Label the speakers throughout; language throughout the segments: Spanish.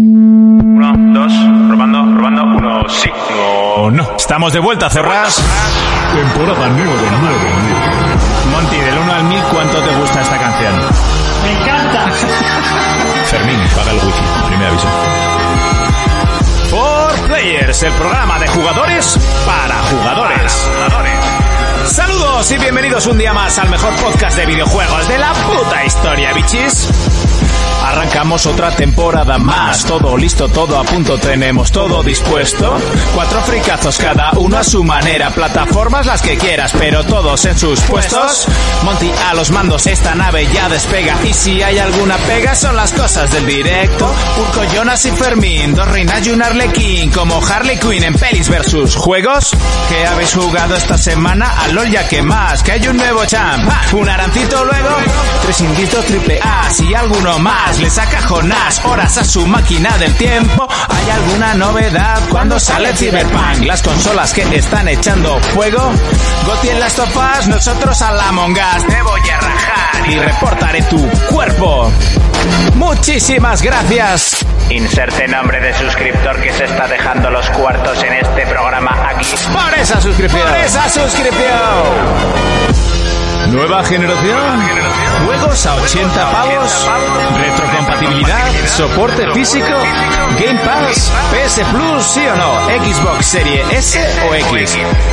Speaker 1: Uno, dos, robando, robando, uno, sí.
Speaker 2: Oh, no. Estamos de vuelta, cerras.
Speaker 3: Temporada 9 de 9.
Speaker 2: Monty, del 1 al 1000, ¿cuánto te gusta esta canción?
Speaker 4: Me encanta.
Speaker 2: Fermín, paga el wifi. Primer aviso. For Players, el programa de jugadores para jugadores. Saludos y bienvenidos un día más al mejor podcast de videojuegos de la puta historia, bichis. Arrancamos otra temporada más, todo listo, todo a punto, tenemos todo dispuesto. Cuatro fricazos cada uno a su manera, plataformas las que quieras, pero todos en sus puestos. Monty a los mandos, esta nave ya despega y si hay alguna pega son las cosas del directo. Urco, Jonas y Fermín, dos reinas y un arlequín, como Harley Quinn en pelis versus juegos. ¿Qué habéis jugado esta semana? A LOL ya que más, que hay un nuevo champ, ¡Ah! un arancito luego, tres inditos triple A, si alguno más le saca Jonás horas a su máquina del tiempo. ¿Hay alguna novedad cuando sale Cyberpunk? Las consolas que están echando fuego. Goti en las topas, nosotros a la mongas. Te voy a rajar y reportaré tu cuerpo. Muchísimas gracias.
Speaker 1: Inserte nombre de suscriptor que se está dejando los cuartos en este programa aquí.
Speaker 4: Pues
Speaker 2: Por esa suscripción. Por esa suscripción. Nueva generación. Juegos a 80 pavos. Retrocompatibilidad. Soporte físico. Game Pass. PS Plus, sí o no. Xbox Serie S o X.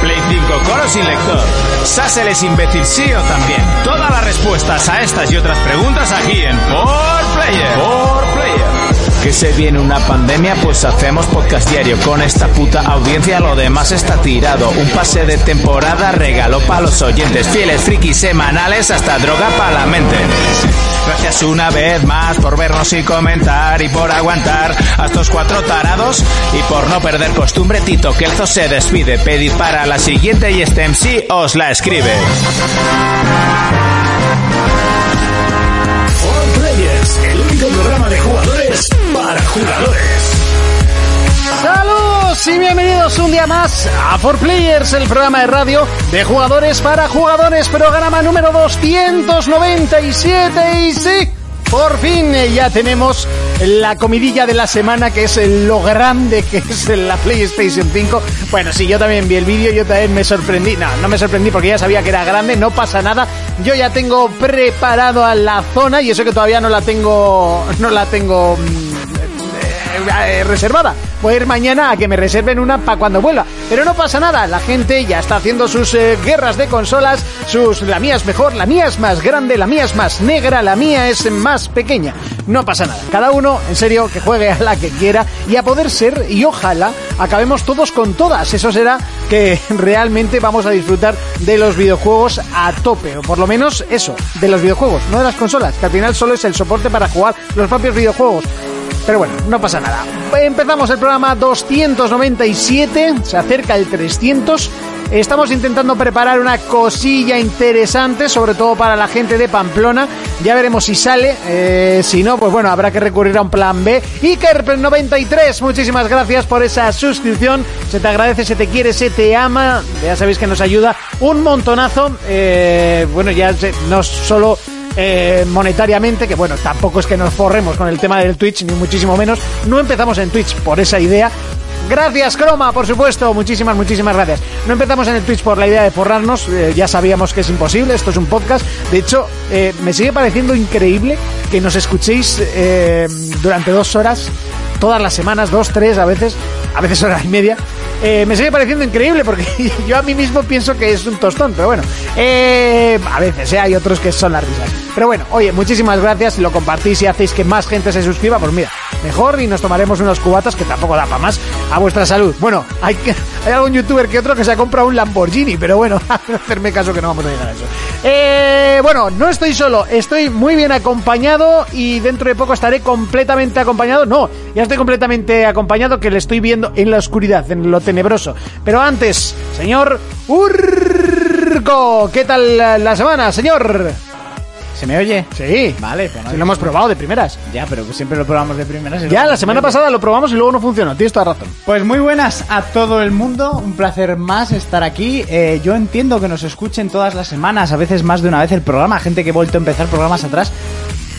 Speaker 2: Play 5 con o sin lector. Sassel es imbécil, sí o también. Todas las respuestas a estas y otras preguntas aquí en Por Player. Por Player. Que se viene una pandemia, pues hacemos podcast diario con esta puta audiencia. Lo demás está tirado. Un pase de temporada regalo para los oyentes. Fieles frikis semanales, hasta droga para la mente. Gracias una vez más por vernos y comentar y por aguantar a estos cuatro tarados y por no perder costumbre. Tito Kelzo se despide. Pedid para la siguiente y este MC os la escribe.
Speaker 3: For Players, el único programa de jugadores para jugadores.
Speaker 4: Saludos y bienvenidos un día más a 4Players, el programa de radio de jugadores para jugadores, programa número 297 y sí, por fin eh, ya tenemos la comidilla de la semana que es lo grande que es la PlayStation 5. Bueno, sí, yo también vi el vídeo, yo también me sorprendí. No, no me sorprendí porque ya sabía que era grande, no pasa nada. Yo ya tengo preparado a la zona y eso que todavía no la tengo no la tengo mm, eh, eh, reservada. Voy a ir mañana a que me reserven una para cuando vuelva. Pero no pasa nada, la gente ya está haciendo sus eh, guerras de consolas, sus la mía es mejor, la mía es más grande, la mía es más negra, la mía es más pequeña. No pasa nada. Cada uno, en serio, que juegue a la que quiera y a poder ser y ojalá acabemos todos con todas. Eso será que realmente vamos a disfrutar de los videojuegos a tope, o por lo menos eso, de los videojuegos, no de las consolas, que al final solo es el soporte para jugar los propios videojuegos. Pero bueno, no pasa nada. Empezamos el programa 297, se acerca el 300. Estamos intentando preparar una cosilla interesante, sobre todo para la gente de Pamplona. Ya veremos si sale. eh, si no, pues bueno, habrá que recurrir a un plan B. Iker93, muchísimas gracias por esa suscripción. Se te agradece, se te quiere, se te ama. Ya sabéis que nos ayuda un montonazo. Eh, bueno, ya se- no solo eh, monetariamente, que bueno, tampoco es que nos forremos con el tema del Twitch, ni muchísimo menos. No empezamos en Twitch por esa idea. Gracias, Croma, por supuesto. Muchísimas, muchísimas gracias. No empezamos en el Twitch por la idea de forrarnos. eh, ya sabíamos que es imposible. Esto es un podcast. De hecho, eh, me sigue pareciendo increíble que nos escuchéis eh, durante dos horas todas las semanas, dos, tres, a veces, a veces hora y media. Eh, me sigue pareciendo increíble porque yo a mí mismo pienso que es un tostón, pero bueno, Eh, a veces eh, hay otros que son las risas. Pero bueno, oye, muchísimas gracias, si lo compartís y hacéis que más gente se suscriba, pues mira, mejor y nos tomaremos unos cubatas que tampoco da para más a vuestra salud. Bueno, hay, que- hay algún youtuber que otro que se ha comprado un Lamborghini, pero bueno, hacerme caso que no vamos a llegar a eso. Eh, bueno, no estoy solo, estoy muy bien acompañado y dentro de poco estaré completamente acompañado. No, ya estoy completamente acompañado que le estoy viendo en la oscuridad, en lo tenebroso. Pero antes, señor Urco, ¿qué tal la, la semana, señor?
Speaker 5: ¿Se me oye?
Speaker 4: Sí,
Speaker 5: Vale, pero no-
Speaker 4: si lo hemos probado de primeras.
Speaker 5: Ya, pero siempre lo probamos de primeras. y
Speaker 4: Ya,
Speaker 5: luego-
Speaker 4: la semana pasada lo probamos y luego no funcionó, tienes toda razón.
Speaker 5: Pues muy buenas a todo el mundo, un placer más estar aquí. Eh, yo entiendo que nos escuchen todas las semanas, a veces más de una vez el programa, gente que ha vuelto a empezar programas atrás.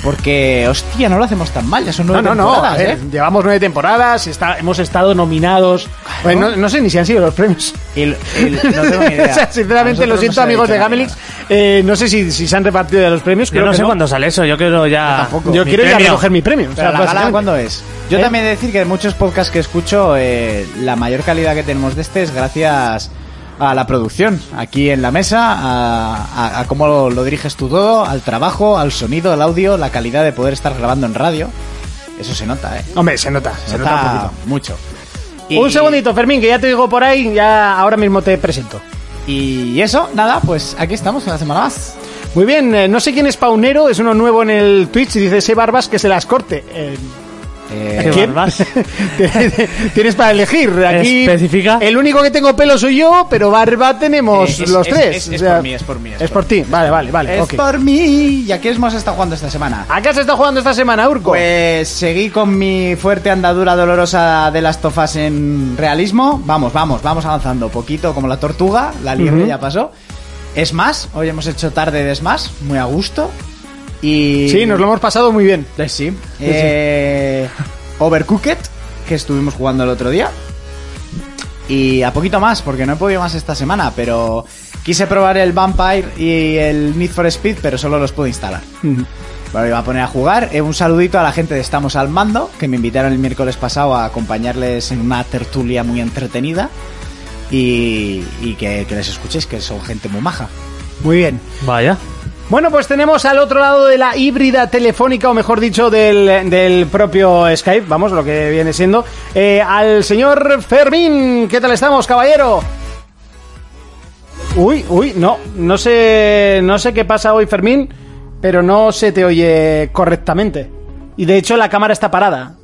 Speaker 5: Porque, hostia, no lo hacemos tan mal, ya son nueve
Speaker 4: no, no, no.
Speaker 5: temporadas,
Speaker 4: a ver,
Speaker 5: ¿eh?
Speaker 4: Llevamos nueve temporadas, está- hemos estado nominados. Bueno, no, no sé ni si han sido los premios.
Speaker 5: El- el- no tengo ni idea.
Speaker 4: O sea, sinceramente,
Speaker 5: Nosotros
Speaker 4: lo
Speaker 5: no
Speaker 4: siento,
Speaker 5: se ha
Speaker 4: amigos
Speaker 5: dicho
Speaker 4: de
Speaker 5: nada.
Speaker 4: Gamelix. eh, no sé si, si se han repartido ya los premios.
Speaker 6: Yo
Speaker 4: creo
Speaker 6: no
Speaker 4: que
Speaker 6: sé cuándo sale eso, yo quiero ya...
Speaker 4: Yo
Speaker 6: mi
Speaker 4: quiero ir a
Speaker 6: premio.
Speaker 4: recoger mi premio. o sea,
Speaker 5: Pero la gala,
Speaker 4: básicamente.
Speaker 5: ¿cuándo es? Yo
Speaker 4: ¿Eh?
Speaker 5: también he de decir que de muchos podcasts que escucho, eh, la mayor calidad que tenemos de este es gracias a la producción, aquí en la mesa, a, a- a cómo lo, lo diriges tú todo, al trabajo, al sonido, al audio, la calidad de poder estar grabando en radio. Eso se nota, ¿eh?
Speaker 4: Hombre, se nota, se nota un poquito.
Speaker 5: mucho.
Speaker 4: Un segundito, Fermín, que ya te digo por ahí, ya ahora mismo te presento.
Speaker 5: Y eso, nada, pues aquí estamos una semana más.
Speaker 4: Muy bien, eh, no sé quién es Paunero, es uno nuevo en el Twitch y dice, sé barbas que se las corte. Eh,
Speaker 5: Eh,
Speaker 4: ¿Quién?
Speaker 6: barbas.
Speaker 4: Tienes para elegir. Aquí
Speaker 6: Especifica.
Speaker 4: El único que tengo pelo soy yo, pero barba tenemos
Speaker 5: Eh, Es- es-
Speaker 4: los
Speaker 5: es-
Speaker 4: tres.
Speaker 5: es-
Speaker 4: o
Speaker 5: es
Speaker 4: sea,
Speaker 5: por mí, es por mí, es
Speaker 4: Es
Speaker 5: por
Speaker 4: por ti, vale, vale, vale.
Speaker 5: es
Speaker 4: ok.
Speaker 5: por mí. ¿Y a qué hemos estado jugando esta semana?
Speaker 4: ¿A qué has estado jugando esta semana, Urco?
Speaker 5: Pues seguí con mi fuerte andadura dolorosa de las tofas en realismo. Vamos, vamos, vamos avanzando. Poquito como la tortuga, la liebre ya pasó. Es más, hoy hemos hecho tarde de Smash, muy a gusto. Y.
Speaker 4: sí, nos lo hemos pasado muy bien.
Speaker 5: Eh, sí. Eh, Overcooked, que estuvimos jugando el otro día. Y a poquito más, porque no he podido más esta semana, pero quise probar el Vampire y el Need for Speed, pero solo los pude instalar. Bueno, iba a poner a jugar. Eh, un saludito a la gente de Estamos al Mando, que me invitaron el miércoles pasado a acompañarles en una tertulia muy entretenida. Y, y que, que les escuchéis, que son gente muy maja.
Speaker 4: Muy bien.
Speaker 6: Vaya.
Speaker 4: Bueno, pues tenemos al otro lado de la híbrida telefónica, o mejor dicho, del, del propio Skype, vamos, lo que viene siendo, eh, al señor Fermín. ¿Qué tal estamos, caballero? Uy, uy, no, no sé, no sé qué pasa hoy, Fermín, pero no se te oye correctamente. Y de hecho la cámara está parada.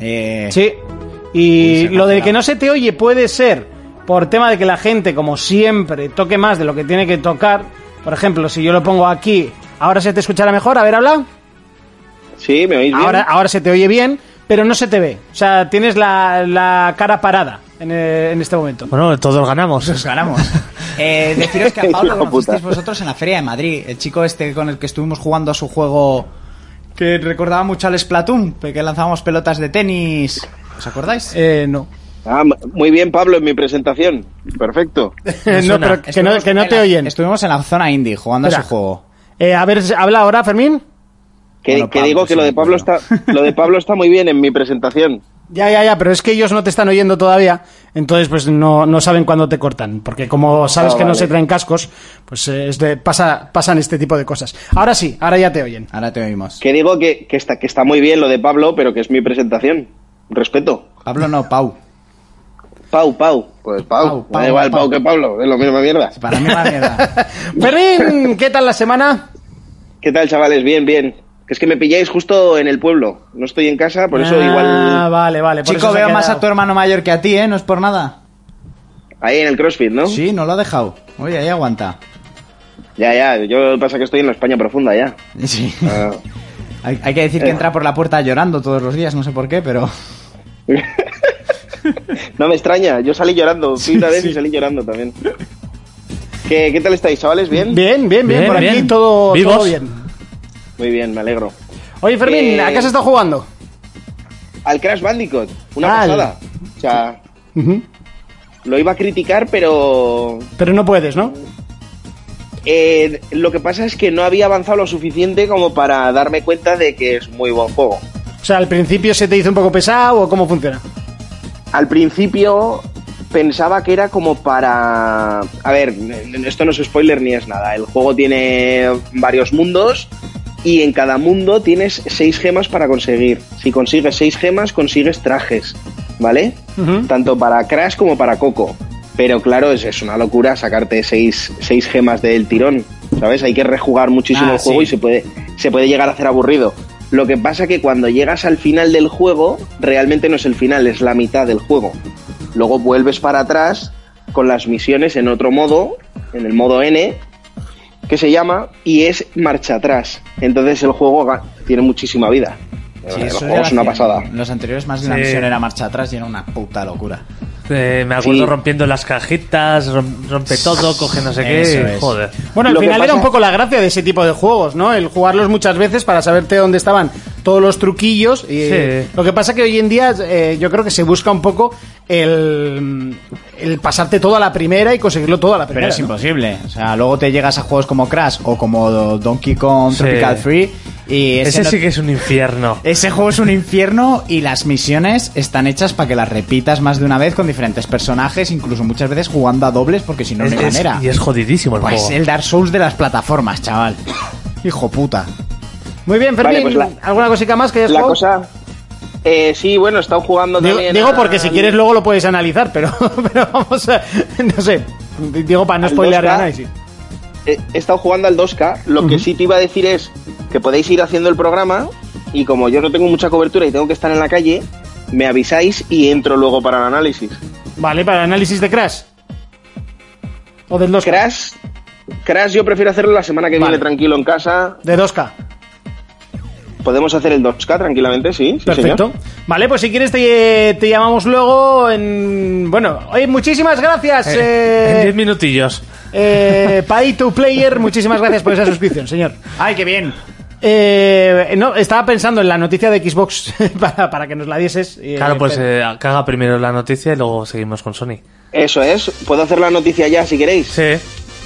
Speaker 5: Eh,
Speaker 4: Sí.
Speaker 5: Uy,
Speaker 4: Y
Speaker 5: se me
Speaker 4: lo
Speaker 5: ha
Speaker 4: del
Speaker 5: quedado.
Speaker 4: que no se te oye puede ser por tema de que la gente, como siempre, toque más de lo que tiene que tocar. Por ejemplo, si yo lo pongo aquí, ahora se te escuchará mejor. A ver, habla.
Speaker 7: Sí, ¿me oís bien?
Speaker 4: Ahora, ahora se te oye bien, pero no se te ve. O sea, tienes la, la cara parada en, eh, en este momento.
Speaker 6: Bueno, todos ganamos.
Speaker 5: Os ganamos. Eh, deciros que a Pablo lo
Speaker 7: Hijo puta.
Speaker 5: conocisteis vosotros en la Feria de Madrid. El chico este con el que estuvimos jugando a su juego que recordaba mucho al Splatoon, que lanzábamos pelotas de tenis. ¿Os acordáis?
Speaker 4: Eh, no.
Speaker 7: Ah, m- muy bien, Pablo, en mi presentación. Perfecto.
Speaker 4: no, pero
Speaker 6: suena.
Speaker 4: que no,
Speaker 5: Estuvimos
Speaker 4: que no
Speaker 5: en
Speaker 4: te
Speaker 5: la-
Speaker 4: oyen.
Speaker 5: Estuvimos en la zona indie jugando a
Speaker 4: Espera.
Speaker 5: su juego.
Speaker 4: Eh, a ver, habla ahora, Fermín.
Speaker 7: Que,
Speaker 5: Bueno,
Speaker 7: que
Speaker 5: Pablo,
Speaker 7: digo que lo
Speaker 5: sí,
Speaker 7: de Pablo
Speaker 5: bueno.
Speaker 7: está lo de Pablo está muy bien en mi presentación.
Speaker 4: Ya, ya, ya, pero es que ellos no te están oyendo todavía, entonces pues no, no saben cuándo te cortan, porque como sabes
Speaker 7: Ah,
Speaker 4: que no
Speaker 7: vale.
Speaker 4: se traen cascos, pues eh, es de- pasa, pasan este tipo de cosas. Ahora sí, ahora ya te oyen.
Speaker 5: Ahora te oímos.
Speaker 7: Que digo que, que está que está muy bien lo de Pablo, pero que es mi presentación. Respeto.
Speaker 5: Pablo no, Pau.
Speaker 7: Pau, Pau. Pues Pau.
Speaker 5: Pau,
Speaker 7: Me
Speaker 5: Pau,
Speaker 7: da igual
Speaker 5: Pau.
Speaker 7: Pau que Pablo, es lo misma mierda.
Speaker 5: Para mí va mierda.
Speaker 4: Fermín, ¿qué tal la semana?
Speaker 7: ¿Qué tal, chavales? Bien, bien. Que es que me pilláis justo en el pueblo. No estoy en casa, por eso
Speaker 4: Ah,
Speaker 7: igual
Speaker 4: vale, vale. por
Speaker 5: Chico,
Speaker 4: eso se ha
Speaker 5: veo más
Speaker 4: quedado.
Speaker 5: a tu hermano mayor que a ti, ¿eh? No es por nada.
Speaker 7: ahí en el CrossFit, ¿no?
Speaker 5: Sí, no lo ha dejado. Oye, ahí aguanta.
Speaker 7: Ya, ya. Yo pasa que estoy en la España profunda ya.
Speaker 5: Sí.
Speaker 7: Ah.
Speaker 5: Hay, hay que decir que entra por la puerta llorando todos los días, no sé por qué, pero...
Speaker 7: No me extraña, yo salí llorando, fui una vez y salí llorando también. ¿Qué, qué tal estáis, chavales? ¿Bien?
Speaker 4: Bien, bien, bien,
Speaker 6: Bien,
Speaker 4: por aquí
Speaker 6: bien.
Speaker 4: todo,
Speaker 6: Vivos.
Speaker 4: todo bien.
Speaker 7: Muy bien, me alegro.
Speaker 4: Oye, Fermín, ¿a qué has
Speaker 7: Eh,
Speaker 4: estado jugando?
Speaker 7: Al Crash Bandicoot, una
Speaker 4: Al.
Speaker 7: pasada. O sea,
Speaker 4: Ujú.
Speaker 7: lo iba a criticar, pero
Speaker 4: Pero no puedes, ¿no?
Speaker 7: eh, lo que pasa es que no había avanzado lo suficiente como para darme cuenta de que es muy buen juego.
Speaker 4: O sea, al principio se te hizo un poco pesado o cómo funciona.
Speaker 7: Al principio pensaba que era como para... A ver, esto no es spoiler ni es nada. El juego tiene varios mundos y en cada mundo tienes seis gemas para conseguir. Si consigues seis gemas, consigues trajes, ¿vale?
Speaker 4: Ujú.
Speaker 7: Tanto para Crash como para Coco. Pero claro, es, es una locura sacarte seis, seis gemas del tirón, ¿sabes? Hay que rejugar muchísimo
Speaker 5: Ah,
Speaker 7: el juego
Speaker 5: sí.
Speaker 7: y se puede, se puede llegar a hacer aburrido. Lo que pasa que cuando llegas al final del juego, realmente no es el final, es la mitad del juego. Luego vuelves para atrás con las misiones en otro modo, en el modo N, que se llama, y es marcha atrás. Entonces el juego ga- tiene muchísima vida.
Speaker 5: Sí,
Speaker 7: el
Speaker 5: eso
Speaker 7: juego
Speaker 5: ya
Speaker 7: es una
Speaker 5: hacían.
Speaker 7: pasada.
Speaker 5: Los anteriores más de una
Speaker 6: Sí.
Speaker 5: misión era marcha atrás y era una puta locura.
Speaker 6: Eh, me acuerdo
Speaker 7: Sí.
Speaker 6: rompiendo las cajitas, rom- rompe todo, coge no sé
Speaker 5: Eso
Speaker 6: qué.
Speaker 5: es.
Speaker 6: Joder.
Speaker 4: Bueno, al
Speaker 7: Lo que
Speaker 4: final era
Speaker 7: pasa-
Speaker 4: un poco la gracia de ese tipo de juegos, ¿no? El jugarlos muchas veces para saberte dónde estaban todos los truquillos. Y, eh, Lo que pasa que hoy en día eh, yo creo que se busca un poco el, el pasarte todo a la primera y conseguirlo todo a la
Speaker 5: Pero
Speaker 4: primera.
Speaker 5: es
Speaker 4: ¿no?
Speaker 5: imposible. O sea, luego te llegas a juegos como Crash o como Do- Donkey Kong
Speaker 6: Sí.
Speaker 5: Tropical Free y ese,
Speaker 6: Ese,
Speaker 5: no-
Speaker 6: sí que es un infierno.
Speaker 5: ese juego es un infierno y las misiones están hechas para que las repitas más de una vez con diferentes personajes, incluso muchas veces jugando a dobles porque si no,
Speaker 6: Es-
Speaker 5: no hay
Speaker 6: es-
Speaker 5: manera.
Speaker 6: y es jodidísimo el
Speaker 5: pues
Speaker 6: juego.
Speaker 5: el Dark Souls de las plataformas, chaval. Hijo puta.
Speaker 4: Muy bien, Fermín.
Speaker 7: Vale, pues la-
Speaker 4: ¿Alguna cosica más que hayas
Speaker 7: La
Speaker 4: jugado?
Speaker 7: cosa. Eh, sí, bueno, he estado jugando
Speaker 4: Digo,
Speaker 7: también.
Speaker 4: digo
Speaker 7: al-
Speaker 4: porque si quieres luego lo puedes analizar, pero, pero vamos a... No sé. Digo para no
Speaker 7: Al
Speaker 4: spoilear el
Speaker 7: 2K.
Speaker 4: análisis.
Speaker 7: He he estado jugando al 2K. Lo que sí te iba a decir es que podéis ir haciendo el programa. Y como yo no tengo mucha cobertura y tengo que estar en la calle, me avisáis y entro luego para el análisis.
Speaker 4: Vale, para el análisis de Crash. O del 2K.
Speaker 7: Crash. Crash, yo prefiero hacerlo la semana que
Speaker 4: Vale.
Speaker 7: viene tranquilo en casa.
Speaker 4: De 2K.
Speaker 7: Podemos hacer el 2K tranquilamente, sí. sí,
Speaker 4: Perfecto.
Speaker 7: señor.
Speaker 4: Vale, pues si quieres te, te llamamos luego en... Bueno, oye, muchísimas gracias.
Speaker 6: Eh, en
Speaker 4: eh,
Speaker 6: 10 minutillos.
Speaker 4: eh, Pay to Player, muchísimas gracias por esa suscripción, señor.
Speaker 5: Ay, qué bien.
Speaker 4: Eh, no, estaba pensando en la noticia de Xbox para, para que nos la dieses. eh,
Speaker 6: Claro, pues
Speaker 4: pero-
Speaker 6: eh, caga primero la noticia y luego seguimos con Sony.
Speaker 7: Eso es. Puedo hacer la noticia ya si queréis.
Speaker 6: Sí.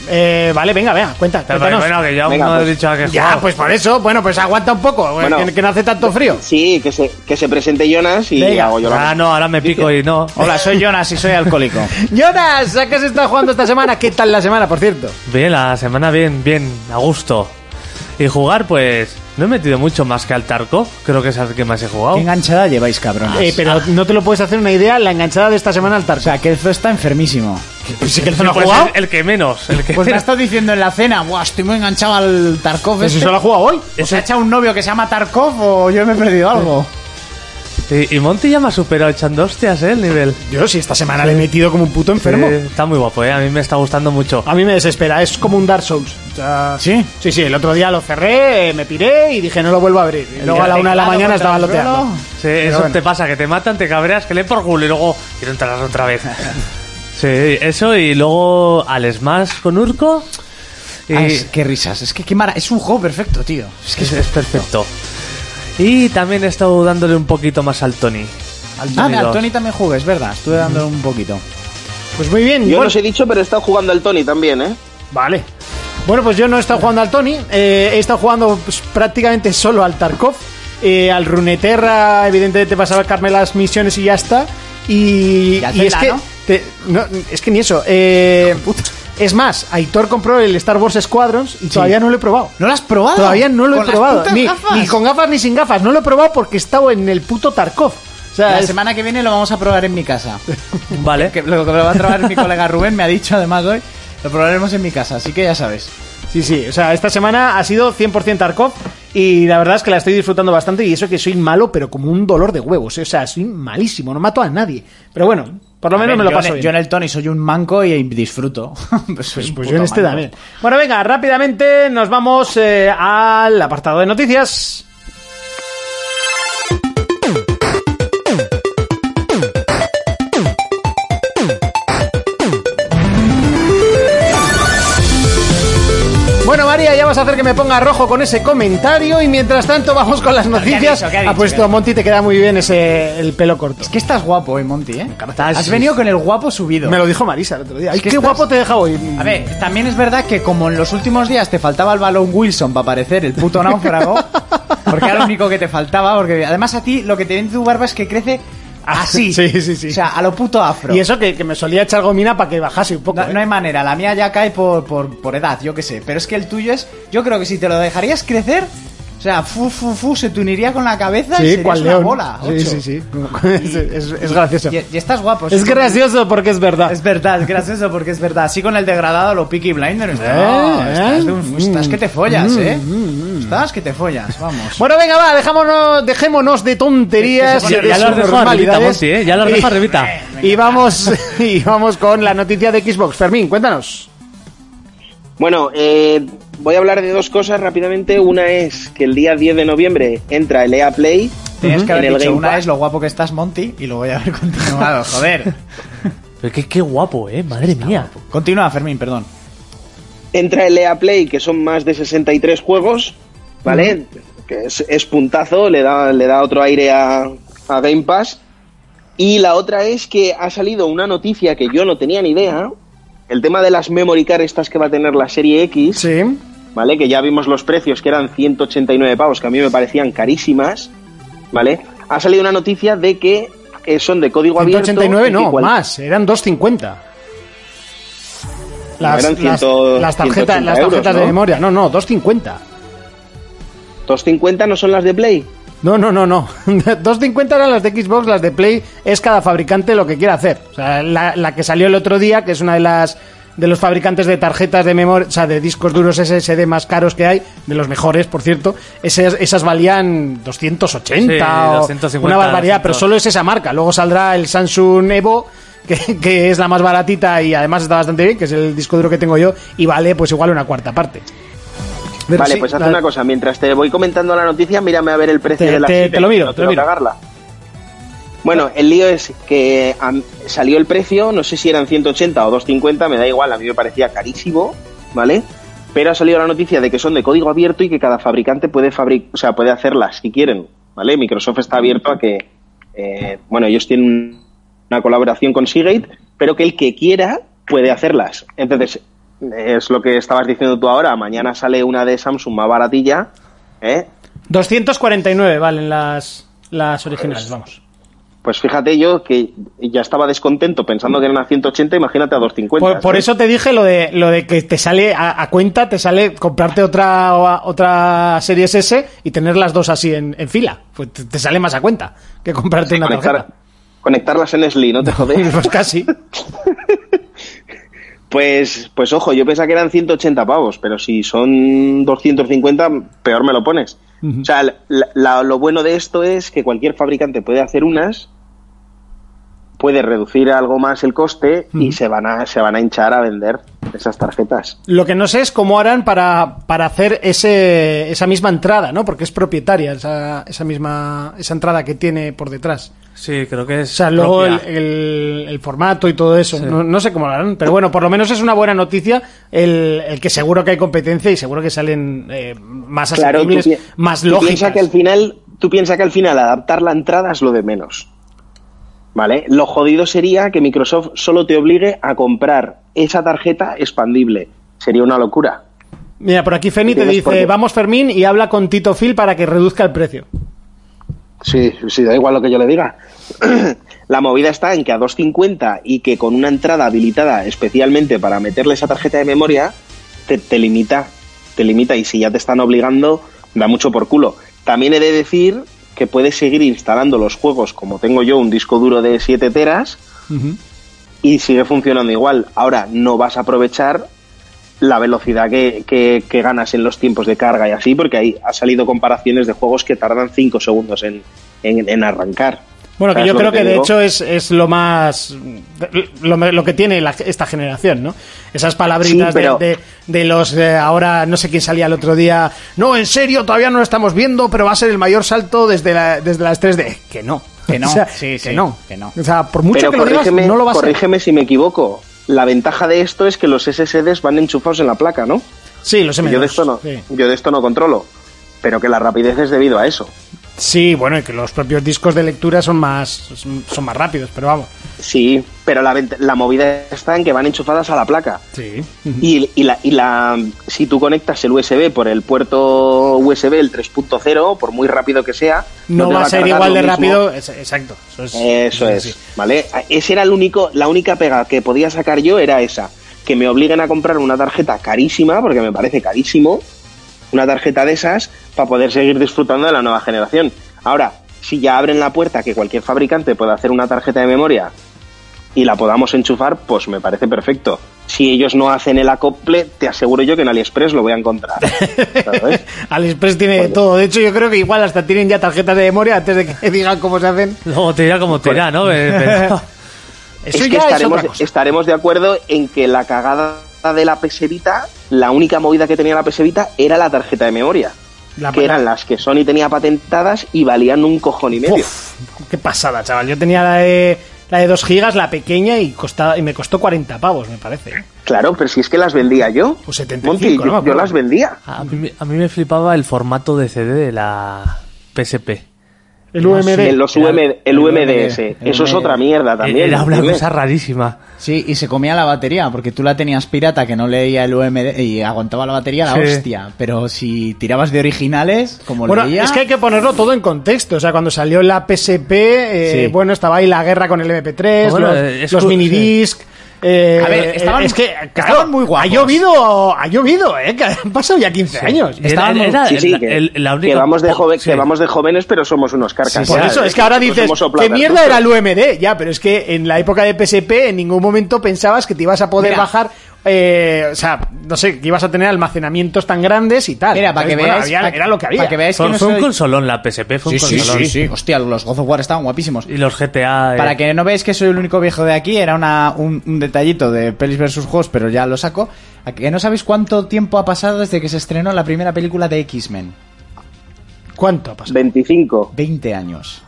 Speaker 4: eh, vale, venga, venga, cuenta.
Speaker 6: Pero
Speaker 4: cuéntanos.
Speaker 6: bueno, que yo aún
Speaker 7: Venga,
Speaker 6: no he
Speaker 7: pues.
Speaker 6: dicho a qué
Speaker 4: ya,
Speaker 6: jugar.
Speaker 4: pues por eso, bueno, pues aguanta un poco,
Speaker 7: Bueno.
Speaker 4: que, que no hace tanto frío.
Speaker 7: Sí, que se, que se presente Jonas y
Speaker 4: Venga.
Speaker 7: hago yo la
Speaker 6: Ah, no, ahora me pico y no.
Speaker 5: Hola, soy Jonas y soy alcohólico.
Speaker 4: Jonas, ¿a qué has estado jugando esta semana? ¿Qué tal la semana, por cierto?
Speaker 6: Bien, la semana bien, bien, a gusto. Y jugar, pues, no he metido mucho más que al Tarkov. Creo que es al que más he jugado.
Speaker 5: ¿Qué enganchada lleváis, cabrones?
Speaker 4: Eh, pero no te lo puedes hacer una idea, la enganchada de esta semana al
Speaker 5: O
Speaker 4: Tarkov.
Speaker 5: sea, que esto está enfermísimo.
Speaker 4: Sí que
Speaker 6: Pues el- el, que menos. El que
Speaker 5: Pues me ha
Speaker 6: menos.
Speaker 5: estado diciendo en la cena, Buah, estoy muy enganchado al Tarkov.
Speaker 4: Pues si
Speaker 5: este".
Speaker 4: solo ha jugado hoy.
Speaker 5: ¿O se ha echado un novio que se llama Tarkov o yo me he perdido algo?
Speaker 6: Eh, Y, y Monty ya me ha superado echando hostias, ¿eh? El nivel.
Speaker 4: Yo sí, esta semana le he metido como un puto enfermo.
Speaker 6: Sí, está muy guapo, ¿eh? A mí me está gustando mucho.
Speaker 4: A mí me desespera, es como un Dark Souls. O sea,
Speaker 5: ¿Sí?
Speaker 4: Sí, sí, el otro día lo cerré, eh, me piré y dije no lo vuelvo a abrir. Y luego a la una de la mañana estaba loteando.
Speaker 6: Sí, eso te pasa, que te matan, te cabreas, que le por culo y luego quiero entrar otra vez. sí, eso y luego al Smash con Urco. Y
Speaker 5: es, qué risas, es que qué mara- es un juego perfecto, tío. Es que
Speaker 6: Ah, es, es perfecto. Y también he estado dándole un poquito más al Tony. Al
Speaker 5: Ah, mira, al
Speaker 6: dos.
Speaker 5: Tony también jugué, es verdad, estuve dando un poquito.
Speaker 4: Pues muy bien.
Speaker 7: Yo
Speaker 4: bueno,
Speaker 7: no os he dicho, pero he estado jugando al Tony también, ¿eh?
Speaker 4: Vale. Bueno, pues yo no he estado jugando al Tony, eh, he estado jugando pues, prácticamente solo al Tarkov, eh, al Runeterra, evidentemente pasaba Carmen las misiones y ya está. Y,
Speaker 5: Y al
Speaker 4: y
Speaker 5: Zelda,
Speaker 4: es que
Speaker 5: ¿no?
Speaker 4: te- no, es que ni eso. eh, es más, Aitor compró el Star Wars Squadrons y todavía no lo he probado.
Speaker 5: ¿No lo has probado?
Speaker 4: Todavía no lo he
Speaker 5: Ah, ¿Con las
Speaker 4: probado.
Speaker 5: putas
Speaker 4: Ni,
Speaker 5: gafas?
Speaker 4: ni con gafas ni sin gafas. No lo he probado porque he estado en el puto Tarkov. O sea,
Speaker 5: La
Speaker 4: es-
Speaker 5: semana que viene lo vamos a probar en mi casa.
Speaker 6: Vale.
Speaker 5: Que lo que lo va a probar mi colega Rubén, me ha dicho además hoy, lo probaremos en mi casa, así que ya sabes.
Speaker 4: Sí, sí, o sea, esta semana ha sido 100% Tarkov y la verdad es que la estoy disfrutando bastante y eso que soy malo, pero como un dolor de huevos, ¿eh? o sea, soy malísimo, no mato a nadie. Pero bueno, por lo
Speaker 5: A
Speaker 4: menos
Speaker 5: ver,
Speaker 4: me lo
Speaker 5: yo
Speaker 4: paso
Speaker 5: en-
Speaker 4: bien.
Speaker 5: Yo en el Tony soy un manco y disfruto. pues soy un
Speaker 4: Pues
Speaker 5: puto
Speaker 4: yo en este
Speaker 5: manco.
Speaker 4: también. Bueno, venga, rápidamente nos vamos eh, al apartado de noticias. Bueno, María, ya vas a hacer que me ponga rojo con ese comentario y mientras tanto vamos con las noticias.
Speaker 5: dicho? ¿Qué ha dicho?
Speaker 4: Apuesto, Monty, te queda muy bien ese el pelo corto.
Speaker 5: Es que estás guapo hoy, Monty, ¿eh?
Speaker 6: Estás-
Speaker 5: Has venido con el guapo subido.
Speaker 4: Ah, Me lo dijo Marisa el otro día. Ay,
Speaker 5: Es que
Speaker 4: qué
Speaker 5: estás-
Speaker 4: guapo te deja hoy.
Speaker 5: A ver, también es verdad que como en los últimos días te faltaba el balón Wilson para parecer el puto náufrago, porque era lo único que te faltaba, porque además a ti lo que te viene de tu barba es que crece así.
Speaker 4: Ah, Sí, sí, sí.
Speaker 5: O sea, a lo puto afro.
Speaker 4: Y eso que, que me solía echar gomina para que bajase un poco.
Speaker 5: No,
Speaker 4: ¿eh?
Speaker 5: no hay manera, la mía ya cae por, por, por edad, yo qué sé. Pero es que el tuyo es. Yo creo que si te lo dejarías crecer, o sea, fu, fu, fu, se te uniría con la cabeza y
Speaker 4: Sí,
Speaker 5: serías
Speaker 4: cual
Speaker 5: una
Speaker 4: león.
Speaker 5: bola.
Speaker 4: Sí,
Speaker 5: ocho.
Speaker 4: sí, sí. Es, es- es gracioso.
Speaker 5: Y, y estás guapo.
Speaker 4: Es
Speaker 5: sí.
Speaker 4: gracioso porque es verdad.
Speaker 5: Es verdad, es gracioso porque es verdad. Así con el degradado, lo picky blinder.
Speaker 4: Eh,
Speaker 5: estás, de un-
Speaker 4: mm,
Speaker 5: estás que te follas,
Speaker 4: mm,
Speaker 5: ¿eh?
Speaker 4: mm,
Speaker 5: Estás que te follas, vamos.
Speaker 4: Bueno, venga, va, dejémonos, dejémonos de tonterías. y
Speaker 6: Es que se pone-
Speaker 4: de
Speaker 6: ya lo has dejado
Speaker 4: subnormalidades.
Speaker 6: arribita, Monty, ¿eh? Ya lo has
Speaker 4: Y-
Speaker 6: dejado arribita.
Speaker 4: Y vamos, y vamos con la noticia de Xbox. Fermín, cuéntanos.
Speaker 7: Bueno, eh, voy a hablar de dos cosas rápidamente. Una es que el día 10 de noviembre entra el EA Play.
Speaker 5: Tienes que
Speaker 7: en
Speaker 5: haber
Speaker 7: el
Speaker 5: dicho
Speaker 7: Game
Speaker 5: una
Speaker 7: Pass.
Speaker 5: es lo guapo que estás, Monty, y luego ya haber continuado, joder.
Speaker 6: Pero qué, qué guapo, eh, madre mía.
Speaker 5: Continúa, Fermín, perdón.
Speaker 7: Entra el EA Play, que son más de 63 juegos, ¿vale? Que es, es puntazo, le da, le da otro aire a, a Game Pass. Y la otra es que ha salido una noticia que yo no tenía ni idea. El tema de las memory card estas que va a tener la serie X.
Speaker 4: Sí.
Speaker 7: ¿vale? Que ya vimos los precios, que eran 189 pavos, que a mí me parecían carísimas, ¿vale? Ha salido una noticia de que eh, son de código abierto.
Speaker 4: 189
Speaker 7: y
Speaker 4: no,
Speaker 7: que cual-
Speaker 4: más, eran 250. Las,
Speaker 7: eran
Speaker 4: las-
Speaker 7: 100,
Speaker 4: las tarjetas,
Speaker 7: 180
Speaker 4: las tarjetas
Speaker 7: euros,
Speaker 4: de
Speaker 7: ¿no?
Speaker 4: memoria, no, no, 250.
Speaker 7: 250 no son las de Play.
Speaker 4: No, no, no, no. 250 eran las de Xbox, las de Play es cada fabricante lo que quiera hacer. O sea, la, la que salió el otro día, que es una de las de los fabricantes de tarjetas de memoria, o sea, de discos duros SSD más caros que hay, de los mejores, por cierto, esas, esas valían 280
Speaker 6: Sí,
Speaker 4: o
Speaker 6: 250,
Speaker 4: una barbaridad,
Speaker 6: 200.
Speaker 4: pero solo es esa marca. Luego saldrá el Samsung Evo, que, que es la más baratita y además está bastante bien, que es el disco duro que tengo yo, y vale pues igual una cuarta parte. Pero
Speaker 7: vale,
Speaker 4: sí,
Speaker 7: pues haz
Speaker 4: la-
Speaker 7: una cosa. Mientras te voy comentando la noticia, mírame a ver el precio
Speaker 4: Te-
Speaker 7: de la
Speaker 4: te-
Speaker 7: siete,
Speaker 4: te lo miro,
Speaker 7: no
Speaker 4: te lo miro.
Speaker 7: quiero cagarla. Bueno, el lío es que am, salió el precio, no sé si eran 180 o 250, me da igual, a mí me parecía carísimo, ¿vale? Pero ha salido la noticia de que son de código abierto y que cada fabricante puede fabric o sea, puede hacerlas si quieren, ¿vale? Microsoft está abierto a que, eh, bueno, ellos tienen una colaboración con Seagate, pero que el que quiera puede hacerlas. Entonces, es lo que estabas diciendo tú ahora, mañana sale una de Samsung más baratilla, ¿eh?
Speaker 4: 249 valen las, las originales, vamos.
Speaker 7: Pues fíjate yo que ya estaba descontento pensando que eran a 180, imagínate a 250.
Speaker 4: Por, por
Speaker 7: ¿sabes?
Speaker 4: eso te dije lo de lo de que te sale a, a cuenta, te sale comprarte otra o a- otra Series S y tener las dos así en, en fila. Pues te, te sale más a cuenta que comprarte una
Speaker 7: Conectar-
Speaker 4: tarjeta.
Speaker 7: conectarlas en SLI, no te jodes.
Speaker 4: Pues casi.
Speaker 7: Pues, pues ojo, yo pensaba que eran 180 pavos, pero si son 250, peor me lo pones. O sea, la- la- lo bueno de esto es que cualquier fabricante puede hacer unas, puede reducir algo más el coste y se van a, se van a hinchar a vender esas tarjetas.
Speaker 4: Lo que no sé es cómo harán para, para hacer ese, esa misma entrada, ¿no? Porque es propietaria esa, esa misma esa entrada que tiene por detrás.
Speaker 6: Sí, creo que es.
Speaker 4: O sea, luego el,
Speaker 6: propia.
Speaker 4: el- el formato y todo eso. No, no sé cómo lo harán, pero bueno, por lo menos es una buena noticia el, el que seguro que hay competencia y seguro que salen eh, más
Speaker 7: Claro, tú,
Speaker 4: asequibles,
Speaker 7: pi-
Speaker 4: más
Speaker 7: tú piensa
Speaker 4: lógicas.
Speaker 7: que al final, tú piensa que al final adaptar la entrada es lo de menos. ¿Vale? Lo jodido sería que Microsoft solo te obligue a comprar esa tarjeta expandible. Sería una locura.
Speaker 4: Mira, por aquí Feni te
Speaker 7: Tienes por
Speaker 4: dice,
Speaker 7: qué.
Speaker 4: vamos Fermín y habla con Tito Phil para que reduzca el precio.
Speaker 7: Sí, sí, da igual lo que yo le diga. la movida está en que a 2.50 y que con una entrada habilitada especialmente para meterle esa tarjeta de memoria, te, te limita. Te limita y si ya te están obligando, da mucho por culo. También he de decir que puedes seguir instalando los juegos como tengo yo un disco duro de 7 teras y sigue funcionando igual. Ahora no vas a aprovechar la velocidad que, que- que ganas en los tiempos de carga y así, porque ahí ha salido comparaciones de juegos que tardan 5 segundos en, en- en arrancar.
Speaker 4: Bueno, que
Speaker 7: ¿Sabes
Speaker 4: yo
Speaker 7: lo
Speaker 4: creo que,
Speaker 7: te
Speaker 4: de
Speaker 7: digo?
Speaker 4: hecho es, es lo más. Lo, lo que tiene la- esta generación, ¿no? Esas palabritas
Speaker 7: Sí, pero-
Speaker 4: de, de- de los. eh, ahora, no sé quién salía el otro día. No, en serio, todavía no lo estamos viendo, pero va a ser el mayor salto desde, la- desde las 3D. Que no.
Speaker 5: Que no,
Speaker 4: O sea,
Speaker 5: sí, sí,
Speaker 4: que no.
Speaker 5: que no.
Speaker 4: O sea, por mucho
Speaker 7: Pero
Speaker 4: que lo digas,
Speaker 7: corrígeme,
Speaker 4: no lo va a ser.
Speaker 7: corrígeme si me equivoco. La ventaja de esto es que los SSDs van enchufados en la placa, ¿no?
Speaker 4: Sí, los M2,
Speaker 7: Yo de esto no,
Speaker 4: sí.
Speaker 7: yo de esto no controlo, pero que la rapidez es debido a eso.
Speaker 4: Sí, bueno, y que los propios discos de lectura son más, son más rápidos, pero vamos.
Speaker 7: Sí, pero la, vent- la movida está en que van enchufadas a la placa.
Speaker 4: Sí.
Speaker 7: Y, y la, y la- si tú conectas el USB por el puerto USB, el 3.0, por muy rápido que sea,
Speaker 4: No,
Speaker 7: te
Speaker 4: va a
Speaker 7: a
Speaker 4: ser
Speaker 7: cargar
Speaker 4: igual
Speaker 7: lo
Speaker 4: de
Speaker 7: mismo.
Speaker 4: rápido. es- Exacto. Eso es.
Speaker 7: Eso
Speaker 4: Pues, sí,
Speaker 7: es,
Speaker 4: sí.
Speaker 7: ¿vale? Esa era el único, la única pega que podía sacar yo era esa, que me obliguen a comprar una tarjeta carísima, porque me parece carísimo, una tarjeta de esas para poder seguir disfrutando de la nueva generación. Ahora, si ya abren la puerta que cualquier fabricante pueda hacer una tarjeta de memoria y la podamos enchufar, pues me parece perfecto. Si ellos no hacen el acople, te aseguro yo que en AliExpress lo voy a encontrar. ¿sabes?
Speaker 4: AliExpress tiene de todo. De hecho, yo creo que igual hasta tienen ya tarjetas de memoria antes de que digan cómo se hacen.
Speaker 6: Luego te dirá como te irá, ¿no? Pero-
Speaker 4: Eso
Speaker 7: es que
Speaker 4: ya es
Speaker 7: estaremos, este
Speaker 4: otra cosa.
Speaker 7: estaremos de acuerdo en que la cagada de la pesevita, la única movida que tenía la pesevita era la tarjeta de memoria.
Speaker 4: La-
Speaker 7: que eran las que Sony tenía patentadas y valían un cojón y medio.
Speaker 4: Uf, qué pasada, chaval. Yo tenía la de, la de 2 gigas, la pequeña, y, costaba, y me costó 40 pavos, me parece.
Speaker 7: Claro, pero si es que las vendía yo.
Speaker 4: Pues 75,
Speaker 7: Monty,
Speaker 4: no me
Speaker 7: yo,
Speaker 4: acuerdo.
Speaker 7: yo las vendía.
Speaker 6: A mí, me- a mí me flipaba el formato de CD de la PSP.
Speaker 4: El UMD.
Speaker 7: En los
Speaker 6: Era-
Speaker 7: UMD, el UMDS. Eso es
Speaker 5: UMD.
Speaker 7: otra mierda Ah, también.
Speaker 6: Era una
Speaker 7: Dime.
Speaker 6: cosa rarísima.
Speaker 5: Sí, y se comía la batería, porque tú la tenías pirata que no leía el UMD y aguantaba la batería, la
Speaker 6: Sí.
Speaker 5: hostia. Pero si tirabas de originales, como
Speaker 4: Bueno,
Speaker 5: leía...
Speaker 4: es que hay que ponerlo todo en contexto. O sea, cuando salió la PSP, eh,
Speaker 5: Sí.
Speaker 4: bueno, estaba ahí la guerra con el MP3,
Speaker 6: Bueno,
Speaker 4: los,
Speaker 6: eh, es
Speaker 4: los
Speaker 6: cu-
Speaker 4: minidisc. eh,
Speaker 5: A ver, estaban-
Speaker 4: es que,
Speaker 5: estaban
Speaker 4: claro,
Speaker 5: muy guapos.
Speaker 4: Ha llovido, ha llovido, eh, que han pasado ya 15 años.
Speaker 6: Era- era- era
Speaker 7: Sí, sí,
Speaker 6: la-
Speaker 7: que,
Speaker 6: el- la
Speaker 7: que
Speaker 6: única- Oh,
Speaker 7: vamos de joven,
Speaker 6: sí.
Speaker 7: que vamos de jóvenes, pero somos unos carcas.
Speaker 4: Sí, Por
Speaker 7: ya,
Speaker 4: eso, es que ahora
Speaker 7: nosotros
Speaker 4: dices,
Speaker 7: somos
Speaker 4: ¿qué
Speaker 7: sopladas,
Speaker 4: mierda
Speaker 7: ¿no?
Speaker 4: era el UMD? Ya, pero es que en la época de PSP en ningún momento pensabas que te ibas a poder
Speaker 5: Mira.
Speaker 4: bajar, eh, o sea, no sé, que ibas a tener almacenamientos tan grandes y tal.
Speaker 5: Mira, para que
Speaker 4: Bueno,
Speaker 5: veáis...
Speaker 4: había-
Speaker 5: pa-
Speaker 4: era lo que había.
Speaker 5: Para que veáis
Speaker 6: Fue,
Speaker 5: que no
Speaker 6: fue un
Speaker 5: soy-
Speaker 6: consolón la PSP, fue un
Speaker 5: Sí, sí,
Speaker 6: consolón.
Speaker 5: sí, sí. Hostia, los God of War estaban guapísimos.
Speaker 6: Y los GTA. eh,
Speaker 5: Para que no veáis que soy el único viejo de aquí, era una, un, un detallito de pelis versus juegos, pero ya lo saco. A que no sabéis cuánto tiempo ha pasado desde que se estrenó la primera película de X-Men.
Speaker 4: ¿Cuánto ha pasado?
Speaker 7: 25.
Speaker 5: 20 años.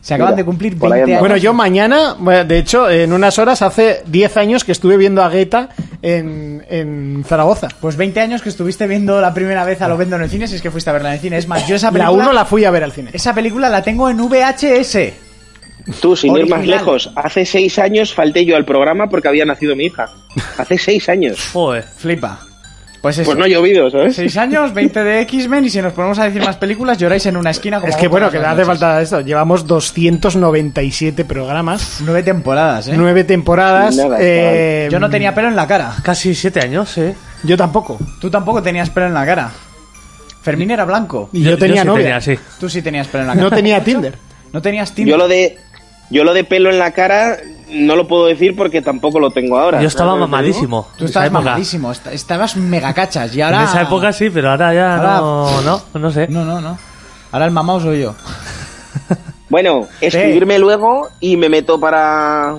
Speaker 5: se acaban
Speaker 7: Mira,
Speaker 5: de cumplir
Speaker 7: por ahí
Speaker 5: 20 años.
Speaker 7: andamos.
Speaker 4: Bueno, yo mañana, bueno, de hecho, en unas horas hace 10 años que estuve viendo a Guetta en, en Zaragoza.
Speaker 5: Pues 20 años que estuviste viendo la primera vez a lo vendo en el cine, si es que fuiste a verla en el cine. Es más, yo esa
Speaker 4: La
Speaker 5: película...
Speaker 4: 1 la fui a ver al cine.
Speaker 5: Esa película la tengo en VHS.
Speaker 7: Tú, sin ir más
Speaker 5: Original.
Speaker 7: lejos, hace seis años falté yo al programa porque había nacido mi hija. Hace seis años.
Speaker 6: joder.
Speaker 5: Flipa. Pues eso.
Speaker 7: Pues no ha llovido, ¿sabes?
Speaker 5: 6 años, 20 de X-Men y si nos ponemos a decir más películas lloráis en una esquina como
Speaker 4: Es que bueno, que
Speaker 5: vosotros
Speaker 4: hace
Speaker 5: las
Speaker 4: falta esto. Llevamos 297 programas,
Speaker 5: noches. Nueve temporadas, ¿eh?
Speaker 4: 9 temporadas.
Speaker 7: Nada,
Speaker 4: eh,
Speaker 5: Yo no tenía pelo en la cara.
Speaker 6: Casi siete años, ¿eh?
Speaker 4: Yo tampoco.
Speaker 5: Tú tampoco tenías pelo en la cara. Fermín era blanco.
Speaker 4: Y yo, tenía
Speaker 6: sí
Speaker 4: novia.
Speaker 6: tenía, sí.
Speaker 5: Tú sí tenías pelo en la cara.
Speaker 4: No tenía Tinder.
Speaker 5: No tenías tinta.
Speaker 7: Yo lo de yo lo de pelo en la cara no lo puedo decir porque tampoco lo tengo ahora.
Speaker 6: Yo estaba
Speaker 7: ¿Sabes lo que te digo?
Speaker 6: mamadísimo.
Speaker 5: Tú
Speaker 6: en
Speaker 5: estabas
Speaker 6: esa época.
Speaker 5: mamadísimo. est- Estabas mega cachas. Y
Speaker 6: En
Speaker 5: ahora...
Speaker 6: esa época sí, pero ahora ya
Speaker 5: Ahora-
Speaker 6: no, no, no sé.
Speaker 5: No, no, no. Ahora el mamado soy yo.
Speaker 7: Bueno, escribirme luego y me meto para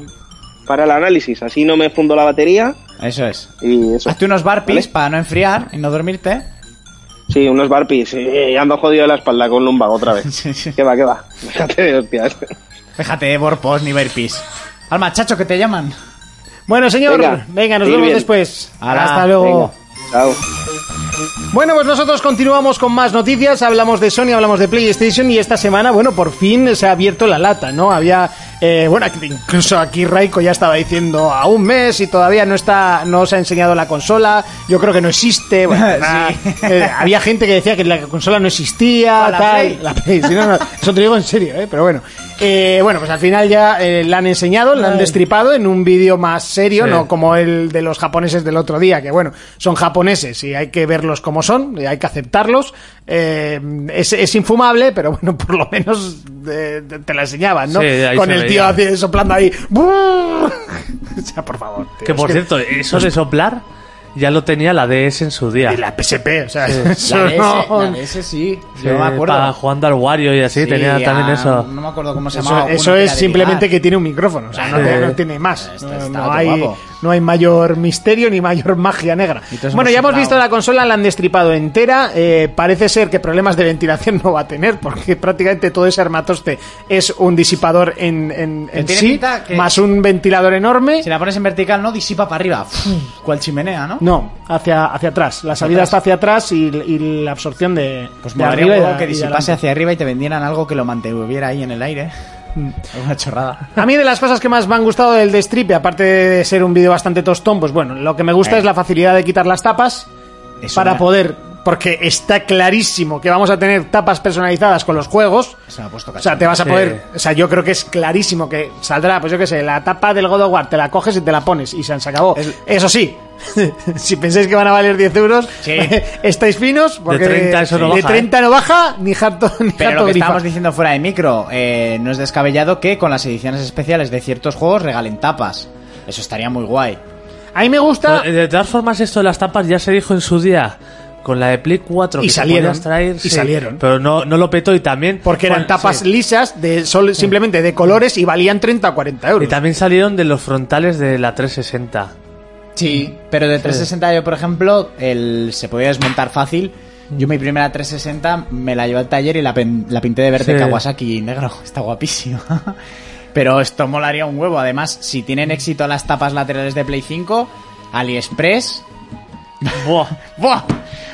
Speaker 7: para el análisis, así no me fundo la batería
Speaker 5: Eso es.
Speaker 7: y eso.
Speaker 5: Hazte unos barpis
Speaker 7: ¿Vale?
Speaker 5: para no enfriar y no dormirte.
Speaker 7: Sí, unos barpis. Eh, ando jodido de la espalda con lumbago otra vez.
Speaker 5: Sí, sí.
Speaker 7: Que va, que va. Déjate de hostias.
Speaker 5: Fíjate, borpos ni barpis. Al machacho que te llaman.
Speaker 4: Bueno, señor, venga,
Speaker 7: Venga,
Speaker 4: nos
Speaker 7: ir
Speaker 4: vemos
Speaker 7: bien.
Speaker 4: después.
Speaker 5: Ala,
Speaker 4: Hasta luego.
Speaker 7: Venga, chao.
Speaker 4: Bueno, pues nosotros continuamos con más noticias. Hablamos de Sony, hablamos de PlayStation y esta semana, bueno, por fin se ha abierto la lata, ¿no? Había, eh, bueno, aquí- incluso aquí Raiko ya estaba diciendo a un mes y todavía no está, no se ha enseñado la consola. Yo creo que no existe. Bueno,
Speaker 5: Sí.
Speaker 4: nada. Eh, había gente que decía que la consola no existía,
Speaker 5: O la
Speaker 4: tal.
Speaker 5: Play.
Speaker 4: La Play, sí, no, no, eso te digo en serio, ¿eh? Pero bueno. Eh, bueno, pues al final ya eh, la han enseñado, la han destripado en un vídeo más serio,
Speaker 6: Sí.
Speaker 4: ¿no? como el de los japoneses del otro día, que bueno, son japoneses y hay que verlos como son, y hay que aceptarlos. Eh, es, es infumable, pero bueno, por lo menos eh, te, te la enseñaban, ¿no?
Speaker 6: Sí, ahí
Speaker 4: Con
Speaker 6: se
Speaker 4: el
Speaker 6: veía.
Speaker 4: tío así, soplando ahí. ¡Buuu! o sea, por favor. tío,
Speaker 6: Que por
Speaker 4: es
Speaker 6: cierto, eso
Speaker 5: Pues-
Speaker 6: de soplar ya lo tenía la DS en su día.
Speaker 4: y la PSP, o sea, eso
Speaker 5: La DS,
Speaker 4: no-
Speaker 5: la DS sí.
Speaker 6: Sí,
Speaker 5: Yo me acuerdo.
Speaker 6: Eh, para jugando al Wario y así,
Speaker 5: Sí,
Speaker 6: tenía también
Speaker 5: ah,
Speaker 6: eso.
Speaker 5: No me acuerdo cómo se
Speaker 4: Eso,
Speaker 5: llamaba.
Speaker 4: eso
Speaker 5: uno
Speaker 4: es
Speaker 5: era de
Speaker 4: simplemente
Speaker 5: billar.
Speaker 4: que tiene un micrófono, o sea, no,
Speaker 6: Sí.
Speaker 4: tiene- no tiene más.
Speaker 5: Ah. Está-
Speaker 4: No,
Speaker 5: está
Speaker 4: no
Speaker 5: todo
Speaker 4: hay,
Speaker 5: guapo.
Speaker 4: no hay mayor misterio ni mayor magia negra.
Speaker 5: Y todos
Speaker 4: Bueno,
Speaker 5: hemos
Speaker 4: ya hemos
Speaker 5: soplado.
Speaker 4: visto la consola, la han destripado entera. eh, parece ser que problemas de ventilación no va a tener, porque prácticamente todo ese armatoste es un disipador en, en, en
Speaker 5: tiene
Speaker 4: sí,
Speaker 5: pinta que-
Speaker 4: más un ventilador enorme.
Speaker 5: Si la pones en vertical, no disipa para arriba. Uf, cual chimenea, ¿no?
Speaker 4: No, hacia, hacia atrás. La salida
Speaker 5: atrás.
Speaker 4: está hacia atrás y, y la absorción de,
Speaker 5: Pues
Speaker 4: de
Speaker 5: molaría
Speaker 4: arriba. y
Speaker 5: un juego
Speaker 4: de-
Speaker 5: que
Speaker 4: y de
Speaker 5: disipase
Speaker 4: adelante.
Speaker 5: hacia arriba y te vendieran algo que lo mantuviera ahí en el aire.
Speaker 4: Mm.
Speaker 5: Una chorrada.
Speaker 4: A mí de las cosas que más me han gustado del Destripe, aparte de ser un vídeo bastante tostón, pues bueno, lo que me gusta
Speaker 5: Eh.
Speaker 4: es la facilidad de quitar las tapas
Speaker 5: Es
Speaker 4: para
Speaker 5: una-
Speaker 4: poder, porque está clarísimo que vamos a tener tapas personalizadas con los juegos.
Speaker 5: Se me ha puesto
Speaker 4: O sea, te vas a
Speaker 6: Sí.
Speaker 4: poder, o sea, yo creo que es clarísimo que saldrá, pues yo qué sé, la tapa del God of War, te la coges y te la pones y se se acabó.
Speaker 5: Es-
Speaker 4: Eso sí, si pensáis que van a valer 10 euros,
Speaker 5: Sí.
Speaker 4: estáis finos, porque
Speaker 6: 30 eso no
Speaker 4: de
Speaker 6: baja,
Speaker 4: 30 no baja, ni harto ni
Speaker 5: ¿eh? Pero
Speaker 4: harto
Speaker 5: lo que
Speaker 4: grifa.
Speaker 5: estábamos diciendo fuera de micro, eh, no es descabellado que con las ediciones especiales de ciertos juegos regalen tapas. Eso estaría muy guay.
Speaker 4: A mí me gusta
Speaker 6: Pero, eh, De todas formas, esto de las tapas ya se dijo en su día con la de Play 4
Speaker 4: Y
Speaker 6: que te
Speaker 4: salieron,
Speaker 6: podías traer,
Speaker 4: y
Speaker 6: sí,
Speaker 4: salieron.
Speaker 6: Pero no, no lo petó y también.
Speaker 4: Porque eran
Speaker 6: Juan-
Speaker 4: tapas
Speaker 6: sí.
Speaker 4: lisas, de sol, simplemente de colores y valían 30 o 40 euros.
Speaker 6: Y también salieron de los frontales de la 360.
Speaker 5: Sí, pero de 360 yo, por ejemplo, el, se podía desmontar fácil.
Speaker 4: Mm.
Speaker 5: Yo mi primera 360 me la llevé al taller y la, pen- la pinté de verde
Speaker 6: Sí.
Speaker 5: Kawasaki negro. Está guapísimo. Pero esto molaría un huevo. Además, si tienen éxito las tapas laterales de Play 5, AliExpress...
Speaker 6: Buah.
Speaker 5: ¡Buah!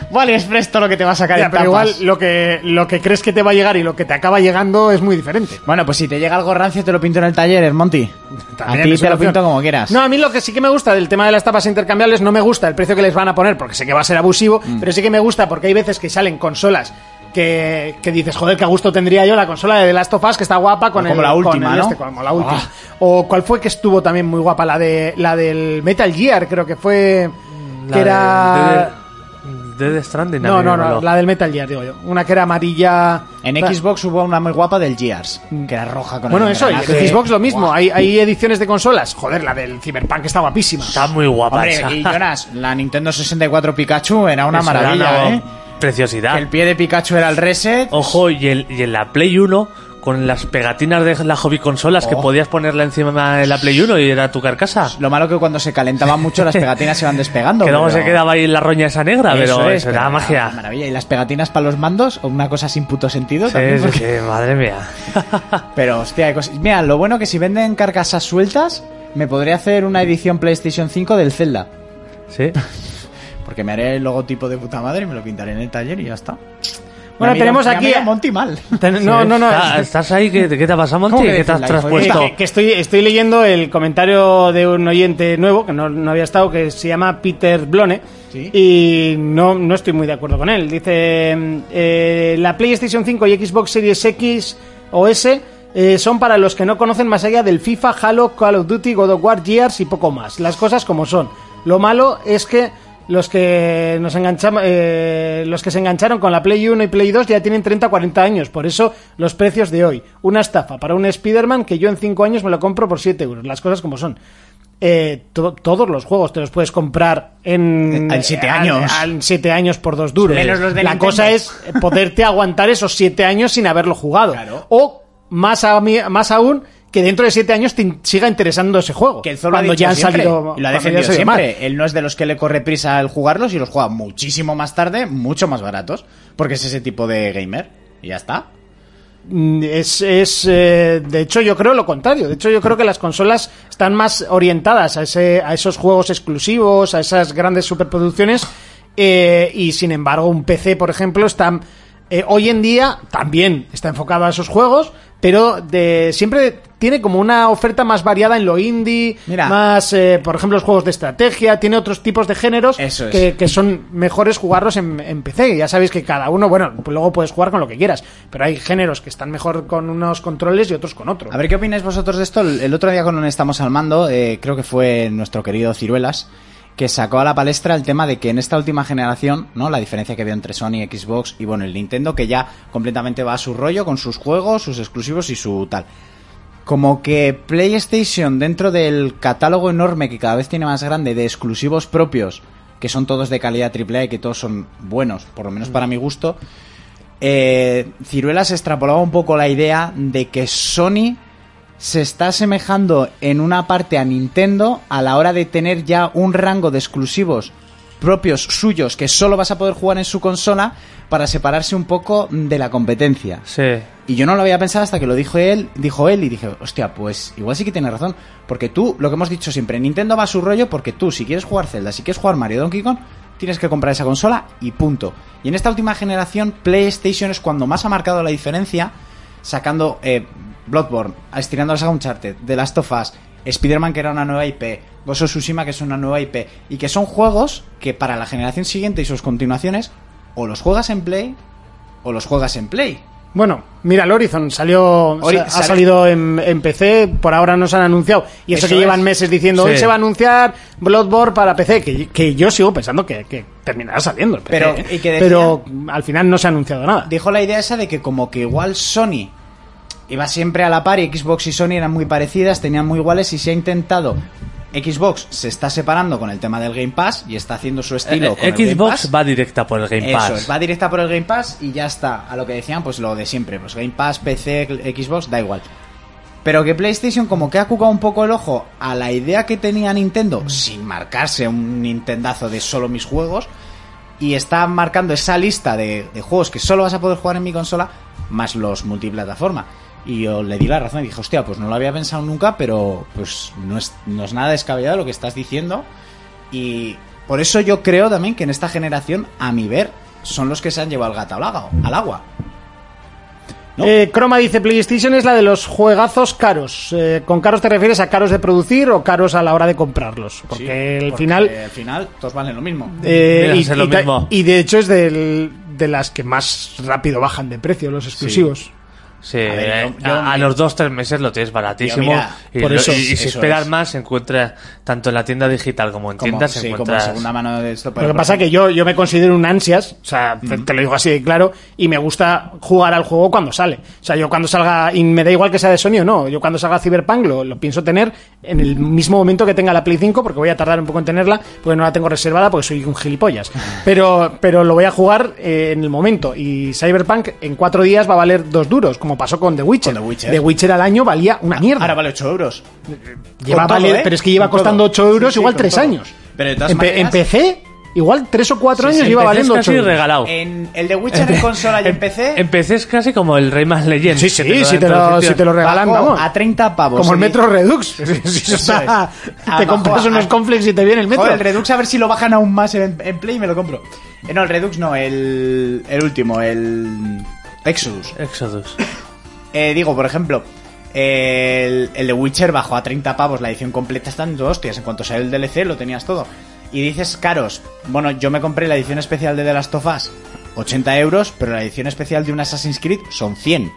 Speaker 5: ¡Buah, AliExpress todo lo que te va a sacar
Speaker 4: Ya,
Speaker 5: en
Speaker 4: pero
Speaker 5: tapas!
Speaker 4: igual lo que, lo que crees que te va a llegar y lo que te acaba llegando es muy diferente.
Speaker 5: Bueno, pues si te llega algo rancio te lo pinto en el taller, Hermonti. A
Speaker 4: También
Speaker 5: ti
Speaker 4: es una
Speaker 5: te lo
Speaker 4: opción.
Speaker 5: pinto como quieras.
Speaker 4: No, a mí lo que sí que me gusta del tema de las tapas intercambiables, no me gusta el precio que les van a poner, porque sé que va a ser abusivo,
Speaker 5: Mm.
Speaker 4: pero sí que me gusta porque hay veces que salen consolas que, que dices, joder, qué gusto tendría yo la consola de The Last of Us, que está guapa con
Speaker 5: O como
Speaker 4: el-
Speaker 5: la
Speaker 4: con
Speaker 5: última,
Speaker 4: el
Speaker 5: ¿no? Ah.
Speaker 4: este, como la última. O cuál fue que estuvo también muy guapa, la de la del Metal Gear, creo que fue...
Speaker 5: Mm,
Speaker 6: La
Speaker 4: que
Speaker 6: de-
Speaker 4: era...
Speaker 6: de- de Death Stranding. a
Speaker 4: no,
Speaker 6: mí
Speaker 4: no,
Speaker 6: me
Speaker 4: no,
Speaker 6: moló.
Speaker 4: la del Metal Gear, digo yo. Una que era amarilla...
Speaker 5: En
Speaker 4: Ta-
Speaker 5: Xbox hubo una muy guapa del Gears, que era roja con
Speaker 4: Bueno,
Speaker 5: el
Speaker 4: eso, y
Speaker 5: engranaje.
Speaker 4: en Xbox lo mismo.
Speaker 5: Buah.
Speaker 4: Hay, hay ediciones de consolas. Joder, la del Cyberpunk está guapísima.
Speaker 6: Está muy guapa
Speaker 5: Hombre,
Speaker 6: esa.
Speaker 5: y Jonas, la Nintendo 64 Pikachu era una
Speaker 6: Eso era
Speaker 5: maravilla,
Speaker 6: una Oh.
Speaker 5: ¿eh?
Speaker 6: Preciosidad.
Speaker 5: Que el pie de Pikachu era el reset.
Speaker 6: Ojo, y, el- y en la Play 1, con las pegatinas de la hobby consolas que
Speaker 5: Oh.
Speaker 6: podías ponerla encima de la Play 1 y era tu carcasa.
Speaker 5: Lo malo que cuando se calentaban mucho las pegatinas se iban despegando.
Speaker 6: que luego
Speaker 5: pero-
Speaker 6: se quedaba ahí la roña esa negra, pero
Speaker 5: es,
Speaker 6: eso era
Speaker 5: pero
Speaker 6: magia.
Speaker 5: una Maravilla. Y las pegatinas para los mandos, o una cosa sin puto sentido.
Speaker 6: Sí,
Speaker 5: también,
Speaker 6: sí,
Speaker 5: porque-
Speaker 6: sí, madre mía.
Speaker 5: Pero, hostia, hay cosas- Mira, lo bueno que si venden carcasas sueltas, me podría hacer una edición PlayStation 5 del Zelda.
Speaker 6: Sí.
Speaker 5: Porque me haré el logotipo de puta madre y me lo pintaré en el taller y ya está.
Speaker 4: Bueno, tenemos aquí-
Speaker 5: a Monty mal.
Speaker 4: Ten- No,
Speaker 6: Sí,
Speaker 4: no, no.
Speaker 6: está- ¿Estás ahí? ¿Qué, qué te pasa, Monty?
Speaker 5: ¿Cómo que
Speaker 6: ¿Qué te has
Speaker 5: decirla, hijo de
Speaker 6: traspuesto?
Speaker 4: Pues Que, que estoy, estoy leyendo el comentario de un oyente nuevo que no, no había estado, que se llama Peter Blone.
Speaker 5: Sí.
Speaker 4: Y no, no estoy muy de acuerdo con él. Dice: mm, eh, La PlayStation 5 y Xbox Series X o S eh, son para los que no conocen más allá del FIFA, Halo, Call of Duty, God of War, Gears y poco más. Las cosas como son. Lo malo es que. Los que nos enganchamos, eh, los que se engancharon con la Play 1 y Play 2 ya tienen 30 o 40 años, por eso los precios de hoy. Una estafa para un Spider-Man que yo en 5 años me lo compro por 7 euros, las cosas como son. Eh, to- todos los juegos te los puedes comprar en
Speaker 5: En siete
Speaker 4: eh,
Speaker 5: años.
Speaker 4: al- en siete años por dos duros.
Speaker 5: Menos los de
Speaker 4: la
Speaker 5: Nintendo.
Speaker 4: cosa es poderte aguantar esos siete años sin haberlo jugado.
Speaker 5: Claro.
Speaker 4: O más, a mí- más aún que dentro de siete años te in- siga interesando ese juego.
Speaker 5: Que el Zorro
Speaker 4: cuando
Speaker 5: ha dicho
Speaker 4: ya han
Speaker 5: siempre,
Speaker 4: salido,
Speaker 5: y lo ha
Speaker 4: cuando ya han
Speaker 5: defendido
Speaker 4: salido mal.
Speaker 5: siempre. Él no es de los que le corre prisa el jugarlos y los juega muchísimo más tarde, mucho más baratos, porque es ese tipo de gamer. Y ya está.
Speaker 4: Mm, Es, es eh, de hecho yo creo lo contrario. De hecho yo creo que las consolas están más orientadas a, ese, a esos juegos exclusivos, a esas grandes superproducciones eh, y sin embargo un PC por ejemplo está eh, hoy en día también está enfocado a esos juegos, pero de, siempre tiene como una oferta más variada en lo indie,
Speaker 5: Mira.
Speaker 4: más eh, por ejemplo los juegos de estrategia, tiene otros tipos de géneros
Speaker 5: Eso es.
Speaker 4: que, que son mejores jugarlos en, en PC. Ya sabéis que cada uno, bueno, pues luego puedes jugar con lo que quieras, pero hay géneros que están mejor con unos controles y otros con otros.
Speaker 5: A ver, ¿qué opináis vosotros de esto? El el otro día con un Estamos al Mando, eh, creo que fue nuestro querido Ciruelas, que sacó a la palestra el tema de que en esta última generación, ¿no? La diferencia que había entre Sony, Xbox y bueno, el Nintendo, que ya completamente va a su rollo con sus juegos, sus exclusivos y su tal. Como que PlayStation, dentro del catálogo enorme que cada vez tiene más grande de exclusivos propios, que son todos de calidad AAA y que todos son buenos, por lo menos para mi gusto, eh, Ciruelas extrapolaba un poco la idea de que Sony se está asemejando en una parte a Nintendo a la hora de tener ya un rango de exclusivos propios suyos que solo vas a poder jugar en su consola para separarse un poco de la competencia.
Speaker 6: Sí.
Speaker 5: Y yo no lo había pensado hasta que lo dijo él, dijo él y dije, hostia, pues igual sí que tiene razón. Porque tú, lo que hemos dicho siempre, Nintendo va a su rollo porque tú, si quieres jugar Zelda, si quieres jugar Mario Donkey Kong, tienes que comprar esa consola y punto. Y en esta última generación, PlayStation es cuando más ha marcado la diferencia, sacando eh, Bloodborne, estirando la saga Uncharted, The Last of Us, Spider-Man que era una nueva IP, Ghost of Tsushima que es una nueva IP, y que son juegos que para la generación siguiente y sus continuaciones, o los juegas en Play, o los juegas en Play.
Speaker 4: Bueno, mira, el Horizon salió,
Speaker 5: Ori-
Speaker 4: sa- ha
Speaker 5: sale-
Speaker 4: salido en, en PC, por ahora no se han anunciado. Y eso,
Speaker 5: Eso
Speaker 4: que llevan
Speaker 5: es.
Speaker 4: meses diciendo,
Speaker 6: Sí.
Speaker 4: hoy se va a anunciar Bloodborne para PC, que, que yo sigo pensando que, que terminará saliendo el PC.
Speaker 5: Pero,
Speaker 4: ¿eh?
Speaker 5: ¿y qué decía?
Speaker 4: pero al final no se ha anunciado nada.
Speaker 5: dijo la idea esa de que como que igual Sony iba siempre a la par y Xbox y Sony eran muy parecidas, tenían muy iguales y se ha intentado. Xbox se está separando con el tema del Game Pass y está haciendo su estilo. con
Speaker 6: Eh,
Speaker 5: el Game
Speaker 6: Xbox
Speaker 5: Pass.
Speaker 6: va directa por el Game Pass.
Speaker 5: Eso es, va directa por el Game Pass y ya está. A lo que decían, pues lo de siempre. Pues Game Pass, PC, Xbox, da igual. Pero que PlayStation como que ha cucado un poco el ojo a la idea que tenía Nintendo, sin marcarse un Nintendazo de solo mis juegos, y está marcando esa lista de, de juegos que solo vas a poder jugar en mi consola, más los multiplataforma. Y yo le di la razón y dije, hostia, pues no lo había pensado nunca, pero pues no es, no es nada descabellado lo que estás diciendo. Y por eso yo creo también que en esta generación, a mi ver, son los que se han llevado al gato al agua. Al agua. ¿No?
Speaker 4: Eh, Croma dice, PlayStation es la de los juegazos caros. Eh, ¿Con caros te refieres a caros de producir o caros a la hora de comprarlos? Porque al
Speaker 5: Porque
Speaker 4: final...
Speaker 5: Al final, todos valen lo mismo.
Speaker 4: eh,
Speaker 6: Mira,
Speaker 4: y,
Speaker 6: es lo
Speaker 4: y ta-
Speaker 6: mismo.
Speaker 4: y de hecho es del- de las que más rápido bajan de precio los exclusivos.
Speaker 6: Sí,
Speaker 5: A ver,
Speaker 6: eh,
Speaker 5: yo- yo-
Speaker 6: a, a los dos tres meses lo tienes baratísimo.
Speaker 5: Yo, mira,
Speaker 6: y,
Speaker 5: por
Speaker 6: lo-
Speaker 5: eso-
Speaker 6: y- y si
Speaker 5: eso
Speaker 6: esperas
Speaker 5: es.
Speaker 6: más, se encuentra tanto en la tienda digital como en
Speaker 5: Como,
Speaker 6: tiendas.
Speaker 5: sí, como
Speaker 6: encuentras...
Speaker 5: segunda mano de esto.
Speaker 4: Lo que pasa es que yo, yo me considero un ansias, o sea, te, te lo digo así de claro, y me gusta jugar al juego cuando sale. O sea, yo cuando salga, y me da igual que sea de Sony o no, yo cuando salga Cyberpunk lo, lo pienso tener en el mismo momento que tenga la Play 5, porque voy a tardar un poco en tenerla, porque no la tengo reservada, porque soy un gilipollas. Pero, pero lo voy a jugar eh, en el momento, y Cyberpunk en cuatro días va a valer dos duros, como pasó con The Witcher.
Speaker 5: Con The Witcher.
Speaker 4: al año valía una mierda.
Speaker 5: Ahora vale 8 euros.
Speaker 4: Lleva
Speaker 5: Con todo,
Speaker 4: valer-
Speaker 5: ¿eh?
Speaker 4: pero es que lleva
Speaker 5: Con
Speaker 4: costando
Speaker 5: todo.
Speaker 4: 8 euros
Speaker 5: Sí, sí,
Speaker 4: igual
Speaker 5: con
Speaker 4: 3
Speaker 5: todo.
Speaker 4: años.
Speaker 5: Pero de todas
Speaker 4: en, P-
Speaker 5: maneras-
Speaker 4: en PC, igual 3 o 4 años
Speaker 6: Sí,
Speaker 4: lleva
Speaker 6: en PC
Speaker 4: valiendo
Speaker 6: es
Speaker 4: 8
Speaker 6: casi
Speaker 4: euros.
Speaker 6: regalado.
Speaker 5: En el de Witcher en consola y en PC.
Speaker 6: Empecé es casi como el Rey más Legend.
Speaker 4: Sí, sí, si te, lo, si te lo regalan,
Speaker 5: bajó
Speaker 4: vamos.
Speaker 5: A 30 pavos.
Speaker 4: Como el
Speaker 5: Y-
Speaker 4: Metro Redux. Sí, sí,
Speaker 5: Eso
Speaker 4: está-
Speaker 5: es.
Speaker 4: Te
Speaker 5: Abajo,
Speaker 4: compras unos
Speaker 5: a-
Speaker 4: conflicts y te viene el Metro.
Speaker 5: Joder, el Redux a ver si lo bajan aún más en, en Play y me lo compro. Eh, no, el Redux no, el, el último, el Exodus.
Speaker 6: Exodus.
Speaker 5: Eh, digo, por ejemplo, el, el de Witcher bajó a 30 pavos, la edición completa está en dos hostias. En cuanto salió el DLC lo tenías todo. Y dices, caros, bueno, yo me compré la edición especial de The Last of Us, 80 euros, pero la edición especial de un Assassin's Creed son 100.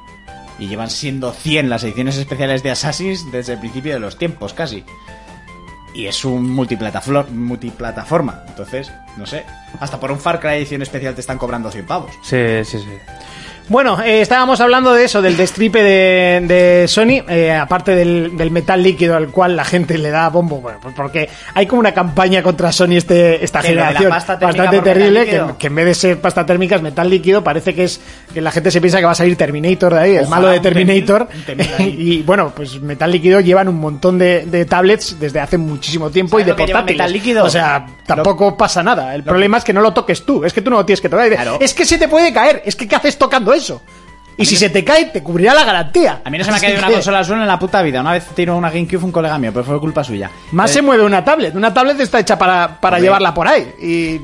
Speaker 5: Y llevan siendo 100 las ediciones especiales de Assassin's desde el principio de los tiempos, casi. Y es un multiplatafor- multiplataforma. Entonces, no sé. Hasta por un Far Cry edición especial te están cobrando 100 pavos.
Speaker 6: Sí, sí, sí.
Speaker 4: Bueno, eh, estábamos hablando de eso, del destripe de, de Sony, eh, aparte del, del metal líquido al cual la gente le da bombo, bueno, pues porque hay como una campaña contra Sony este, esta
Speaker 5: Sí, lo de la
Speaker 4: generación
Speaker 5: pasta
Speaker 4: bastante
Speaker 5: térmica por metal
Speaker 4: terrible, que,
Speaker 5: líquido.
Speaker 4: que en vez de ser pasta térmica es metal líquido, parece que es que la gente se piensa que va a salir Terminator de ahí, el
Speaker 5: Ojalá,
Speaker 4: malo de
Speaker 5: un temil,
Speaker 4: Terminator,
Speaker 5: un temil ahí.
Speaker 4: y bueno, pues metal líquido llevan un montón de, de tablets desde hace muchísimo tiempo y
Speaker 5: ¿Sabes
Speaker 4: de
Speaker 5: lo que lleva
Speaker 4: portátiles,
Speaker 5: metal líquido?
Speaker 4: o sea, tampoco pasa nada, el problema es que no lo toques tú, es que tú no lo tienes que tocar, Y dices,
Speaker 5: Claro.
Speaker 4: es es que se te puede caer. Es que ¿qué haces tocando eso? Y si se te cae, te cubrirá la garantía.
Speaker 5: A mí no se me ha
Speaker 4: Así
Speaker 5: caído una
Speaker 4: que-
Speaker 5: consola al suelo en la puta vida. Una vez tiró una GameCube un colega mío, pero fue culpa suya.
Speaker 4: Más
Speaker 5: Eh,
Speaker 4: se mueve una tablet. Una tablet está hecha para, para
Speaker 5: Hombre.
Speaker 4: llevarla por ahí. Y,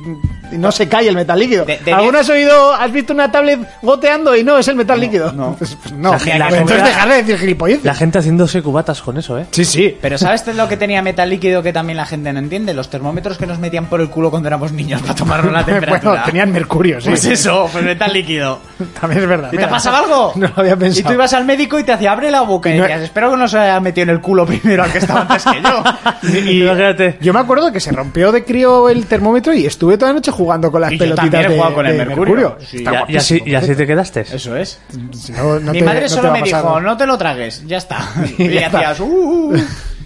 Speaker 4: y no se cae el metal líquido.
Speaker 5: De- de
Speaker 4: ¿Alguna
Speaker 5: diez-
Speaker 4: has oído, has visto una tablet goteando y no es el metal líquido?
Speaker 5: no.
Speaker 4: Pues, pues no.
Speaker 6: La gente-
Speaker 4: Pues
Speaker 6: la
Speaker 4: entonces
Speaker 6: gente-
Speaker 4: dejar de decir gilipolleces.
Speaker 6: La gente haciéndose cubatas con eso, ¿eh?
Speaker 4: Sí, sí.
Speaker 5: Pero ¿sabes lo que tenía metal líquido que también la gente no entiende? Los termómetros que nos metían por el culo cuando éramos niños para tomarnos la temperatura.
Speaker 4: Bueno, tenían mercurio, sí.
Speaker 5: Pues eso, pues metal líquido.
Speaker 4: También es verdad.
Speaker 5: ¿Y te
Speaker 4: Mira.
Speaker 5: pasaba algo?
Speaker 4: No lo había pensado.
Speaker 5: Y tú ibas al médico y te hacía abre la boca y
Speaker 4: No-
Speaker 5: decías, espero que no se haya metido en el culo primero al que estaba antes que yo.
Speaker 4: Y-
Speaker 6: Imagínate.
Speaker 4: Yo me acuerdo que se rompió de crío el termómetro y estuve toda la noche jugando con las
Speaker 5: Y yo
Speaker 4: pelotitas
Speaker 5: también he
Speaker 4: de-
Speaker 5: jugado con el
Speaker 4: de
Speaker 5: mercurio. Sí.
Speaker 4: Está
Speaker 6: Y- y,
Speaker 4: guapísimo.
Speaker 6: así, y así te quedaste.
Speaker 5: Eso es.
Speaker 4: Si no, no
Speaker 5: Mi
Speaker 4: te-
Speaker 5: madre
Speaker 4: no te
Speaker 5: solo
Speaker 4: va a
Speaker 5: me
Speaker 4: pasar
Speaker 5: dijo,
Speaker 4: nada.
Speaker 5: no te lo tragues, ya está.
Speaker 4: Y
Speaker 5: Y,
Speaker 4: ya está.
Speaker 5: hacías, "Uh, uh, uh".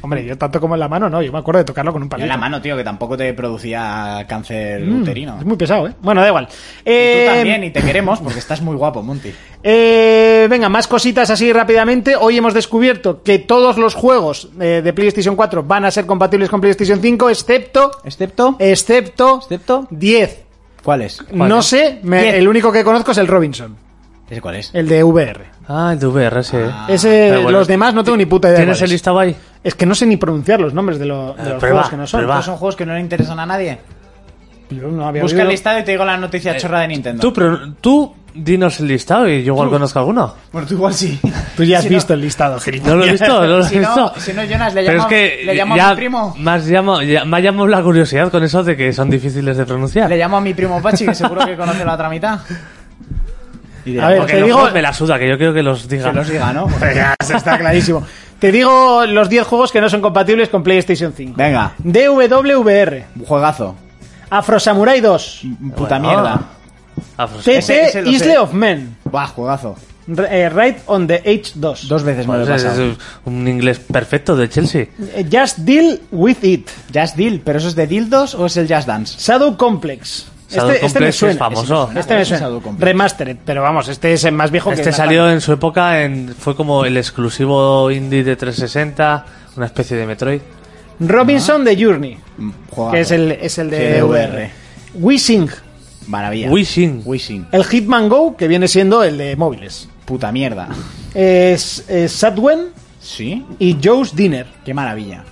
Speaker 4: Hombre, yo tanto como en la mano, no. Yo me acuerdo de tocarlo con un
Speaker 5: Yo
Speaker 4: palito.
Speaker 5: en la mano, tío, que tampoco te producía cáncer uterino.
Speaker 4: Mm, Es muy pesado, ¿eh? Bueno, da igual.
Speaker 5: Y
Speaker 4: Eh,
Speaker 5: tú también, y te queremos porque estás muy guapo, Monty.
Speaker 4: eh, venga, más cositas así rápidamente. Hoy hemos descubierto que todos los juegos eh, de PlayStation 4 van a ser compatibles con PlayStation 5, excepto...
Speaker 5: ¿Excepto?
Speaker 4: Excepto...
Speaker 5: ¿Excepto?
Speaker 4: 10.
Speaker 5: ¿Cuál es?
Speaker 4: No sé, me-
Speaker 5: 10.
Speaker 4: el único que conozco es el Robinson,
Speaker 5: ¿Ese cuál es?
Speaker 4: el de VR.
Speaker 6: Ah, el de VR, sí.
Speaker 4: Ese,
Speaker 6: pero bueno,
Speaker 4: los demás no tengo ni puta idea. de
Speaker 6: ¿Tienes
Speaker 4: cuál
Speaker 6: el
Speaker 4: es.
Speaker 6: listado ahí?
Speaker 4: Es que no sé ni pronunciar los nombres de, lo- de
Speaker 6: Eh,
Speaker 4: los
Speaker 6: prueba,
Speaker 4: juegos que no son. Pues,
Speaker 6: prueba.
Speaker 5: ¿Son juegos que no le interesan a nadie?
Speaker 4: Yo Eh, no había
Speaker 5: Busca
Speaker 4: oído.
Speaker 5: el listado y te digo la noticia chorra de Nintendo.
Speaker 6: Tú, pero, tú dinos el listado y yo igual conozco alguno.
Speaker 5: Bueno, tú igual sí.
Speaker 4: Tú ya has
Speaker 5: Si no-
Speaker 4: visto el listado,
Speaker 6: No lo he
Speaker 4: gilipollas.
Speaker 6: visto, no lo he
Speaker 5: si
Speaker 6: visto.
Speaker 5: No, si no, Jonas, le
Speaker 6: Pero
Speaker 5: llamo,
Speaker 6: es que
Speaker 5: le llamo
Speaker 6: ya
Speaker 5: a mi primo.
Speaker 6: Más llamo, ya- me ha llamado la curiosidad con eso de que son difíciles de pronunciar.
Speaker 5: Le llamo a mi primo Pachi, que seguro que conoce la otra mitad. Y dirá,
Speaker 4: A ver,
Speaker 5: "Porque
Speaker 4: te
Speaker 6: los
Speaker 4: digo-
Speaker 6: juegos me la suda, que yo creo que los diga.
Speaker 5: Que los diga, ¿no?
Speaker 4: Ya, eso está clarísimo. Te digo los 10 juegos que no son compatibles con PlayStation 5.
Speaker 5: Venga,
Speaker 4: DWVR,
Speaker 5: juegazo.
Speaker 4: Afro Samurai 2,
Speaker 5: Puta
Speaker 6: Bueno.
Speaker 5: mierda.
Speaker 6: Ah, pues,
Speaker 4: TT
Speaker 5: Ese- ese lo
Speaker 4: Isle
Speaker 5: sé.
Speaker 4: of Men,
Speaker 5: Buah, juegazo.
Speaker 4: R- eh, Raid on the Edge 2,
Speaker 5: Dos veces me lo he
Speaker 6: pues, es-
Speaker 5: pasado.
Speaker 6: es un inglés perfecto de Chelsea.
Speaker 4: eh, Just Deal with It,
Speaker 5: Just Deal, pero ¿eso es de dildos o es el Just Dance?
Speaker 4: Shadow Complex,
Speaker 6: Shadow
Speaker 4: este, este me
Speaker 6: Complex
Speaker 4: suena.
Speaker 6: es famoso.
Speaker 4: Este, me suena.
Speaker 5: Shadow Complex.
Speaker 4: Remastered, pero vamos, este es el más viejo que
Speaker 6: Este
Speaker 4: la-
Speaker 6: salió en su época, en, fue como el exclusivo indie de 360, una especie de Metroid. Ah.
Speaker 4: Robinson de Journey,
Speaker 5: Mm, Ah,
Speaker 4: que es el, es el de
Speaker 5: GDVR.
Speaker 4: Wishing,
Speaker 5: Maravilla.
Speaker 6: Wishing.
Speaker 5: Wishing.
Speaker 4: el Hitman Go, que viene siendo el de móviles.
Speaker 5: Puta mierda.
Speaker 4: Es, es Sadwen
Speaker 5: ¿Sí?
Speaker 4: y Joe's Dinner.
Speaker 5: Qué maravilla.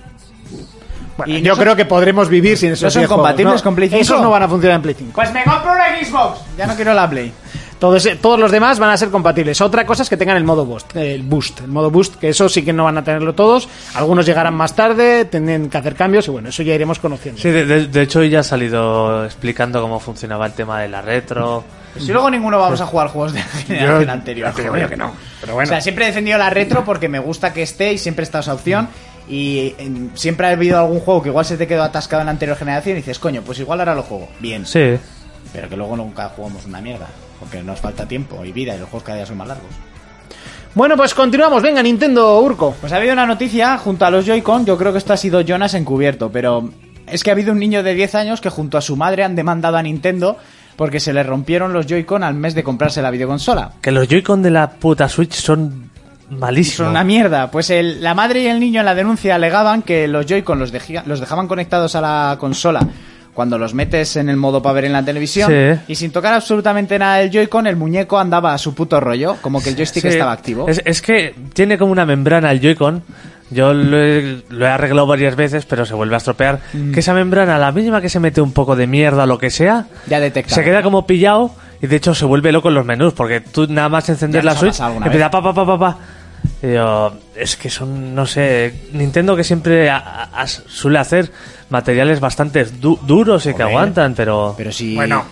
Speaker 4: Bueno,
Speaker 5: Y
Speaker 4: yo
Speaker 5: no son-
Speaker 4: creo que podremos vivir sin esos
Speaker 5: ¿No son
Speaker 4: diez juegos,
Speaker 5: compatibles
Speaker 4: ¿no?
Speaker 5: con Play 5?
Speaker 4: Esos no van a funcionar en Play 5.
Speaker 5: Pues me compro una Xbox. Ya no quiero la Play.
Speaker 4: Todos, eh, todos los demás van a ser compatibles. Otra cosa es que tengan el modo boost, eh, el boost, el modo boost, que eso sí que no van a tenerlo todos. Algunos llegarán más tarde, tendrán que hacer cambios y bueno, eso ya iremos conociendo.
Speaker 6: Sí, de, de- de hecho hoy ya ha salido explicando cómo funcionaba el tema de la retro.
Speaker 5: Si luego ninguno vamos a jugar juegos de la generación anterior. joder.
Speaker 4: Pero bueno,
Speaker 5: O sea, siempre he defendido la retro porque me gusta que esté y siempre está esa opción. Y en- siempre ha habido algún juego que igual se te quedó atascado en la anterior generación y dices, coño, pues igual ahora lo juego. Bien.
Speaker 6: Sí.
Speaker 5: Pero que luego nunca jugamos una mierda. Porque nos falta tiempo y vida y los juegos cada día son más largos.
Speaker 4: bueno, pues continuamos. Venga, Nintendo Urco.
Speaker 5: Pues ha habido una noticia junto a los Joy-Con, yo creo que esto ha sido Jonas encubierto, pero es que ha habido un niño de 10 años que junto a su madre han demandado a Nintendo porque se le rompieron los Joy-Con al mes de comprarse la videoconsola.
Speaker 6: Que los Joy-Con de la puta Switch son malísimos.
Speaker 5: Son una mierda. Pues el- la madre y el niño en la denuncia alegaban que los Joy-Con los, dejía- los dejaban conectados a la consola cuando los metes en el modo para ver en la televisión
Speaker 6: Sí.
Speaker 5: y sin tocar absolutamente nada el Joy-Con, el muñeco andaba a su puto rollo, como que el joystick
Speaker 6: Sí.
Speaker 5: estaba activo.
Speaker 6: Es, es que tiene como una membrana el Joy-Con. Yo lo he, lo he arreglado varias veces, pero se vuelve a estropear.
Speaker 5: Mm.
Speaker 6: Que esa membrana, la misma que se mete un poco de mierda o lo que sea,
Speaker 5: Ya detecta.
Speaker 6: se queda como pillado y de hecho se vuelve loco en los menús, porque tú nada más encender
Speaker 5: Ya
Speaker 6: la
Speaker 5: nos ha
Speaker 6: Switch,
Speaker 5: pasado alguna
Speaker 6: empieza pa, pa, pa, pa, pa. Y yo, es que son, no sé, Nintendo que siempre ha- ha- suele hacer materiales bastante du- duros y que aguantan, pero...
Speaker 5: Pero si...
Speaker 4: Bueno,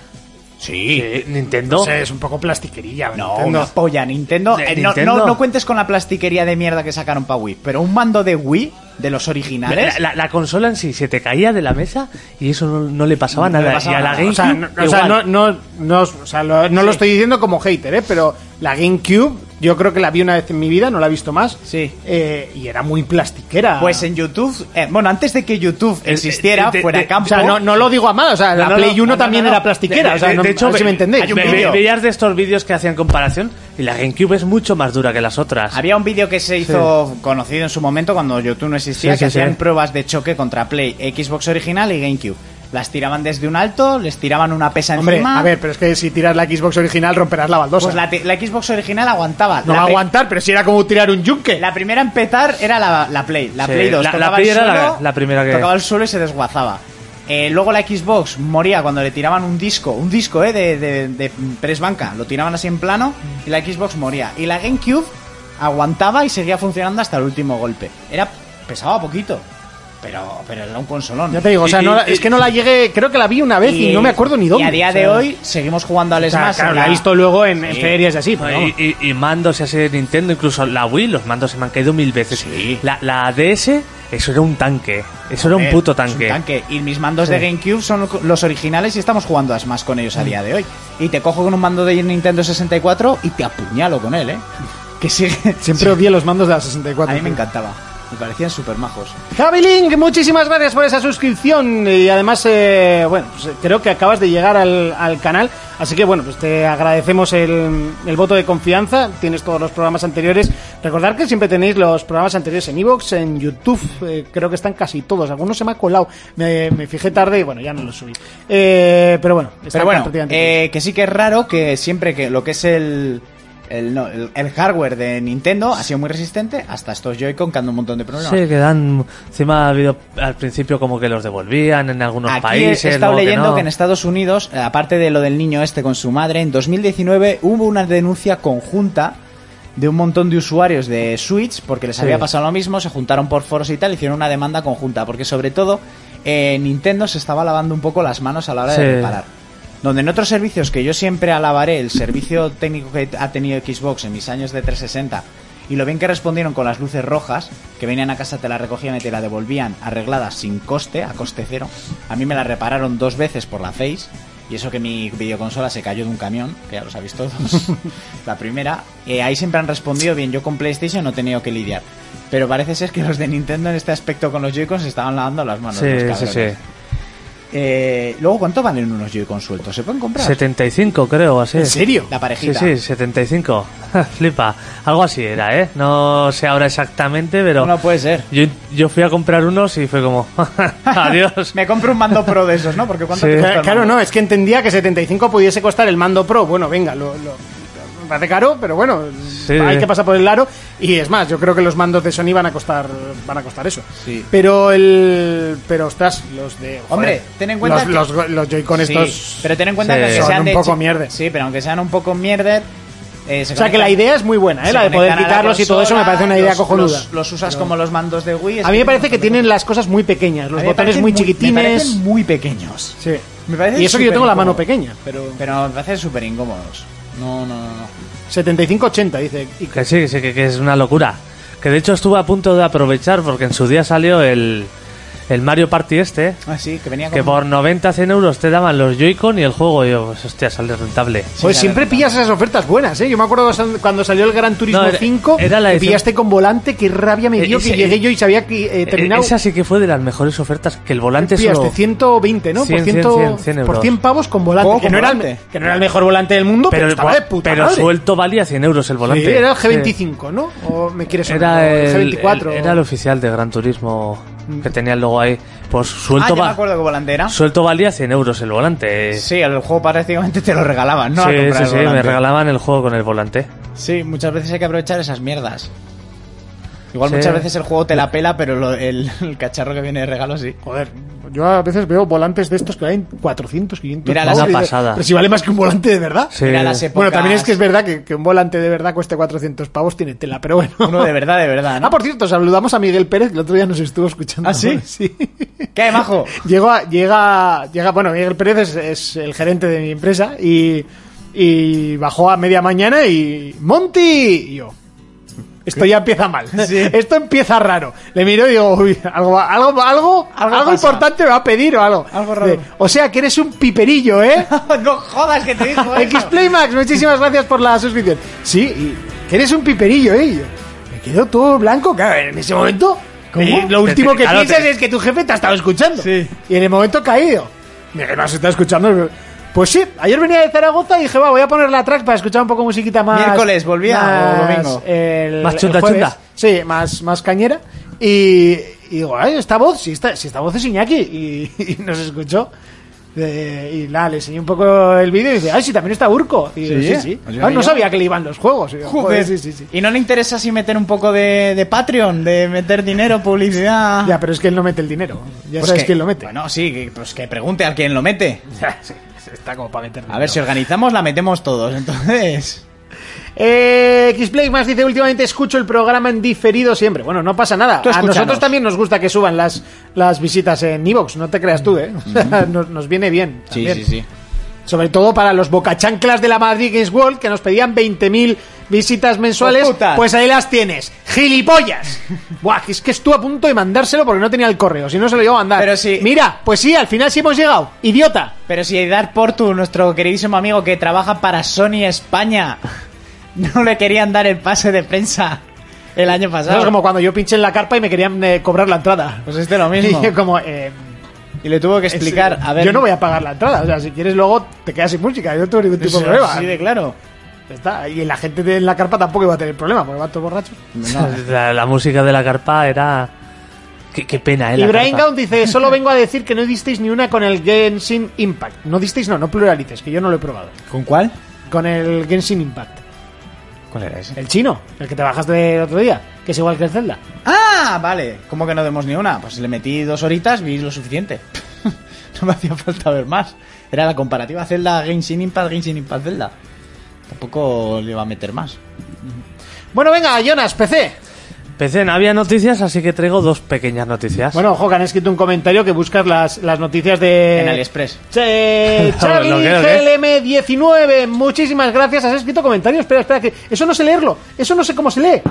Speaker 6: Sí, Nintendo...
Speaker 4: es un poco plastiquerilla.
Speaker 5: No,
Speaker 4: Nintendo.
Speaker 5: una polla, Nintendo.
Speaker 6: De
Speaker 5: Eh, no-
Speaker 6: Nintendo.
Speaker 5: No, no cuentes con la plastiquería de mierda que sacaron para Wii, pero un mando de Wii de los originales.
Speaker 6: La, la- la consola en sí se te caía de la mesa y eso no, no le pasaba
Speaker 5: No le
Speaker 6: nada.
Speaker 5: pasaba
Speaker 6: y a la
Speaker 5: nada.
Speaker 6: GameCube
Speaker 4: Ah, O sea, no, o sea,
Speaker 6: igual.
Speaker 4: no- no- no- o sea, lo, no lo estoy diciendo como hater, ¿eh? pero la GameCube, yo creo que la vi una vez en mi vida, no la he visto más.
Speaker 5: Sí.
Speaker 4: Eh, y era muy plastiquera.
Speaker 5: Pues en YouTube, eh, bueno, antes de que YouTube existiera,
Speaker 6: de- de-
Speaker 5: fuera
Speaker 6: de-
Speaker 5: campo.
Speaker 4: O sea, no, no lo digo a mal, o sea, la
Speaker 6: No, no,
Speaker 4: Play
Speaker 6: no,
Speaker 4: 1
Speaker 6: no,
Speaker 4: también
Speaker 6: no, no.
Speaker 4: era plastiquera,
Speaker 6: De-
Speaker 4: o sea,
Speaker 6: de-
Speaker 4: no,
Speaker 6: de
Speaker 4: a ver si me entendéis.
Speaker 6: ve- ve- veías de estos vídeos que hacían comparación y la GameCube es mucho más dura que las otras.
Speaker 5: Había un vídeo que se hizo conocido en su momento cuando YouTube no existía,
Speaker 6: Sí,
Speaker 5: que
Speaker 6: sí, sí.
Speaker 5: hacían pruebas de choque contra Play, Xbox original y GameCube. Las tiraban desde un alto, les tiraban una pesa
Speaker 4: Hombre,
Speaker 5: encima.
Speaker 4: a ver, pero es que si tiras la Xbox original romperás la baldosa.
Speaker 5: pues la, te- la Xbox original aguantaba.
Speaker 4: no
Speaker 5: la
Speaker 4: va a
Speaker 5: pri-
Speaker 4: aguantar, pero si era como tirar un yunque.
Speaker 5: La primera en petar era la, la Play, la
Speaker 6: Sí,
Speaker 5: Play 2.
Speaker 6: la- la
Speaker 5: tocaba
Speaker 6: Play
Speaker 5: el
Speaker 6: era la-
Speaker 5: suelo,
Speaker 6: la primera que-
Speaker 5: Tocaba el suelo y se desguazaba. Eh, luego la Xbox moría cuando le tiraban un disco, un disco, eh, de, de, de press banca. Lo tiraban así en plano y la Xbox moría. Y la GameCube aguantaba y seguía funcionando hasta el último golpe. Era pesaba poquito, pero, pero era un consolón.
Speaker 4: Ya te digo, o sea,
Speaker 6: Y-
Speaker 4: no la-
Speaker 6: y-
Speaker 4: es que no la llegué, creo que la vi una vez y, no me acuerdo ni dónde.
Speaker 5: Y a día de
Speaker 4: o sea.
Speaker 5: hoy seguimos jugando al
Speaker 4: O sea,
Speaker 5: Smash.
Speaker 4: claro,
Speaker 5: en
Speaker 4: la he
Speaker 5: la-
Speaker 4: visto luego en, en
Speaker 5: Sí.
Speaker 4: ferias y así, pero vamos.
Speaker 6: Y, y- y mandos así de Nintendo, incluso la Wii, los mandos se me han caído mil veces.
Speaker 5: Sí.
Speaker 6: La, la DS, eso era un tanque. Eso era un
Speaker 5: Eh,
Speaker 6: puto
Speaker 5: es un
Speaker 6: tanque.
Speaker 5: tanque. Y mis mandos de GameCube son los originales y estamos jugando a Smash con ellos a día de hoy. Y te cojo con un mando de Nintendo 64 y te apuñalo con él, ¿eh? Que sigue.
Speaker 4: Siempre odié los mandos de la 64.
Speaker 5: A mí me
Speaker 4: tío.
Speaker 5: encantaba. Me parecían súper majos.
Speaker 4: Javi Link, muchísimas gracias por esa suscripción y además, eh, bueno, pues, creo que acabas de llegar al, al canal, así que bueno, pues te agradecemos el, el voto de confianza, tienes todos los programas anteriores. Recordar que siempre tenéis los programas anteriores en Evox, en YouTube, eh, creo que están casi todos, algunos se me ha colado, me, me fijé tarde y bueno, ya no los subí. Eh, pero bueno, están
Speaker 5: Pero bueno,
Speaker 4: prácticamente
Speaker 5: eh, que sí que es raro que siempre que lo que es el. El, no, el- el hardware de Nintendo ha sido muy resistente hasta estos Joy-Con que han dado un montón de problemas.
Speaker 6: Sí, que dan. Encima ha habido al principio como que los devolvían en algunos
Speaker 5: Aquí
Speaker 6: países.
Speaker 5: he estado
Speaker 6: luego
Speaker 5: leyendo que,
Speaker 6: no.
Speaker 5: en Estados Unidos, eh, aparte de lo del niño este con su madre, en 2019 hubo una denuncia conjunta de un montón de usuarios de Switch porque les había pasado lo mismo, se juntaron por foros y tal, hicieron una demanda conjunta porque sobre todo eh, Nintendo se estaba lavando un poco las manos a la hora
Speaker 6: Sí.
Speaker 5: de reparar. Donde en otros servicios que yo siempre alabaré el servicio técnico que ha tenido Xbox en mis años de 360 y lo bien que respondieron con las luces rojas, que venían a casa, te la recogían y te la devolvían arregladas sin coste, a coste cero. A mí me la repararon dos veces por la Face y eso que mi videoconsola se cayó de un camión, que ya lo sabéis todos, la primera. Eh, ahí siempre han respondido bien, yo con PlayStation no he tenido que lidiar. Pero parece ser que los de Nintendo en este aspecto con los Joy-Cons se estaban lavando las manos.
Speaker 6: Sí,
Speaker 5: los
Speaker 6: sí,
Speaker 5: cabrones.
Speaker 6: sí.
Speaker 5: Eh, luego, ¿cuánto valen unos Joy-Con sueltos? ¿Se pueden comprar?
Speaker 6: 75, creo, así.
Speaker 5: ¿En serio? La
Speaker 6: Sí,
Speaker 5: parejita.
Speaker 6: sí, 75. Flipa. Algo así era, ¿eh? No sé ahora exactamente, pero...
Speaker 5: No, no puede ser.
Speaker 6: Yo, yo fui a comprar unos y fue como... Adiós.
Speaker 5: Me compro un mando pro de esos, ¿no? Porque ¿cuánto
Speaker 6: Sí.
Speaker 5: te cuesta
Speaker 4: Claro,
Speaker 5: el
Speaker 4: Eh, claro,
Speaker 5: mando?
Speaker 4: no, es que entendía que 75 pudiese costar el mando Pro. Bueno, venga, lo, lo- me parece caro, pero bueno,
Speaker 6: Sí.
Speaker 4: hay que pasar por el aro. Y es más, yo creo que los mandos de Sony van a costar, van a costar eso.
Speaker 5: Sí.
Speaker 4: Pero el, pero ostras, los de, joder,
Speaker 5: Hombre, ten en cuenta
Speaker 4: los,
Speaker 5: que-
Speaker 4: los, los Joy-Con
Speaker 5: Sí,
Speaker 4: estos.
Speaker 5: pero ten en cuenta
Speaker 6: Sí.
Speaker 5: que aunque
Speaker 4: Son
Speaker 5: sean
Speaker 4: un
Speaker 5: de
Speaker 4: poco
Speaker 5: chi-
Speaker 4: mierder.
Speaker 5: Sí, pero aunque sean un poco mierder. eh, se
Speaker 4: O sea que la
Speaker 5: conectan-
Speaker 4: idea es muy buena, ¿eh?
Speaker 5: se
Speaker 4: la de poder
Speaker 5: conectan a la
Speaker 4: quitarlos y todo eso me parece una idea
Speaker 5: consola,
Speaker 4: cojonuda.
Speaker 5: Los, los usas como los mandos de Wii. es
Speaker 4: a mí me
Speaker 5: que
Speaker 4: parece
Speaker 5: tiene
Speaker 4: que
Speaker 5: un montón de
Speaker 4: tienen
Speaker 5: cosas.
Speaker 4: las cosas muy pequeñas, los
Speaker 5: A mí me
Speaker 4: botones
Speaker 5: parecen
Speaker 4: muy
Speaker 5: Me
Speaker 4: chiquitines.
Speaker 5: parecen muy pequeños.
Speaker 4: Sí.
Speaker 5: Me parecen
Speaker 4: Y eso que yo tengo la mano
Speaker 5: superincómodos.
Speaker 4: pequeña, pero
Speaker 5: Pero me parecen súper incómodos. No, no, no. no.
Speaker 4: 75-80 dice. Y
Speaker 6: Que sí, que sí, que, que es una locura. Que de hecho estuve a punto de aprovechar porque en su día salió el, el Mario Party este,
Speaker 5: Ah, sí, que venía
Speaker 6: que
Speaker 5: como-
Speaker 6: por 90, 100 euros te daban los Joy-Con y el juego. Y yo, pues hostia, sale rentable.
Speaker 4: Pues
Speaker 5: la
Speaker 4: siempre
Speaker 5: verdad.
Speaker 4: pillas esas ofertas buenas, ¿eh? Yo me acuerdo cuando salió el Gran Turismo
Speaker 6: No, era-
Speaker 4: 5,
Speaker 6: era la
Speaker 4: que
Speaker 6: edición-
Speaker 4: pillaste con volante, qué rabia me
Speaker 6: Eh,
Speaker 4: dio
Speaker 6: ese-
Speaker 4: que llegué yo y sabía que eh, terminaba...
Speaker 6: E- Esa sí que fue de las mejores ofertas, que el volante
Speaker 4: Pillaste
Speaker 6: solo...
Speaker 4: 120, ¿no?
Speaker 6: 100,
Speaker 4: por, ciento,
Speaker 6: 100, 100 euros.
Speaker 4: por 100 pavos con volante.
Speaker 5: Juego
Speaker 4: Que
Speaker 5: con
Speaker 4: no, era el,
Speaker 5: volante.
Speaker 4: que no era el mejor volante del mundo, pero,
Speaker 6: pero
Speaker 4: estaba de puta
Speaker 6: pero
Speaker 4: madre.
Speaker 6: suelto valía 100 euros el volante.
Speaker 4: Sí, era el
Speaker 6: Sí.
Speaker 4: G25, ¿no? O me quieres sonar,
Speaker 6: Era
Speaker 4: o
Speaker 6: el,
Speaker 4: G24.
Speaker 6: el- era el oficial de Gran Turismo que tenía el logo ahí. Pues
Speaker 5: Ah,
Speaker 6: suelto,
Speaker 5: ya me
Speaker 6: va-
Speaker 5: acuerdo que volante era.
Speaker 6: suelto valía 100 euros el volante.
Speaker 5: Sí, el juego prácticamente te lo regalaban, ¿no?
Speaker 6: sí,
Speaker 5: Al comprar
Speaker 6: sí,
Speaker 5: el
Speaker 6: sí, me
Speaker 5: volante.
Speaker 6: regalaban el juego con el volante.
Speaker 5: Sí, muchas veces hay que aprovechar esas mierdas. Igual
Speaker 6: Sí.
Speaker 5: muchas veces el juego te la pela, pero lo- el, el cacharro que viene de regalo sí.
Speaker 4: Joder, yo a veces veo volantes de estos que valen 400, 500
Speaker 5: Mira, la
Speaker 4: pavos, y dices,
Speaker 6: pasada.
Speaker 4: Pero si vale más que un volante de verdad.
Speaker 6: Sí.
Speaker 5: Era las
Speaker 4: Bueno,
Speaker 5: épocas-
Speaker 4: también es que es verdad que, que un volante de verdad cueste 400 pavos, tiene tela, pero bueno.
Speaker 5: Uno de verdad, de verdad, ¿no?
Speaker 4: Ah, por cierto, saludamos a Miguel Pérez, que el otro día nos estuvo escuchando.
Speaker 5: ¿Ah, sí?
Speaker 4: Sí.
Speaker 5: ¿Qué, majo?
Speaker 4: Llegó a- llega, llega, bueno, Miguel Pérez es, es el gerente de mi empresa y, y bajó a media mañana y... ¡Monty! Y yo... Esto ya empieza mal. Esto empieza raro. Le miro y digo, uy, algo, va- algo, algo, algo,
Speaker 5: Algo pasa.
Speaker 4: importante me va a pedir o algo.
Speaker 5: Algo raro.
Speaker 4: O sea que eres un piperillo, ¿eh?
Speaker 5: no jodas que te dijo eso.
Speaker 4: Xplaymax, muchísimas gracias por la suscripción. Sí, y que eres un piperillo, ¿eh? Y yo, Me quedó todo blanco, claro, en ese momento. eh, Lo último que
Speaker 6: Claro, te-
Speaker 4: piensas es que tu jefe te ha estado escuchando.
Speaker 5: Sí.
Speaker 4: Y en el momento caído. Me que has estado escuchando. Pues sí, ayer venía de Zaragoza y dije, va, voy a poner la track para escuchar un poco musiquita más.
Speaker 5: Miércoles, ¿volvía o
Speaker 4: más,
Speaker 5: domingo?
Speaker 4: el-
Speaker 6: Más
Speaker 4: el
Speaker 6: chunda,
Speaker 4: jueves.
Speaker 6: chunda.
Speaker 4: Sí, más, más cañera. Y, y digo, ay, esta voz, si esta, si esta voz es Iñaki. Y, y nos escuchó. Eh, y nada, le enseñé un poco el vídeo y dice, ay, sí, también está Urco. Y digo, sí,
Speaker 5: Sí,
Speaker 4: sí.
Speaker 5: o sea,
Speaker 4: Ah,
Speaker 5: yo-
Speaker 4: no sabía que le iban los juegos. Y digo,
Speaker 5: Joder.
Speaker 4: joder, sí, sí, sí.
Speaker 5: ¿Y no le interesa así meter un poco de, de Patreon? De meter dinero, publicidad.
Speaker 4: Ya, pero es que él no mete el dinero. Ya
Speaker 5: Pues
Speaker 4: sabes
Speaker 5: que-
Speaker 4: quién lo mete.
Speaker 5: Bueno, sí, que- pues que pregunte a quien lo mete.
Speaker 4: Sí, está como para meter
Speaker 5: A ver, si organizamos, la metemos todos, entonces.
Speaker 4: Eh, Xplay más dice últimamente escucho el programa en diferido siempre. Bueno, no pasa nada.
Speaker 5: Tú
Speaker 4: A
Speaker 5: escúchanos.
Speaker 4: nosotros también nos gusta que suban las, las visitas en Evox, no te creas tú,
Speaker 5: Mm.
Speaker 4: ¿eh? O sea, nos, nos viene bien. también. Sobre todo para los bocachanclas de la Madrid Games World que nos pedían 20.000 visitas mensuales.
Speaker 5: ¡Oh, putas!
Speaker 4: Pues ahí las tienes. ¡Gilipollas! Buah, es que estuve a punto de mandárselo porque no tenía el correo. Si no, se lo iba a mandar.
Speaker 5: Pero si-
Speaker 4: Mira, pues sí, al final sí hemos llegado. ¡Idiota!
Speaker 5: Pero si Edar Portu, nuestro queridísimo amigo que trabaja para Sony España, no le querían dar el pase de prensa el año
Speaker 4: Eso
Speaker 5: pasado.
Speaker 4: es como cuando yo pinché en la carpa y me querían eh, cobrar la entrada.
Speaker 5: Pues este lo mismo.
Speaker 4: Y yo como... eh,
Speaker 5: Y le tuvo que
Speaker 4: Es,
Speaker 5: explicar,
Speaker 4: eh,
Speaker 5: a ver...
Speaker 4: Yo no voy a pagar la entrada. O sea, si quieres luego te quedas sin música. Yo no tengo ningún tipo de problema.
Speaker 5: Sí, de claro.
Speaker 4: Ya está. Y la gente de la carpa tampoco iba a tener problema porque van todos borrachos.
Speaker 6: La, la música de la carpa era... Qué, qué pena, ¿eh? la
Speaker 4: Ibrahim
Speaker 6: carpa.
Speaker 4: Gaunt dice, solo vengo a decir que no disteis ni una con el Genshin Impact. No disteis, no, no pluralices, que yo no lo he probado.
Speaker 5: ¿Con cuál?
Speaker 4: Con el Genshin Impact.
Speaker 5: ¿Cuál era ese?
Speaker 4: El chino, el que te bajaste el otro día, que es igual que el Zelda.
Speaker 5: ¡Ah! Vale. ¿Cómo que no vemos ni una? Pues le metí dos horitas, vi lo suficiente. no me hacía falta ver más. Era la comparativa Zelda, Genshin Impact, Genshin Impact, Zelda. Tampoco le iba a meter más.
Speaker 4: Bueno, venga, Jonas, PC.
Speaker 6: PC, no había noticias, así que traigo dos pequeñas noticias.
Speaker 4: Bueno, ojo, que han escrito un comentario que buscas las, las noticias de...
Speaker 5: En AliExpress.
Speaker 4: Che,
Speaker 6: Lo-
Speaker 4: Charlie
Speaker 6: lo creo que es.
Speaker 4: GLM19, muchísimas gracias. Has escrito comentarios. Espera, espera, que eso no sé leerlo. Eso no sé cómo se lee.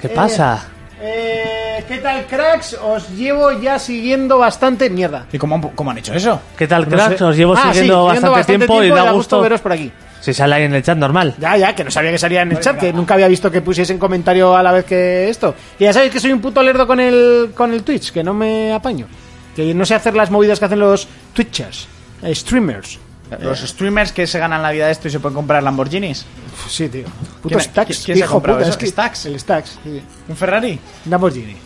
Speaker 6: ¿Qué pasa?
Speaker 4: Eh, ¿Qué tal, cracks? Os llevo ya siguiendo bastante mierda.
Speaker 5: ¿Y cómo han, cómo han hecho eso?
Speaker 6: ¿Qué tal,
Speaker 4: No
Speaker 6: cracks?
Speaker 4: sé.
Speaker 6: Os llevo
Speaker 4: Ah, sí,
Speaker 6: siguiendo bastante, tiempo, y da gusto...
Speaker 4: veros por aquí.
Speaker 6: Si sale ahí en el chat, normal.
Speaker 4: Ya, ya, que no sabía que salía en el chat, que nunca había visto que pusiesen comentario a la vez que esto. Y ya sabéis que soy un puto lerdo con el, con el Twitch, que no me apaño. Que no sé hacer las movidas que hacen los Twitchers, eh, streamers.
Speaker 5: Los streamers que se ganan la vida de esto y se pueden comprar Lamborghinis.
Speaker 4: Uf, Sí, tío. Puto
Speaker 5: ¿Quién-
Speaker 4: Stacks.
Speaker 5: quién se ha
Speaker 4: hijo
Speaker 5: comprado
Speaker 4: puta, es
Speaker 5: eso?
Speaker 4: que-
Speaker 5: ¿Stacks?
Speaker 4: El Stacks. sí.
Speaker 5: ¿Un Ferrari?
Speaker 4: Lamborghini.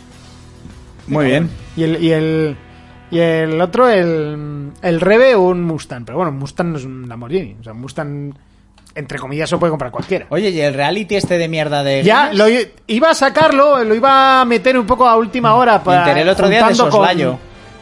Speaker 5: Muy bien.
Speaker 4: Y el, y el, y el otro, el, el Rebe, un Mustang. Pero bueno, Mustang no es un Lamborghini. O sea, Mustang, entre comillas, lo puede comprar cualquiera.
Speaker 5: Oye, ¿y el reality este de mierda de...
Speaker 4: Ya,
Speaker 5: gamers?
Speaker 4: lo i- iba a sacarlo, lo iba a meter un poco a última hora para...
Speaker 5: enteré el otro día de
Speaker 4: juntando con-
Speaker 5: soslayo.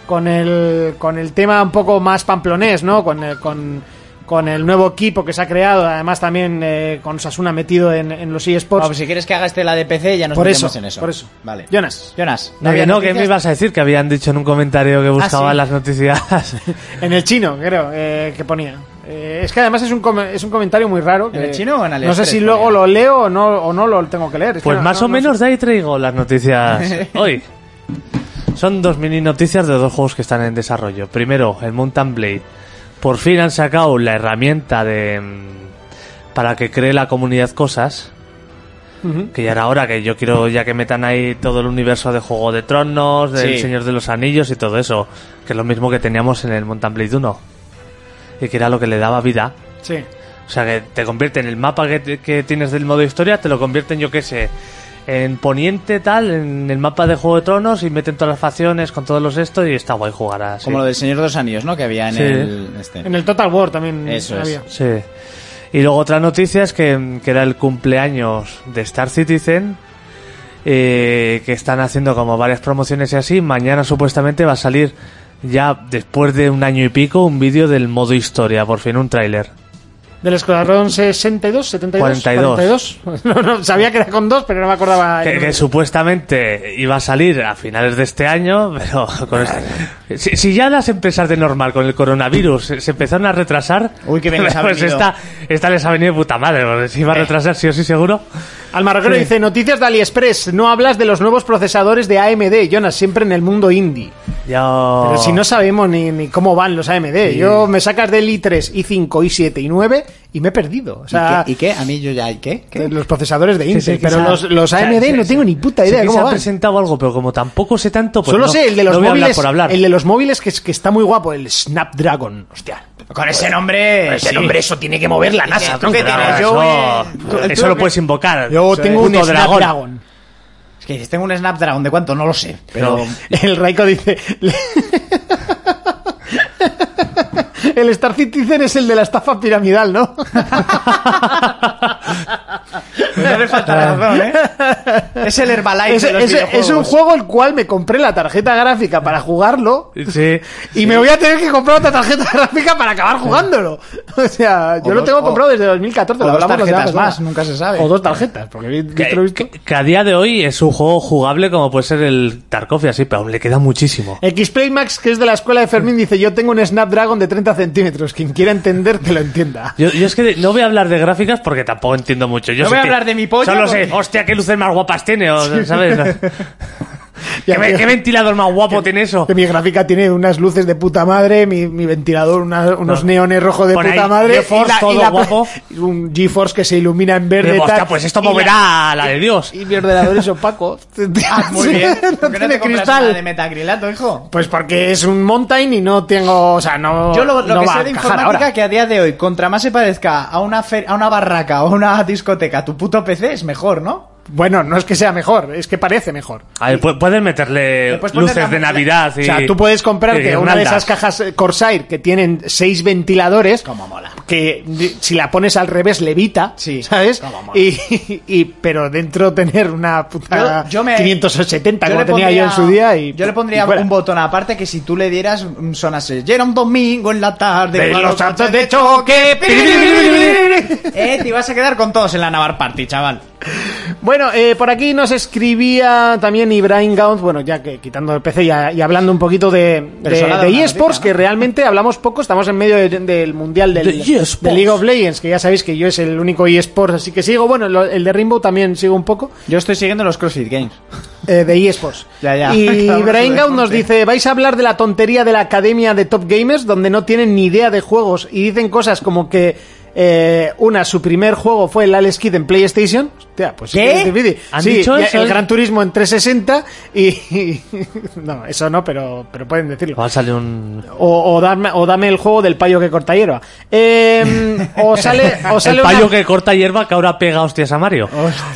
Speaker 4: Con el, con el tema un poco más pamplonés, ¿no? Con el, con, con el nuevo equipo que se ha creado, además también eh, con Sasuna metido en, en los eSports.
Speaker 5: Ah, pues si quieres que haga este la de PC ya nos
Speaker 4: por
Speaker 5: metemos
Speaker 4: eso,
Speaker 5: en eso.
Speaker 4: por eso.
Speaker 5: Vale.
Speaker 4: Jonas,
Speaker 5: Jonas.
Speaker 6: No, que
Speaker 5: había
Speaker 6: no, que me
Speaker 5: noticias?
Speaker 6: ibas a decir que habían dicho en un comentario que buscaban
Speaker 4: Ah, sí.
Speaker 6: las noticias.
Speaker 4: en el chino, creo, eh, que ponía. Eh, es que además es un, com- es un comentario muy raro.
Speaker 5: ¿En
Speaker 4: que-
Speaker 5: el chino o en el
Speaker 4: No sé
Speaker 5: express
Speaker 4: si luego
Speaker 5: ponía?
Speaker 4: lo leo o no, o no lo tengo que leer. Es que
Speaker 6: Pues
Speaker 4: no-
Speaker 6: más
Speaker 4: no-
Speaker 6: o
Speaker 4: no
Speaker 6: menos
Speaker 4: sé.
Speaker 6: de ahí traigo las noticias hoy. Son dos mini noticias de dos juegos que están en desarrollo. Primero, el Mountain Blade. Por fin han sacado la herramienta de mm, para que cree la comunidad cosas.
Speaker 4: Ujú.
Speaker 6: Que ya era hora que yo quiero ya que metan ahí todo el universo de Juego de Tronos, del
Speaker 5: Sí.
Speaker 6: Señor de los Anillos y todo eso. Que es lo mismo que teníamos en el Mountain Blade 1. Y que era lo que le daba vida
Speaker 4: Sí.
Speaker 6: o sea, que te convierte en el mapa que, te- que tienes del modo historia, te lo convierten, yo qué sé, en Poniente tal, en el mapa de Juego de Tronos y meten todas las facciones con todos los esto y está guay jugar así.
Speaker 5: Como lo del Señor de los Anillos, ¿no? Que había en
Speaker 6: Sí.
Speaker 5: el... Este.
Speaker 4: En el Total War también
Speaker 5: Eso es.
Speaker 4: había.
Speaker 6: Sí. Y luego otra noticia es que, que era el cumpleaños de Star Citizen, eh, que están haciendo como varias promociones y así. Mañana supuestamente va a salir ya después de un año y pico un vídeo del modo historia, por fin un tráiler.
Speaker 4: Del escuadrón 62, 72,
Speaker 6: 42.
Speaker 4: 42. No, no, sabía que era con dos, pero no me acordaba. el
Speaker 6: Que,
Speaker 4: número.
Speaker 6: que supuestamente iba a salir a finales de este año, pero con este- si, si ya las empresas de normal con el coronavirus se, se empezaron a retrasar,
Speaker 5: Uy, qué bien les ha
Speaker 6: pues
Speaker 5: venido.
Speaker 6: esta, esta les ha venido de puta madre, porque se iba
Speaker 4: Eh.
Speaker 6: a retrasar sí o sí seguro.
Speaker 4: Al marroquero
Speaker 6: Sí.
Speaker 4: dice, noticias de AliExpress, no hablas de los nuevos procesadores de AMD, Jonas, siempre en el mundo indie.
Speaker 6: Yo...
Speaker 4: Pero si no sabemos ni, ni cómo van los AMD, yo me sacas del i3, i5, i7, i9 y me he perdido. O
Speaker 5: ¿Y,
Speaker 4: sea,
Speaker 5: qué, ¿Y qué? A mí yo ya... ¿Y qué? ¿Qué?
Speaker 4: los procesadores de Intel,
Speaker 6: sí, que
Speaker 4: pero
Speaker 6: se ha-
Speaker 4: los, los
Speaker 6: o sea,
Speaker 4: AMD
Speaker 6: sí,
Speaker 4: no
Speaker 6: sí.
Speaker 4: tengo ni puta idea
Speaker 6: Sí
Speaker 4: de
Speaker 6: que
Speaker 4: cómo
Speaker 6: se ha
Speaker 4: van.
Speaker 6: presentado algo, pero como tampoco sé tanto, pues
Speaker 4: Solo
Speaker 6: no-
Speaker 4: sé el de los
Speaker 6: no voy a hablar
Speaker 4: móviles,
Speaker 6: por hablar.
Speaker 4: el de los móviles que, es- que está muy guapo, el Snapdragon, hostia.
Speaker 5: Con ese nombre...
Speaker 4: Ese
Speaker 1: Este
Speaker 5: sí.
Speaker 4: nombre, eso tiene que mover la NASA.
Speaker 5: ¿Tú qué
Speaker 4: tronco.
Speaker 5: tienes?
Speaker 6: Ah,
Speaker 5: Yo,
Speaker 6: eso,
Speaker 5: eh,
Speaker 4: tú-
Speaker 6: eso
Speaker 4: tú-
Speaker 6: lo puedes invocar.
Speaker 4: Yo
Speaker 6: Eso
Speaker 4: tengo
Speaker 6: es
Speaker 4: un
Speaker 6: puto
Speaker 4: Snapdragon.
Speaker 5: Es que dices, tengo un Snapdragon, ¿de cuánto? No lo sé. Pero...
Speaker 4: El Raiko dice... El Star Citizen es el de la estafa piramidal, ¿no?
Speaker 5: no le falta razón, ¿eh? Es el Herbalife
Speaker 4: Es,
Speaker 5: de los
Speaker 4: es-
Speaker 5: videojuegos.
Speaker 4: es un juego el cual me compré la tarjeta gráfica para jugarlo
Speaker 6: Sí.
Speaker 4: y me voy a tener que comprar otra tarjeta gráfica para acabar jugándolo. O sea, yo
Speaker 5: O
Speaker 4: lo
Speaker 5: dos-
Speaker 4: tengo
Speaker 5: o-
Speaker 4: comprado desde 2014.
Speaker 5: o
Speaker 4: lo
Speaker 5: dos
Speaker 4: hablamos la semana
Speaker 5: tarjetas más,
Speaker 4: pasada.
Speaker 5: nunca se sabe.
Speaker 4: O dos tarjetas, porque vi-
Speaker 6: Que,
Speaker 4: visto lo visto.
Speaker 6: que- que a día de hoy es un juego jugable como puede ser el Tarkov y así, pero aún le queda muchísimo.
Speaker 4: Xplaymax, que es de la escuela de Fermín, dice: Yo tengo un Snapdragon de 30 centímetros. Quien quiera entender, que lo entienda.
Speaker 6: Yo, yo es que de- no voy a hablar de gráficas porque tampoco entiendo mucho. Yo
Speaker 5: No
Speaker 6: sé
Speaker 5: voy a
Speaker 6: que
Speaker 5: hablar de mi polla
Speaker 6: Solo sé,
Speaker 5: porque-
Speaker 6: hostia, qué luces más guapas tiene, o, ¿sabes?
Speaker 4: Y
Speaker 6: ¿Qué, ve-
Speaker 4: aquí-
Speaker 6: qué ventilador más guapo tiene eso?
Speaker 4: Que mi gráfica tiene unas luces de puta madre, mi, mi ventilador una- unos
Speaker 6: No.
Speaker 4: neones rojos de
Speaker 6: Pon
Speaker 4: puta
Speaker 6: ahí
Speaker 4: madre.
Speaker 6: GeForce todo guapo.
Speaker 4: Un GeForce que se ilumina en verde.
Speaker 6: Digo,
Speaker 4: tal.
Speaker 6: hostia, pues esto
Speaker 4: Y la-
Speaker 6: moverá a la de Dios.
Speaker 4: Y, mi ordenador es opaco.
Speaker 5: Ah, muy bien. ¿Por
Speaker 4: no
Speaker 5: qué
Speaker 4: tiene
Speaker 5: te compras
Speaker 4: cristal.
Speaker 5: una de metacrilato, hijo?
Speaker 4: Pues porque es un mountain y no tengo. O sea, no.
Speaker 5: Yo lo, lo
Speaker 4: no
Speaker 5: que
Speaker 4: va
Speaker 5: sé
Speaker 4: a
Speaker 5: de
Speaker 4: encajar
Speaker 5: informática
Speaker 4: ahora.
Speaker 5: que a día de hoy, contra más se parezca a una, fer- a una barraca o a una discoteca, tu puto PC es mejor, ¿no?
Speaker 4: Bueno, no es que sea mejor, es que parece mejor.
Speaker 6: A ver, pu- pueden meterle
Speaker 5: Le puedes poner
Speaker 6: luces
Speaker 5: la-
Speaker 6: de Navidad y...
Speaker 4: O sea, tú puedes
Speaker 6: y
Speaker 4: comprarte una de
Speaker 6: guirnaldas.
Speaker 4: esas cajas eh, Corsair que tienen seis ventiladores.
Speaker 5: Como mola.
Speaker 4: que de- si la pones al revés levita,
Speaker 5: Sí.
Speaker 4: ¿sabes?
Speaker 5: Como mola.
Speaker 4: Y, y- pero dentro tener una puta
Speaker 5: Yo- yo me-
Speaker 4: 570 Ah, como
Speaker 5: le
Speaker 4: tenía
Speaker 5: pondría-
Speaker 4: yo en su día y
Speaker 5: yo le
Speaker 4: y
Speaker 5: pondría
Speaker 4: fuera.
Speaker 5: un botón aparte que si tú le dieras mm, sonase era un domingo en la tarde
Speaker 4: de
Speaker 5: con
Speaker 4: los
Speaker 5: coches
Speaker 4: santos de choque.
Speaker 5: eh te ibas a quedar con todos en la Navar Party chaval
Speaker 4: Bueno, eh, por aquí nos escribía también Ibrahim Gaunt, bueno, ya que quitando el PC y, a- y hablando un poquito de, de,
Speaker 5: Pero se ha dado
Speaker 4: de
Speaker 5: una
Speaker 4: eSports,
Speaker 5: noticia, ¿no?
Speaker 4: que realmente hablamos poco, estamos en medio de- del mundial del,
Speaker 6: De eSports.
Speaker 4: de League of Legends, que ya sabéis que yo es el único eSports, así que sigo, bueno, lo- el de Rainbow también sigo un poco,
Speaker 5: yo estoy siguiendo los CrossFit Games
Speaker 4: eh, de eSports.
Speaker 5: Ya, ya.
Speaker 4: Y
Speaker 5: Cada uno
Speaker 4: Brain
Speaker 5: su
Speaker 4: nos
Speaker 5: deporte.
Speaker 4: dice, vais a hablar de la tontería de la academia de Top Gamers, donde no tienen ni idea de juegos y dicen cosas como que eh, una, su primer juego fue el Alex Kidd en PlayStation. Hostia, pues sí
Speaker 6: ¿Qué?
Speaker 4: que es difícil.
Speaker 6: ¿Han
Speaker 4: Sí,
Speaker 6: dicho
Speaker 4: y
Speaker 6: eso?
Speaker 4: El Gran Turismo en 360 y... y- no, eso no, pero, pero pueden decirlo.
Speaker 6: Va a salir un.
Speaker 4: O, o dame, o dame el juego del payo que corta hierba. Eh, o sale, o sale
Speaker 6: el payo
Speaker 4: una-
Speaker 6: que corta hierba que ahora pega hostias a Mario.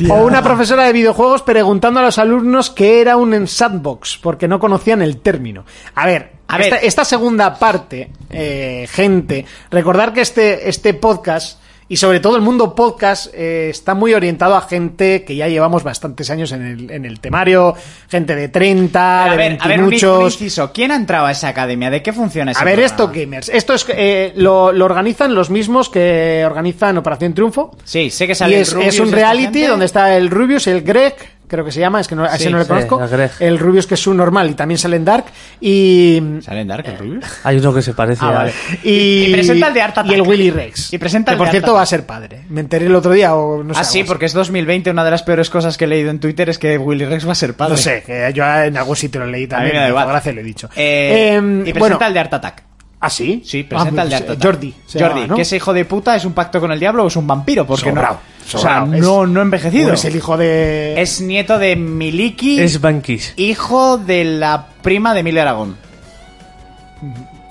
Speaker 4: o una profesora de videojuegos preguntando a los alumnos qué era un sandbox, porque no conocían el término. A ver,
Speaker 5: A
Speaker 4: esta,
Speaker 5: ver.
Speaker 4: esta segunda parte, eh, gente, recordar que este, este podcast, y sobre todo el mundo podcast, eh, está muy orientado a gente que ya llevamos bastantes años en el, en el temario, gente de 30,
Speaker 5: A
Speaker 4: de
Speaker 5: ver, a ver, un, un
Speaker 4: 28.
Speaker 5: inciso. ¿Quién ha entrado a esa academia? ¿De qué funciona ese
Speaker 4: A ver, esto
Speaker 5: programa?
Speaker 4: gamers, esto es eh, lo, lo organizan los mismos que organizan Operación Triunfo,
Speaker 5: Sí, sé que
Speaker 4: y
Speaker 5: sale el
Speaker 4: es,
Speaker 5: Rubius
Speaker 4: es
Speaker 5: y
Speaker 4: un
Speaker 5: esta
Speaker 4: reality
Speaker 5: gente.
Speaker 4: donde está el Rubius, el Greg, creo que se llama, es que no, a ese
Speaker 5: Sí,
Speaker 4: no le
Speaker 5: sí,
Speaker 4: conozco.
Speaker 6: el Greg.
Speaker 4: El Rubius, que es su normal, y también sale en Dark. Y.
Speaker 5: ¿Sale en Dark
Speaker 4: Eh,
Speaker 5: el Rubius?
Speaker 6: Hay uno que se parece
Speaker 4: Ah,
Speaker 6: a.
Speaker 4: vale. Y,
Speaker 5: Y presenta el de Art Attack.
Speaker 4: Y el Willy Rex.
Speaker 5: Y presenta
Speaker 4: que
Speaker 5: el
Speaker 4: por
Speaker 5: de Art
Speaker 4: cierto
Speaker 5: Attack.
Speaker 4: va a ser padre. Me enteré el otro día o no sé.
Speaker 5: ah, sí,
Speaker 4: algo así.
Speaker 5: porque es 2020. Una de las peores cosas que he leído en Twitter es que Willy Rex va a ser padre.
Speaker 4: No sé, que yo en algún sitio lo leí
Speaker 5: A mí
Speaker 4: también.
Speaker 5: me da
Speaker 4: hizo
Speaker 5: igual.
Speaker 4: gracia, lo he dicho.
Speaker 5: Eh,
Speaker 4: Em,
Speaker 5: y presenta
Speaker 4: bueno,
Speaker 5: el de Art Attack.
Speaker 4: ¿Ah, sí?
Speaker 5: Sí, presenta
Speaker 4: Ah,
Speaker 5: el de
Speaker 4: pues,
Speaker 5: Art Attack.
Speaker 4: Jordi. se
Speaker 5: Jordi,
Speaker 4: llamaba, ¿no?
Speaker 5: que ese hijo de puta es un pacto con el diablo o es un vampiro, porque
Speaker 4: Sobrao,
Speaker 5: no. O sea,
Speaker 4: sobrao.
Speaker 5: no, no ha envejecido.
Speaker 4: Es Pues el hijo de.
Speaker 5: Es nieto de Miliki,
Speaker 6: Es Banquis.
Speaker 5: hijo de la prima de Emilio Aragón.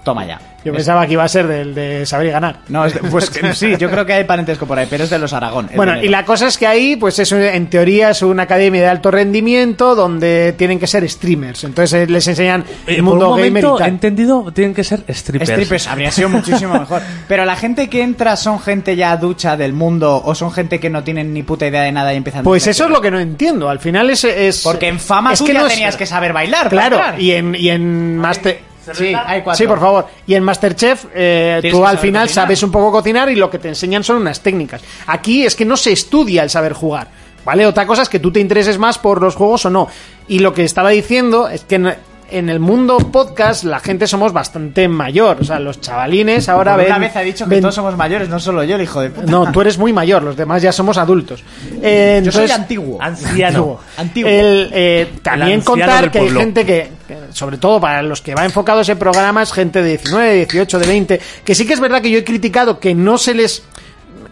Speaker 5: Toma ya.
Speaker 4: Yo
Speaker 5: Es-
Speaker 4: pensaba que iba a ser del de saber y ganar.
Speaker 5: No, es de- pues que- sí, yo creo que hay parentesco por ahí, pero es de los Aragón. el
Speaker 4: Bueno,
Speaker 5: dinero.
Speaker 4: y la cosa es que ahí, pues es un- en teoría es una academia de alto rendimiento donde tienen que ser streamers. Entonces eh, les enseñan
Speaker 6: Eh,
Speaker 4: el mundo
Speaker 6: por un
Speaker 4: gamer y
Speaker 6: momento,
Speaker 4: tal.
Speaker 6: entendido, tienen que ser strippers.
Speaker 5: Strippers habría sido muchísimo mejor. Pero la gente que entra son gente ya ducha del mundo o son gente que no tienen ni puta idea de nada y empiezan
Speaker 4: Pues eso es lo que no entiendo. Al final es. es-
Speaker 5: Porque en fama
Speaker 4: es
Speaker 5: tú
Speaker 4: que
Speaker 5: ya
Speaker 4: no es-
Speaker 5: tenías que saber bailar. para
Speaker 4: Claro,
Speaker 5: entrar.
Speaker 4: y en, y en Master. Sí,
Speaker 5: hay cuatro.
Speaker 4: sí, por favor. Y en Masterchef, eh,
Speaker 5: Tienes
Speaker 4: tú
Speaker 5: que
Speaker 4: al
Speaker 5: saber
Speaker 4: final
Speaker 5: cocinar.
Speaker 4: sabes un poco cocinar y lo que te enseñan son unas técnicas. Aquí es que no se estudia el saber jugar. ¿Vale? Otra cosa es que tú te intereses más por los juegos o no. Y lo que estaba diciendo es que en, en el mundo podcast la gente somos bastante mayor. O sea, los chavalines ahora
Speaker 5: Por
Speaker 4: ven.
Speaker 5: una vez ha dicho que
Speaker 4: ven-
Speaker 5: todos somos mayores, no solo yo, el hijo de puta.
Speaker 4: No, tú eres muy mayor, los demás ya somos adultos. Eh,
Speaker 5: yo soy
Speaker 4: entonces-
Speaker 5: antiguo.
Speaker 6: Anciano.
Speaker 5: Antiguo.
Speaker 4: el, eh, también
Speaker 6: anciano
Speaker 4: contar
Speaker 6: del
Speaker 4: que hay
Speaker 6: pueblo.
Speaker 4: gente que, que, sobre todo para los que va enfocado ese programa, es gente de 19, 18, de 20, que sí que es verdad que yo he criticado que no se les...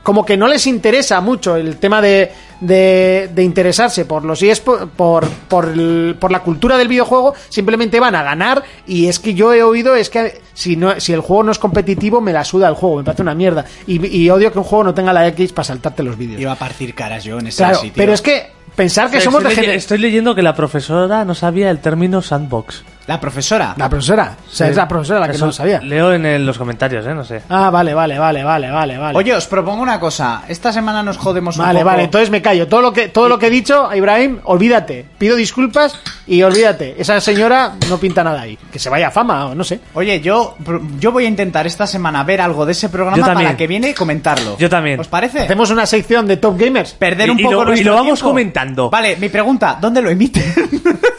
Speaker 4: Como que no les interesa mucho el tema de, de, de interesarse por los eSports, por, por, el- por la cultura del videojuego, simplemente van a ganar. Y es que yo he oído, es que si, no, si el juego no es competitivo, me la suda el juego, me parece una mierda. Y, y odio que un juego no tenga la X para saltarte los vídeos.
Speaker 5: Iba a partir caras yo en ese
Speaker 4: Claro,
Speaker 5: sitio.
Speaker 4: pero es que pensar que
Speaker 6: Estoy
Speaker 4: somos de
Speaker 6: leye-
Speaker 4: gente...
Speaker 6: Estoy leyendo que la profesora no sabía el término sandbox.
Speaker 5: La profesora.
Speaker 4: La profesora. O sea, es la profesora la que no
Speaker 6: Eso
Speaker 4: lo sabía.
Speaker 6: Leo en el- los comentarios, ¿eh? No sé.
Speaker 4: Ah, vale, vale, vale, vale, vale, vale.
Speaker 5: Oye, os propongo una cosa. Esta semana nos jodemos un
Speaker 4: Vale,
Speaker 5: poco.
Speaker 4: vale, entonces me callo. Todo lo que todo lo que he dicho, Ibrahim, olvídate. Pido disculpas y olvídate. Esa señora no pinta nada ahí. Que se vaya a fama o no sé.
Speaker 5: Oye, yo, yo voy a intentar esta semana ver algo de ese programa
Speaker 6: Yo
Speaker 5: para
Speaker 6: también.
Speaker 5: la que viene comentarlo.
Speaker 6: Yo también.
Speaker 5: ¿Os parece?
Speaker 4: Hacemos una sección de Top Gamers.
Speaker 5: Perder
Speaker 6: Y-
Speaker 5: un
Speaker 6: y
Speaker 5: poco
Speaker 6: lo- y
Speaker 5: nuestro
Speaker 6: lo vamos
Speaker 5: tiempo.
Speaker 6: comentando.
Speaker 5: Vale, mi pregunta, ¿dónde lo emiten?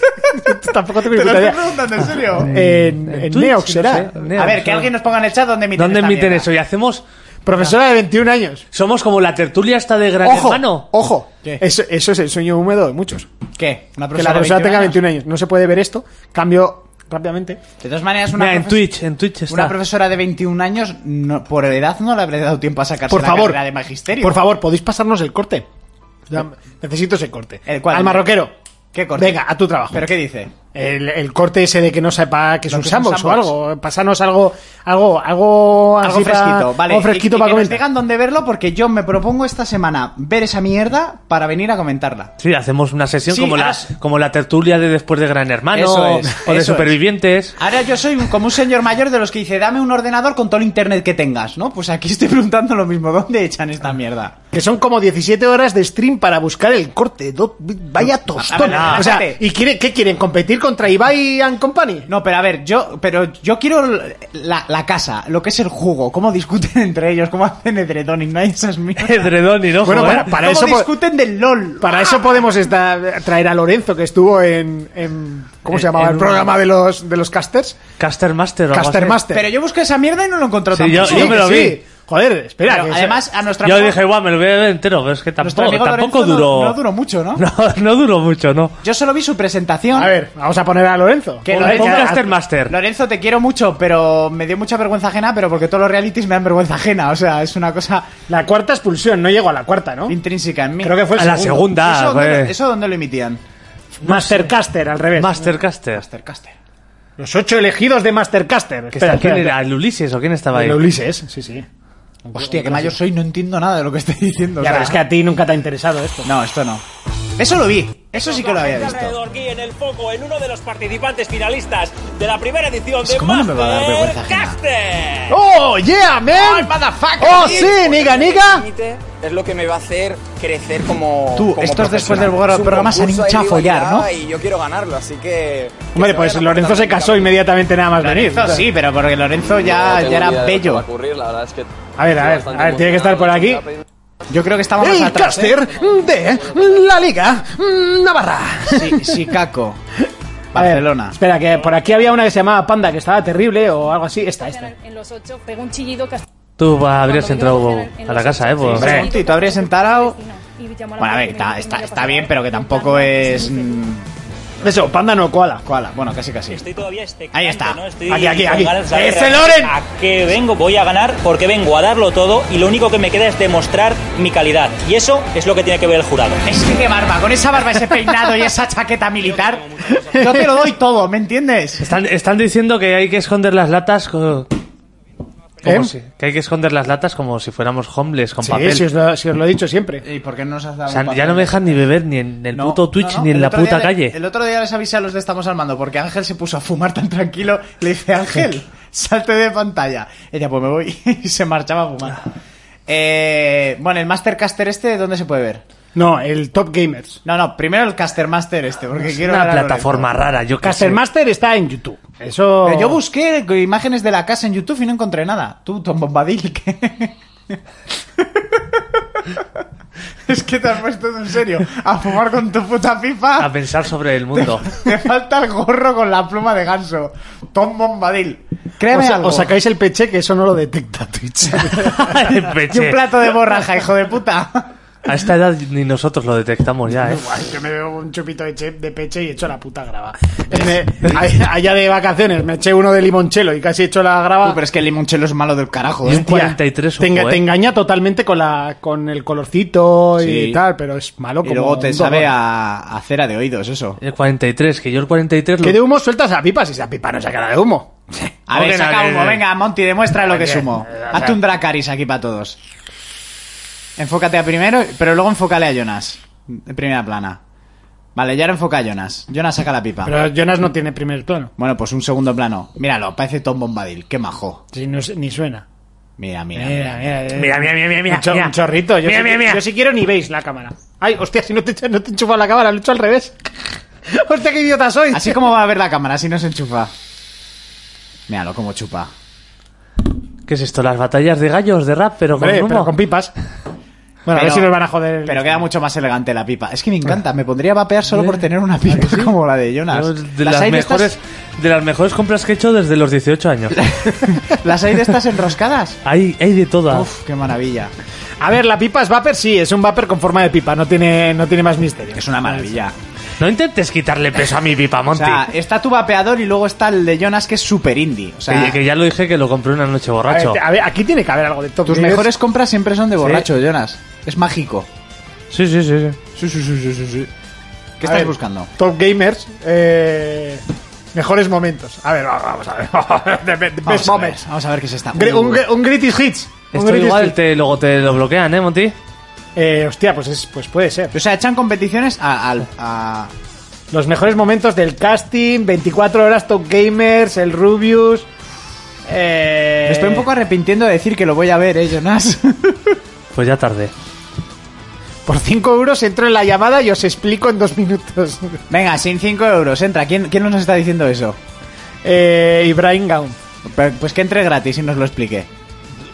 Speaker 4: Tampoco tengo ni
Speaker 5: Te lo
Speaker 4: puta Eh,
Speaker 5: estoy
Speaker 4: idea.
Speaker 5: preguntando, en serio.
Speaker 4: En, en
Speaker 6: Twitch,
Speaker 4: Neox
Speaker 6: no
Speaker 4: será.
Speaker 6: sé.
Speaker 5: A ver, que alguien nos ponga en el chat dónde emiten
Speaker 6: ¿Dónde
Speaker 5: esta
Speaker 6: emiten
Speaker 5: mierda.
Speaker 6: eso? Y hacemos.
Speaker 4: Profesora de 21 años.
Speaker 6: Somos como la tertulia esta de Gran
Speaker 4: Ojo,
Speaker 6: Hermano.
Speaker 4: ojo.
Speaker 5: ¿Qué?
Speaker 4: Eso, eso es el sueño húmedo de muchos.
Speaker 5: ¿Qué? ¿Una
Speaker 4: Que la
Speaker 5: profesora, de
Speaker 4: profesora
Speaker 5: 21
Speaker 4: tenga
Speaker 5: años?
Speaker 4: 21 años. No se puede ver esto. Cambio rápidamente.
Speaker 5: De todas maneras, una,
Speaker 6: Mira, en
Speaker 5: profe-
Speaker 6: Twitch, en Twitch está.
Speaker 5: una profesora de 21 años, no- por edad no le habré dado tiempo a sacarse
Speaker 4: Por
Speaker 5: la
Speaker 4: favor.
Speaker 5: carrera de magisterio.
Speaker 4: Por favor, podéis pasarnos el corte. Ya, necesito ese corte.
Speaker 5: ¿El cuál?
Speaker 4: Al marroquero.
Speaker 5: ¿Qué corte?
Speaker 4: Venga, a tu trabajo.
Speaker 5: ¿Pero qué dice?
Speaker 4: El, el corte ese de que no sepa que es
Speaker 5: Lo
Speaker 4: un
Speaker 5: que es un
Speaker 4: sandbox o
Speaker 5: sandbox.
Speaker 4: algo. Pasarnos algo, algo, algo así
Speaker 5: Algo fresquito,
Speaker 4: pa-
Speaker 5: vale.
Speaker 4: Ah, algo fresquito
Speaker 5: Y- y
Speaker 4: para
Speaker 5: que nos
Speaker 4: comentar.
Speaker 5: digan dónde verlo porque yo me propongo esta semana ver esa mierda para venir a comentarla.
Speaker 6: Sí, hacemos una sesión
Speaker 5: Sí,
Speaker 6: como,
Speaker 5: ahora
Speaker 6: la,
Speaker 5: s-
Speaker 6: como la tertulia de después de Gran Hermano
Speaker 5: Eso es,
Speaker 6: o
Speaker 5: eso
Speaker 6: de
Speaker 5: es.
Speaker 6: Supervivientes.
Speaker 5: Ahora yo soy un- como un señor mayor de los que dice, dame un ordenador con todo el internet que tengas, ¿no? Pues aquí estoy preguntando lo mismo, ¿dónde echan esta mierda?
Speaker 4: Que son como 17 horas de stream para buscar el corte. Do-
Speaker 5: Ah,
Speaker 4: vaya tostón.
Speaker 5: a ver,
Speaker 4: o sea,
Speaker 5: relájate.
Speaker 4: ¿y quiere, qué quieren? ¿Competir contra Ibai and Company?
Speaker 5: No, pero a ver, yo, pero yo quiero la, la casa, lo que es el jugo, cómo discuten entre ellos, cómo hacen edredón y no hay esas mierdas.
Speaker 6: Edredón y no,
Speaker 4: Bueno,
Speaker 6: joder.
Speaker 4: bueno, para
Speaker 5: cómo
Speaker 4: eso po-
Speaker 5: discuten del LOL.
Speaker 4: Para eso podemos estar- traer a Lorenzo, que estuvo en. en- ¿Cómo
Speaker 5: Eh,
Speaker 4: se
Speaker 6: En-
Speaker 4: llamaba?
Speaker 6: en
Speaker 4: el
Speaker 6: un-
Speaker 4: programa de los, de los casters.
Speaker 6: Caster Master o algo
Speaker 4: Caster
Speaker 6: así.
Speaker 4: Master.
Speaker 5: Pero yo busqué esa mierda y no lo encontré
Speaker 6: Sí, yo,
Speaker 5: tampoco.
Speaker 6: yo me lo
Speaker 4: que
Speaker 6: vi.
Speaker 4: sí. Joder, espera.
Speaker 5: Pero
Speaker 4: que se-
Speaker 5: además, a nuestro
Speaker 6: Yo
Speaker 5: amigo-
Speaker 6: dije, guau, me lo voy a ver entero, pero es que
Speaker 5: nuestro
Speaker 6: tampoco,
Speaker 5: amigo
Speaker 6: Oh, tampoco
Speaker 5: Lorenzo
Speaker 6: duró.
Speaker 5: No, no duró mucho, ¿no?
Speaker 6: No, no duró mucho, no.
Speaker 5: Yo solo vi su presentación.
Speaker 4: A ver, vamos a poner a Lorenzo.
Speaker 5: Que
Speaker 6: Pon-
Speaker 5: Lorenzo-
Speaker 6: pon Castermaster.
Speaker 5: Lorenzo, te quiero mucho, pero me dio mucha vergüenza ajena, pero porque todos los realities me dan vergüenza ajena. O sea, es una cosa
Speaker 4: La cuarta expulsión, no llegó a la cuarta, ¿no?
Speaker 5: intrínseca en mí.
Speaker 4: Creo que fue el
Speaker 6: A la
Speaker 4: segundo.
Speaker 6: segunda,
Speaker 5: ¿Eso, dónde,
Speaker 6: güey.
Speaker 5: lo- eso dónde lo emitían?
Speaker 4: Mastercaster, al revés.
Speaker 6: Mastercaster.
Speaker 5: Mastercaster.
Speaker 4: Los ocho elegidos de Mastercaster.
Speaker 6: Que
Speaker 4: Espera,
Speaker 6: está- ¿Quién
Speaker 4: espera,
Speaker 6: era? ¿El Ulises o quién estaba
Speaker 4: espera.
Speaker 6: ahí?
Speaker 4: El Ulises, sí, sí.
Speaker 5: Hostia, que mayor soy, no entiendo nada de lo que estoy diciendo. o
Speaker 4: Ya,
Speaker 5: sea.
Speaker 4: pero es que a ti nunca te ha interesado esto.
Speaker 5: No, esto no. Eso lo vi. Eso sí que lo había visto.
Speaker 8: Redorgui en el foco en uno de los participantes finalistas de la primera edición de
Speaker 5: ¿Cómo no me va a dar vergüenza ajena?
Speaker 6: Eh.
Speaker 8: Mastercaster.
Speaker 4: ¡Oh, yeah, man! ¡Oh, sí, niga, niga!
Speaker 9: límite es lo que me va a hacer crecer como.
Speaker 5: Tú,
Speaker 9: como
Speaker 5: estos después
Speaker 9: profesional.
Speaker 5: del programa
Speaker 9: Es un
Speaker 5: se han
Speaker 9: concurso
Speaker 5: hinchado
Speaker 9: ahí
Speaker 5: a follar,
Speaker 9: igualdad
Speaker 5: ¿no?
Speaker 9: Y yo quiero ganarlo, así que.
Speaker 4: Hombre, pues Lorenzo se casó inmediatamente nada más venir.
Speaker 5: Lorenzo, sí, pero porque Lorenzo ya, ya era bello.
Speaker 4: A ver, a ver, a ver, tiene que estar por aquí.
Speaker 5: Yo creo que estábamos
Speaker 4: El
Speaker 5: atrás. ¿eh?
Speaker 4: caster de la Liga mm, Navarra.
Speaker 5: Sí, sí, Caco.
Speaker 4: A ver,
Speaker 5: Barcelona.
Speaker 4: espera, que por aquí había una que se llamaba Panda, que estaba terrible o algo así. Esta, esta.
Speaker 10: En los ocho, pegó un chillido que hasta-
Speaker 6: Tú va, habrías
Speaker 10: cuando
Speaker 6: entrado
Speaker 10: vino en- en
Speaker 6: a la
Speaker 10: los
Speaker 6: casa, ¿eh?
Speaker 10: ocho,
Speaker 6: Pues,
Speaker 10: sí,
Speaker 5: Hombre.
Speaker 10: sí,
Speaker 5: Tú te habrías
Speaker 10: sí,
Speaker 5: sentado.
Speaker 10: y llamó la
Speaker 5: Bueno, a ver,
Speaker 10: atención
Speaker 5: está,
Speaker 10: que
Speaker 5: está,
Speaker 10: tenía
Speaker 5: está bien,
Speaker 10: pasada.
Speaker 5: pero que tampoco es. mm,
Speaker 4: Eso, Panda no, Koala.
Speaker 5: Koala. Bueno, casi casi.
Speaker 8: Estoy todavía expectante,
Speaker 5: Ahí está.
Speaker 8: ¿no? Estoy
Speaker 4: Aquí, aquí,
Speaker 8: con
Speaker 4: aquí.
Speaker 8: ganas de saber
Speaker 4: ¡Ese Loren!
Speaker 8: ¿A qué vengo? Voy a ganar porque vengo a darlo todo y lo único que me queda es demostrar mi calidad. Y eso es lo que tiene que ver el jurado.
Speaker 5: Es que qué barba, con esa barba, ese peinado y esa chaqueta militar. Yo te lo doy todo, ¿me entiendes?
Speaker 6: están, están diciendo que hay que esconder las latas. co- como
Speaker 4: ¿Eh?
Speaker 6: si- que hay que esconder las latas como si fuéramos homeless con papel.
Speaker 4: Sí, si os, lo, si os lo he dicho siempre.
Speaker 5: ¿Y por qué no nos has
Speaker 6: O
Speaker 5: dado
Speaker 6: sea,
Speaker 5: un
Speaker 6: ya no
Speaker 5: papel?
Speaker 6: me dejan ni beber ni en el
Speaker 5: No,
Speaker 6: puto Twitch
Speaker 5: no, no,
Speaker 6: ni en
Speaker 5: el
Speaker 6: la
Speaker 5: otro día
Speaker 6: puta
Speaker 5: le-
Speaker 6: calle.
Speaker 5: El otro día les avisé a los de Estamos al Mando porque Ángel se puso a fumar tan tranquilo. Le dice, Ángel, salte de pantalla. Ella, pues me voy. Y se marchaba a fumar. Eh, bueno, el Mastercaster este, ¿dónde se puede ver?
Speaker 4: No, el Top Gamers.
Speaker 5: No, no, primero el Castermaster este, porque quiero ver
Speaker 6: una
Speaker 5: a Lorenzo.
Speaker 6: plataforma rara, yo qué sé.
Speaker 4: Castermaster está en YouTube. Eso.
Speaker 5: Pero yo busqué imágenes de la casa en YouTube y no encontré nada. Tú, Tom Bombadil, que... es que te has puesto en serio a fumar con tu puta pipa.
Speaker 6: A pensar sobre el mundo.
Speaker 5: Me falta el gorro con la pluma de ganso. Tom Bombadil. Créeme
Speaker 4: Os-
Speaker 5: algo.
Speaker 4: os sacáis el peche que eso no lo detecta Twitch.
Speaker 6: El
Speaker 5: Y
Speaker 6: peche.
Speaker 5: un plato de borraja, hijo de puta.
Speaker 6: A esta edad ni nosotros lo detectamos ya, ¿eh?
Speaker 4: Guay, yo me bebo un chupito de, che- de peche y echo la puta grava. Me- a- allá de vacaciones me eché uno de limonchelo y casi echo la grava.
Speaker 5: Tú, pero es que el limonchelo es malo del carajo.
Speaker 6: Y
Speaker 5: ¿eh?
Speaker 6: un 43
Speaker 4: te,
Speaker 6: ojo,
Speaker 4: enga-
Speaker 6: ¿eh?
Speaker 4: te engaña totalmente con la con el colorcito y
Speaker 5: Sí.
Speaker 4: tal, pero es malo como
Speaker 5: Y luego te
Speaker 4: un
Speaker 5: sabe
Speaker 4: dolor.
Speaker 5: a, a cera de oídos, eso.
Speaker 6: El 43, que yo el 43
Speaker 4: Que
Speaker 6: lo...
Speaker 4: de humo sueltas a pipas y esa pipa no saca nada de humo.
Speaker 5: A ver,
Speaker 6: Joder, a
Speaker 5: saca
Speaker 6: ver,
Speaker 5: humo.
Speaker 6: eh.
Speaker 5: Venga, Monty, demuestra lo que
Speaker 4: Oye,
Speaker 5: es humo.
Speaker 4: eh, o
Speaker 5: Hazte
Speaker 4: sea-
Speaker 5: un Dracaris aquí para todos. Enfócate a primero, pero luego enfócale a Jonas. En primera plana. Vale, ya ahora enfoca a Jonas. Jonas saca la pipa.
Speaker 4: Pero Jonas no tiene primer plano.
Speaker 5: Bueno, pues un segundo plano. Míralo, parece Tom Bombadil. Qué majo.
Speaker 4: Sí, no es- ni suena.
Speaker 5: Mira, mira.
Speaker 4: Mira, mira, eh.
Speaker 6: Mira, mira, mira, mira, mira,
Speaker 4: Un, cho-
Speaker 6: mira.
Speaker 4: un chorrito. Yo,
Speaker 6: Mira,
Speaker 4: si,
Speaker 6: mira, mira.
Speaker 4: yo si quiero ni veis la cámara. Ay, hostia, si no te, no te enchufa la cámara, lo he hecho al revés. hostia, qué idiota soy.
Speaker 5: Así como va a ver la cámara, así no se enchufa. Míralo como chupa.
Speaker 6: ¿Qué es esto? Las batallas de gallos de rap, pero con
Speaker 4: Hombre,
Speaker 6: humo.
Speaker 4: pero con pipas. Bueno, a ver si
Speaker 5: Pero-
Speaker 4: nos van a joder. el-
Speaker 5: Pero queda mucho más elegante la pipa. Es que me encanta, me pondría a vapear solo
Speaker 4: Eh,
Speaker 5: por tener
Speaker 4: ¿ah,
Speaker 5: una pipa como la de Jonas.
Speaker 6: Yo, de las,
Speaker 5: hay de estas-
Speaker 6: mejores, de las mejores compras que he hecho desde los 18 años.
Speaker 5: las hay de estas enroscadas.
Speaker 6: Hay, hay de todas.
Speaker 5: Uf, qué maravilla.
Speaker 4: A ver, la pipa es vapor, sí, es un vapor con forma de pipa, no tiene, no tiene más misterio.
Speaker 5: Es una maravilla.
Speaker 6: No intentes quitarle peso a mi pipa,
Speaker 5: O
Speaker 6: Monty.
Speaker 5: sea, está tu vapeador y luego está el de Jonas que es super indie. O sea,
Speaker 6: que, que ya lo dije que lo compré una noche
Speaker 4: A
Speaker 6: borracho.
Speaker 4: ver, a ver, aquí tiene que haber algo de top.
Speaker 5: tus
Speaker 4: Gear.
Speaker 5: mejores compras siempre son de borracho, Jonas. Es mágico.
Speaker 6: Sí, sí, sí. sí.
Speaker 4: A
Speaker 5: ¿Qué estás
Speaker 4: ver,
Speaker 5: buscando?
Speaker 4: Top gamers, eh, mejores momentos. A ver, va- vamos a ver. The be- the
Speaker 5: Vamos
Speaker 4: Best
Speaker 5: a, ver,
Speaker 4: moments.
Speaker 5: vamos a ver qué es esta. Uh.
Speaker 4: Gre- Un, gre- un greatest hits. Un
Speaker 6: Esto
Speaker 4: greatest
Speaker 6: igual
Speaker 4: hits.
Speaker 6: te, luego te lo bloquean, ¿eh, Monty?
Speaker 4: Eh, hostia, pues, es, pues puede ser.
Speaker 5: O sea, echan competiciones a- al- a,
Speaker 4: Los mejores momentos del casting, 24 horas top gamers, el Rubius. eh,
Speaker 5: Me estoy un poco arrepintiendo de decir que lo voy a ver, eh, Jonas.
Speaker 6: Pues ya tarde.
Speaker 4: Por 5 euros entro en la llamada y os explico en dos minutos.
Speaker 5: Venga, sin 5 euros, entra. ¿Quién, ¿Quién nos está diciendo eso?
Speaker 4: Eh, Ibrahim Gaun.
Speaker 5: Pe- Pues que entre gratis y nos lo explique.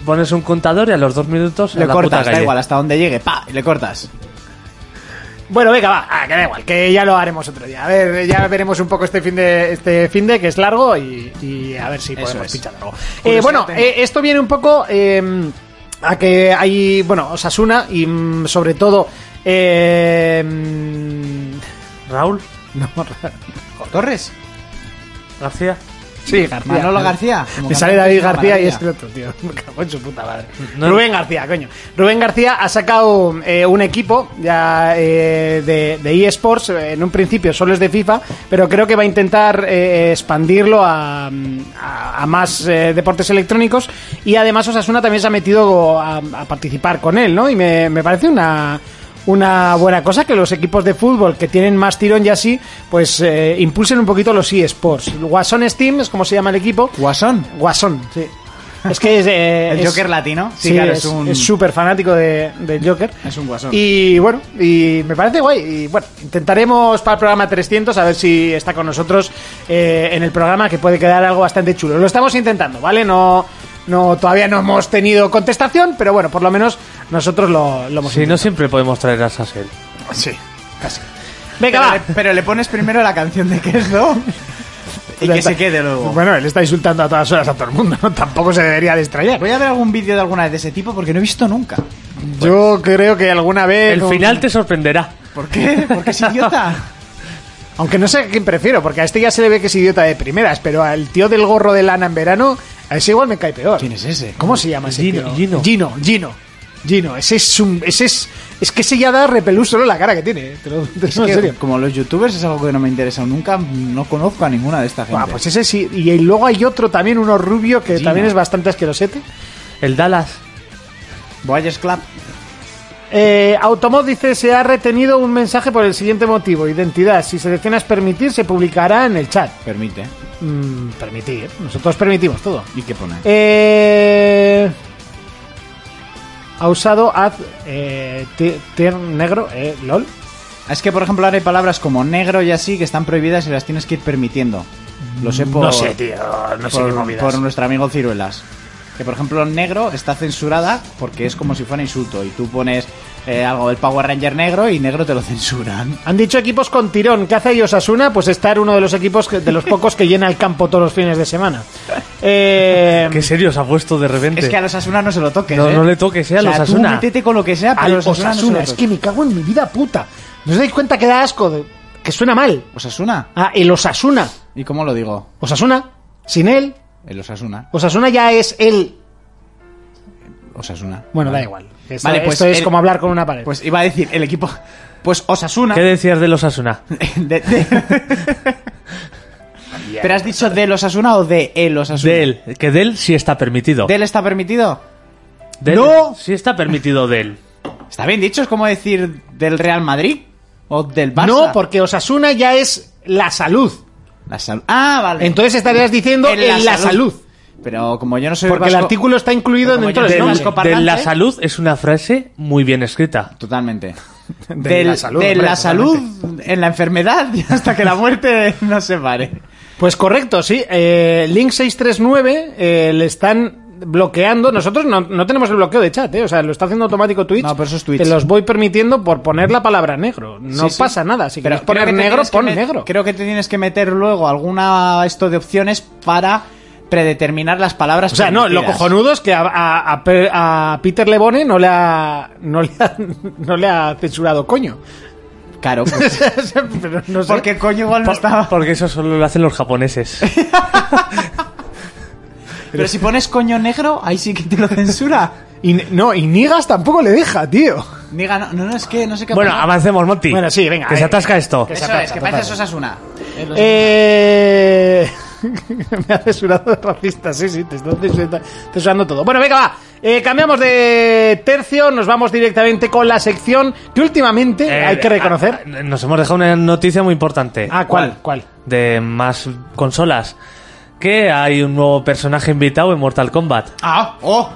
Speaker 6: Pones un contador y a los dos minutos a
Speaker 5: Le
Speaker 6: la puta
Speaker 5: cortas, da
Speaker 6: calle.
Speaker 5: igual, hasta donde llegue. Pa, y le cortas.
Speaker 4: Bueno, venga, va, ah, que da igual, que ya lo haremos otro día. A ver, ya veremos un poco este fin de, este fin de que es largo y, y a ver si
Speaker 5: Eso
Speaker 4: podemos
Speaker 5: es.
Speaker 4: pinchar algo. Eh,
Speaker 5: Curiosidad
Speaker 4: bueno,
Speaker 5: tengo.
Speaker 4: eh, esto viene un poco eh, a que hay, bueno, Osasuna y mm, sobre todo... eh, mm,
Speaker 6: Raúl
Speaker 4: no, Torres.
Speaker 6: García.
Speaker 4: Sí, García.
Speaker 5: Manolo García. como
Speaker 4: Me sale
Speaker 5: cantante
Speaker 4: David
Speaker 5: de la
Speaker 4: García y
Speaker 5: maravilla.
Speaker 4: este otro tío. Me cago en su puta madre.
Speaker 6: No-
Speaker 4: Rubén García, coño. Rubén García ha sacado eh, un equipo ya eh, de, de eSports. eh, En un principio solo es de FIFA, pero creo que va a intentar eh, expandirlo a, a- a más eh, deportes electrónicos. Y además Osasuna también se ha metido a, a participar con él, ¿no? Y me, me parece una... Una buena cosa que los equipos de fútbol que tienen más tirón y así, pues eh, impulsen un poquito los eSports. Guasón Steam es como se llama el equipo.
Speaker 5: Guasón.
Speaker 4: Guasón, sí. Es que es. eh,
Speaker 5: El
Speaker 4: es-
Speaker 5: Joker latino.
Speaker 4: Sí,
Speaker 5: Sí, claro,
Speaker 4: es
Speaker 5: es un-
Speaker 4: es súper fanático de, del Joker.
Speaker 5: Es un guasón.
Speaker 4: Y bueno, y me parece guay. Y bueno, intentaremos para el programa 300 a ver si está con nosotros eh, en el programa, que puede quedar algo bastante chulo. Lo estamos intentando, ¿vale? No. No, todavía no hemos tenido contestación, pero bueno, por lo menos nosotros lo, lo hemos
Speaker 6: Si no,
Speaker 4: intentado.
Speaker 6: siempre podemos traer a Sassel.
Speaker 4: Sí, casi. Venga,
Speaker 5: Pero
Speaker 4: va.
Speaker 5: le, pero le pones primero la canción de Kesdo y que se quede luego.
Speaker 4: Bueno, él está insultando a todas horas a todo el mundo, ¿no? Tampoco se debería de extrañar.
Speaker 5: Voy a ver algún vídeo de alguna vez de ese tipo porque no he visto nunca.
Speaker 4: Yo creo que alguna vez.
Speaker 6: El
Speaker 4: con-
Speaker 6: final te sorprenderá.
Speaker 5: ¿Por qué? Porque es idiota.
Speaker 4: Aunque no sé a quién prefiero, porque a este ya se le ve que es idiota de primeras, pero al tío del gorro de lana en verano, a ese igual me cae peor.
Speaker 5: ¿Quién es ese?
Speaker 4: ¿Cómo se llama ese
Speaker 6: Gino,
Speaker 4: tío?
Speaker 6: Gino.
Speaker 4: Gino, Gino. Gino, ese es un. Ese es, es que ese ya da repelús solo la cara que tiene. eh. Te lo te lo digo en
Speaker 5: Que
Speaker 4: serio.
Speaker 5: Como los youtubers es algo que no me interesa nunca, no conozco a ninguna de esta gente.
Speaker 4: Ah, pues ese sí. Y, y luego hay otro también, uno rubio, que
Speaker 5: Gino.
Speaker 4: también es bastante asquerosete.
Speaker 6: El Dallas.
Speaker 5: Voyage Club.
Speaker 4: Eh, Automod dice: Se ha retenido un mensaje por el siguiente motivo: identidad. Si seleccionas permitir, se publicará en el chat.
Speaker 5: Permite.
Speaker 4: Mm, permitir. Nosotros permitimos todo.
Speaker 5: ¿Y qué pone?
Speaker 4: Eh, ha usado ad eh, ti- tier negro, eh, lol.
Speaker 5: Es que, por ejemplo, ahora hay palabras como negro y así que están prohibidas y las tienes que ir permitiendo. Lo sé por,
Speaker 4: Mm, no sé, tío, no sé qué
Speaker 5: por,
Speaker 4: movidas.
Speaker 5: por nuestro amigo Ciruelas. Que, por ejemplo, negro está censurada porque es como si fuera insulto. Y tú pones eh, algo del Power Ranger negro y negro te lo censuran.
Speaker 4: Han dicho equipos con tirón. ¿Qué hace Osasuna? Pues estar uno de los equipos que- de los pocos que llena el campo todos los fines de semana. Eh,
Speaker 6: Qué serio se ha puesto de repente.
Speaker 4: este?
Speaker 5: Es Em, que a los Asuna no se lo toques.
Speaker 6: No,
Speaker 5: ¿eh?
Speaker 6: no le toques, eh, a
Speaker 5: O sea,
Speaker 6: los
Speaker 5: tú
Speaker 6: Asuna.
Speaker 5: métete con lo que sea, pero a
Speaker 4: al
Speaker 5: los Asuna,
Speaker 4: Osasuna, es que me cago en mi vida puta. ¿No os dais cuenta que da asco? de- que suena mal.
Speaker 5: ¿Osasuna?
Speaker 4: Ah, el Osasuna.
Speaker 5: ¿Y cómo lo digo?
Speaker 4: Osasuna, sin él.
Speaker 5: El Osasuna.
Speaker 4: Osasuna ya es él.
Speaker 5: Osasuna.
Speaker 4: Bueno, da igual. Esto-
Speaker 5: Vale, pues
Speaker 4: esto es
Speaker 5: el-
Speaker 4: como hablar con una pared.
Speaker 5: Pues iba a decir, el equipo... Pues Osasuna...
Speaker 6: ¿Qué decías de los Asuna?
Speaker 5: De- de- ¿Pero has dicho de los Asuna o de el Osasuna?
Speaker 6: De él. Que de él sí está permitido.
Speaker 5: ¿Del está permitido?
Speaker 6: De él
Speaker 5: ¡No!
Speaker 6: Sí está permitido de él.
Speaker 5: Está bien dicho, es como decir del Real Madrid o del Barça.
Speaker 4: No, porque Osasuna ya es la salud.
Speaker 5: La sal- Ah, vale.
Speaker 4: Entonces estarías diciendo en la, salud.
Speaker 5: Pero como yo no soy
Speaker 4: Porque el
Speaker 5: vasco-
Speaker 4: artículo está incluido
Speaker 5: Pero como
Speaker 4: dentro
Speaker 5: yo
Speaker 4: del
Speaker 5: soy
Speaker 6: Del-
Speaker 4: nombre.
Speaker 5: vasco
Speaker 6: de la
Speaker 5: parlante-
Speaker 6: salud es una frase muy bien escrita.
Speaker 5: Totalmente.
Speaker 4: De
Speaker 5: Del-
Speaker 4: la salud,
Speaker 5: de
Speaker 4: hombre,
Speaker 5: la salud en la enfermedad y hasta que la muerte no se pare.
Speaker 4: Pues correcto, sí. Eh, Link 639 eh, le están bloqueando. Nosotros no, no tenemos el bloqueo de chat, ¿eh? O sea, lo está haciendo automático Twitch.
Speaker 5: No, pero eso es Twitch.
Speaker 4: Te los voy permitiendo por poner la palabra negro. No
Speaker 5: Sí, sí.
Speaker 4: pasa nada. Si
Speaker 5: Pero
Speaker 4: quieres poner
Speaker 5: creo que te
Speaker 4: negro,
Speaker 5: tienes que
Speaker 4: pon
Speaker 5: met-
Speaker 4: negro.
Speaker 5: Creo que te tienes que meter luego alguna esto de opciones para predeterminar las palabras.
Speaker 4: O sea, no, lo
Speaker 5: permitidas.
Speaker 4: cojonudo es que a, a- a Pe- a Peter Lebone no le ha, no le ha, no le ha censurado coño.
Speaker 5: Claro, pues,
Speaker 4: Pero no sé.
Speaker 5: porque coño igual no estaba.
Speaker 6: Porque eso solo lo hacen los japoneses.
Speaker 5: Pero si pones coño negro, ahí sí que te lo censura.
Speaker 4: Y, no, y Nigas tampoco le deja, tío.
Speaker 5: Diga, no, no, no, es que no sé qué.
Speaker 6: bueno,
Speaker 5: opinar.
Speaker 6: avancemos, Monty.
Speaker 4: Bueno, sí, venga,
Speaker 6: Que se
Speaker 4: eh,
Speaker 6: atasca esto.
Speaker 4: que se-
Speaker 5: Eso
Speaker 4: Zapata,
Speaker 5: es, Eh, que
Speaker 4: Zapata.
Speaker 5: parece Osasuna.
Speaker 4: Eh... Me ha censurado de racista, sí, sí, te estoy censurando, censurando todo. Bueno, venga, va. Eh, cambiamos de tercio, nos vamos directamente con la sección que últimamente
Speaker 6: Eh,
Speaker 4: hay que
Speaker 6: ah,
Speaker 4: reconocer.
Speaker 6: ah, nos hemos dejado una noticia muy importante.
Speaker 4: Ah, ¿cuál? ¿Cuál?
Speaker 6: De más consolas. Que hay un nuevo personaje invitado en Mortal Kombat.
Speaker 5: Ah, oh.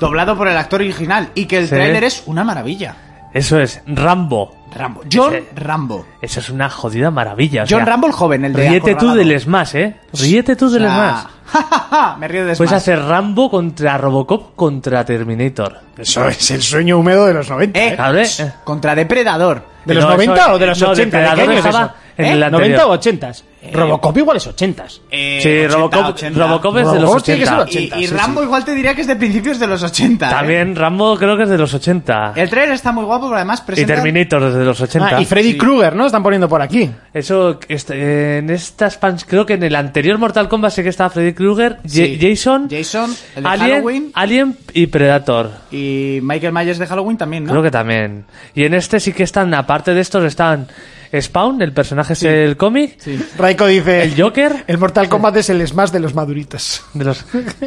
Speaker 5: Doblado por el actor original. Y que el
Speaker 6: Sí.
Speaker 5: tráiler es una maravilla.
Speaker 6: Eso es, Rambo.
Speaker 5: Rambo. John
Speaker 6: Ese-
Speaker 5: Rambo.
Speaker 6: Eso es una jodida maravilla. o
Speaker 5: John
Speaker 6: sea,
Speaker 5: Rambo el joven, el de.
Speaker 6: Ríete tú
Speaker 5: acorralado.
Speaker 6: del Smash, ¿eh? Ríete tú del
Speaker 5: Ah,
Speaker 6: Smash.
Speaker 5: ja, ja, ja, Me río de
Speaker 6: Puedes
Speaker 5: Smash.
Speaker 6: hacer Rambo contra Robocop contra Terminator.
Speaker 4: Eso es el sueño húmedo de los 90.
Speaker 5: Eh,
Speaker 6: ¿Sabe?
Speaker 5: shh, Contra Depredador.
Speaker 4: ¿De los
Speaker 6: No, eso
Speaker 4: 90
Speaker 6: es-
Speaker 4: o de los
Speaker 6: no,
Speaker 4: 80? ¿De qué
Speaker 6: Depredador
Speaker 4: año es
Speaker 6: estaba
Speaker 4: eso?
Speaker 6: en
Speaker 4: ¿Eh?
Speaker 6: el anterior.
Speaker 4: ¿90 o 80? Robocop igual es ochentas.
Speaker 5: Eh,
Speaker 6: Sí, Robocop- Robocop es de los
Speaker 4: Robocop tiene que ser
Speaker 6: 80.
Speaker 4: de los 80,
Speaker 5: y, y
Speaker 4: sí,
Speaker 5: Rambo
Speaker 4: sí.
Speaker 5: igual te diría que es de principios de los 80. ¿eh?
Speaker 6: También Rambo creo que es de los 80.
Speaker 5: El trailer está muy guapo, pero además
Speaker 6: Y
Speaker 5: presenta...
Speaker 6: Terminator desde los 80.
Speaker 4: Ah, y Freddy Krueger, ¿no? Están poniendo por aquí.
Speaker 6: Eso, este, en estas pans, creo que en el anterior Mortal Kombat sí que estaba Freddy Krueger,
Speaker 5: Sí.
Speaker 6: Ja- Jason,
Speaker 5: Jason, el de
Speaker 6: Alien,
Speaker 5: Halloween.
Speaker 6: Alien y Predator.
Speaker 5: Y Michael Myers de Halloween también, ¿no?
Speaker 6: Creo que también. Y en este sí que están, aparte de estos, están Spawn, el personaje es el cómic,
Speaker 4: Raiko dice...
Speaker 6: el Joker,
Speaker 4: El Mortal Kombat es el smash de los maduritas.
Speaker 6: de los...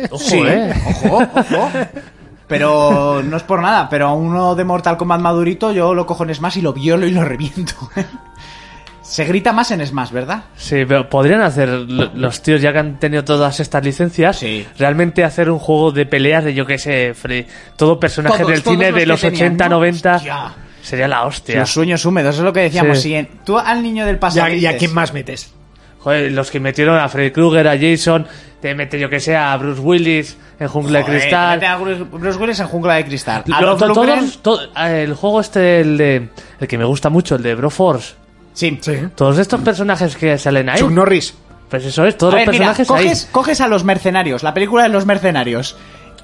Speaker 6: Ojo,
Speaker 5: Sí,
Speaker 6: eh.
Speaker 5: ojo, ojo. Pero no es por nada, pero a uno de Mortal Kombat madurito yo lo cojo en Smash y lo violo y lo reviento. Se grita más en Smash, ¿verdad?
Speaker 6: Sí, pero podrían hacer lo- los tíos ya que han tenido todas estas licencias,
Speaker 5: Sí.
Speaker 6: realmente hacer un juego de peleas de yo qué sé, Fre- todo personaje
Speaker 5: Todos-
Speaker 6: del
Speaker 5: todos
Speaker 6: cine
Speaker 5: los
Speaker 6: de
Speaker 5: que
Speaker 6: los
Speaker 5: tenían,
Speaker 6: 80,
Speaker 5: ¿no?
Speaker 6: 90.
Speaker 5: Hostia.
Speaker 6: Sería la hostia.
Speaker 5: Los sueños húmedos, eso es lo que decíamos.
Speaker 6: Sí.
Speaker 5: Si en- tú al niño del
Speaker 4: ¿Y
Speaker 5: pasado
Speaker 4: a, y a
Speaker 5: dices,
Speaker 4: quién más metes?
Speaker 6: Joder, los que metieron a Freddy Krueger, a Jason, te mete yo que sea a Bruce Willis en Jungla
Speaker 5: "Joder,
Speaker 6: de Cristal.
Speaker 5: mete a Bruce Bruce Willis en jungla de cristal. A
Speaker 6: Lo-
Speaker 5: Dolph
Speaker 6: to-
Speaker 5: Lundgren-
Speaker 6: todos- to- el juego este, el de, el que me gusta mucho, el de Broforce.
Speaker 5: Sí.
Speaker 6: Todos estos personajes que salen ahí,
Speaker 4: Chuck Norris.
Speaker 6: pues eso es, todos
Speaker 5: A
Speaker 6: los
Speaker 5: ver, mira,
Speaker 6: personajes
Speaker 5: coges, coges a los mercenarios, la película de los mercenarios,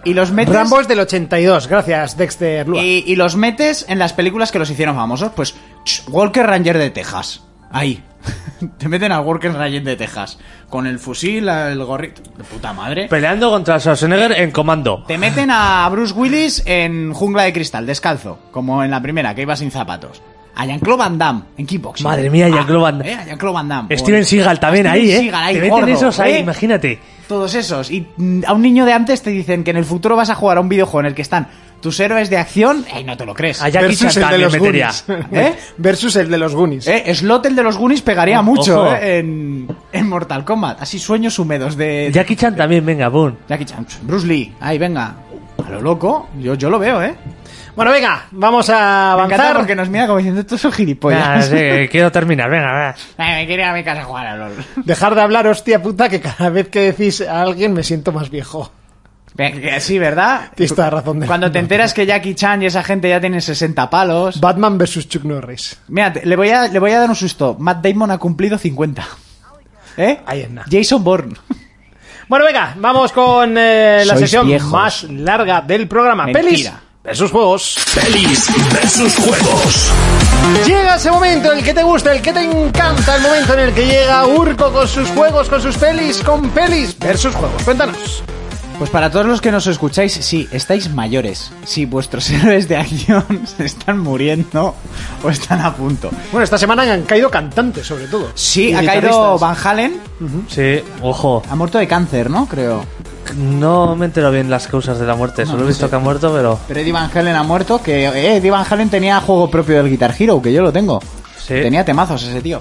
Speaker 5: y los metes...
Speaker 4: Rambo es del 82. Gracias, Dexter Lua.
Speaker 5: Y, y los metes en las películas que los hicieron famosos. Pues ch, Walker Ranger de Texas. Ahí. Te meten al Walker Ranger de Texas. Con el fusil, el gorrito. De puta madre.
Speaker 6: ahí, peleando contra Schwarzenegger en comando.
Speaker 5: Te meten a Bruce Willis en Jungla de Cristal, descalzo. Como en la primera, que iba sin zapatos. A Jean-Claude Van Damme en kickboxing.
Speaker 6: Madre mía, Jean-Claude Van-
Speaker 5: Ah, eh, a Jean-Claude Van Damme.
Speaker 6: Steven
Speaker 5: O-
Speaker 6: Seagal también
Speaker 5: Steven
Speaker 6: ahí, ¿eh?
Speaker 5: Seagal ahí,
Speaker 6: te meten
Speaker 5: gordo,
Speaker 6: esos ahí,
Speaker 5: ¿eh?
Speaker 6: imagínate.
Speaker 5: Todos esos. Y mm, a un niño de antes te dicen que en el futuro vas a jugar a un videojuego en el que están tus héroes de acción. Y no te lo crees.
Speaker 6: A Jackie Chan
Speaker 4: Versus el de
Speaker 6: también
Speaker 4: los
Speaker 6: metería.
Speaker 4: Goonies.
Speaker 5: ¿Eh?
Speaker 4: Versus el de los Goonies.
Speaker 5: Eh, Slot, el de los Goonies, pegaría mucho
Speaker 6: Ojo.
Speaker 5: eh, en, en Mortal Kombat. Así sueños húmedos de
Speaker 6: Jackie Chan también, venga, boom.
Speaker 5: Jackie Chan. Bruce Lee. Ahí, venga. A lo loco. Yo, yo lo veo, ¿eh?
Speaker 4: Bueno, venga, vamos a
Speaker 5: Me encanta
Speaker 4: avanzar.
Speaker 5: porque nos mira como diciendo, tú sos
Speaker 6: Nah,
Speaker 5: gilipollas.
Speaker 6: sí, quiero terminar, venga, venga.
Speaker 5: Ay, me quiero ir a mi casa a jugar a LOL.
Speaker 4: Dejar de hablar, hostia puta, que cada vez que decís a alguien me siento más viejo.
Speaker 5: Venga, que Sí, ¿verdad?
Speaker 4: Tienes toda razón del
Speaker 5: Cuando
Speaker 4: mundo.
Speaker 5: te enteras que Jackie Chan y esa gente ya tienen 60 palos.
Speaker 4: Batman versus Chuck Norris.
Speaker 5: Mira, te- le voy, a, le voy a dar un susto. Matt Damon ha cumplido 50. ¿Eh?
Speaker 4: Ahí es nada.
Speaker 5: Jason Bourne.
Speaker 4: Bueno, venga, vamos con eh, la
Speaker 5: Sois
Speaker 4: sesión
Speaker 5: viejos.
Speaker 4: más larga del programa.
Speaker 5: Mentira.
Speaker 4: Pelis versus juegos.
Speaker 3: Pelis versus juegos.
Speaker 4: Llega ese momento, el que te gusta, el que te encanta, el momento en el que llega Urco con sus juegos, con sus pelis, con pelis versus juegos. Cuéntanos.
Speaker 5: Pues para todos los que nos escucháis, sí, estáis mayores. Si vuestros héroes de acción se están muriendo o están a punto.
Speaker 4: Bueno, esta semana han caído cantantes, sobre todo.
Speaker 5: Sí,
Speaker 4: Y
Speaker 5: ha caído
Speaker 4: guitarristas.
Speaker 5: Van Halen.
Speaker 6: Sí, ojo.
Speaker 5: Ha muerto de cáncer, ¿no? Creo.
Speaker 6: No me entero bien las causas de la muerte, solo he visto que ha muerto, pero...
Speaker 5: Pero Eddie Van Halen ha muerto. Que eh, Eddie Van Halen tenía juego propio del Guitar Hero, que yo lo tengo.
Speaker 6: Sí.
Speaker 5: Tenía temazos ese tío.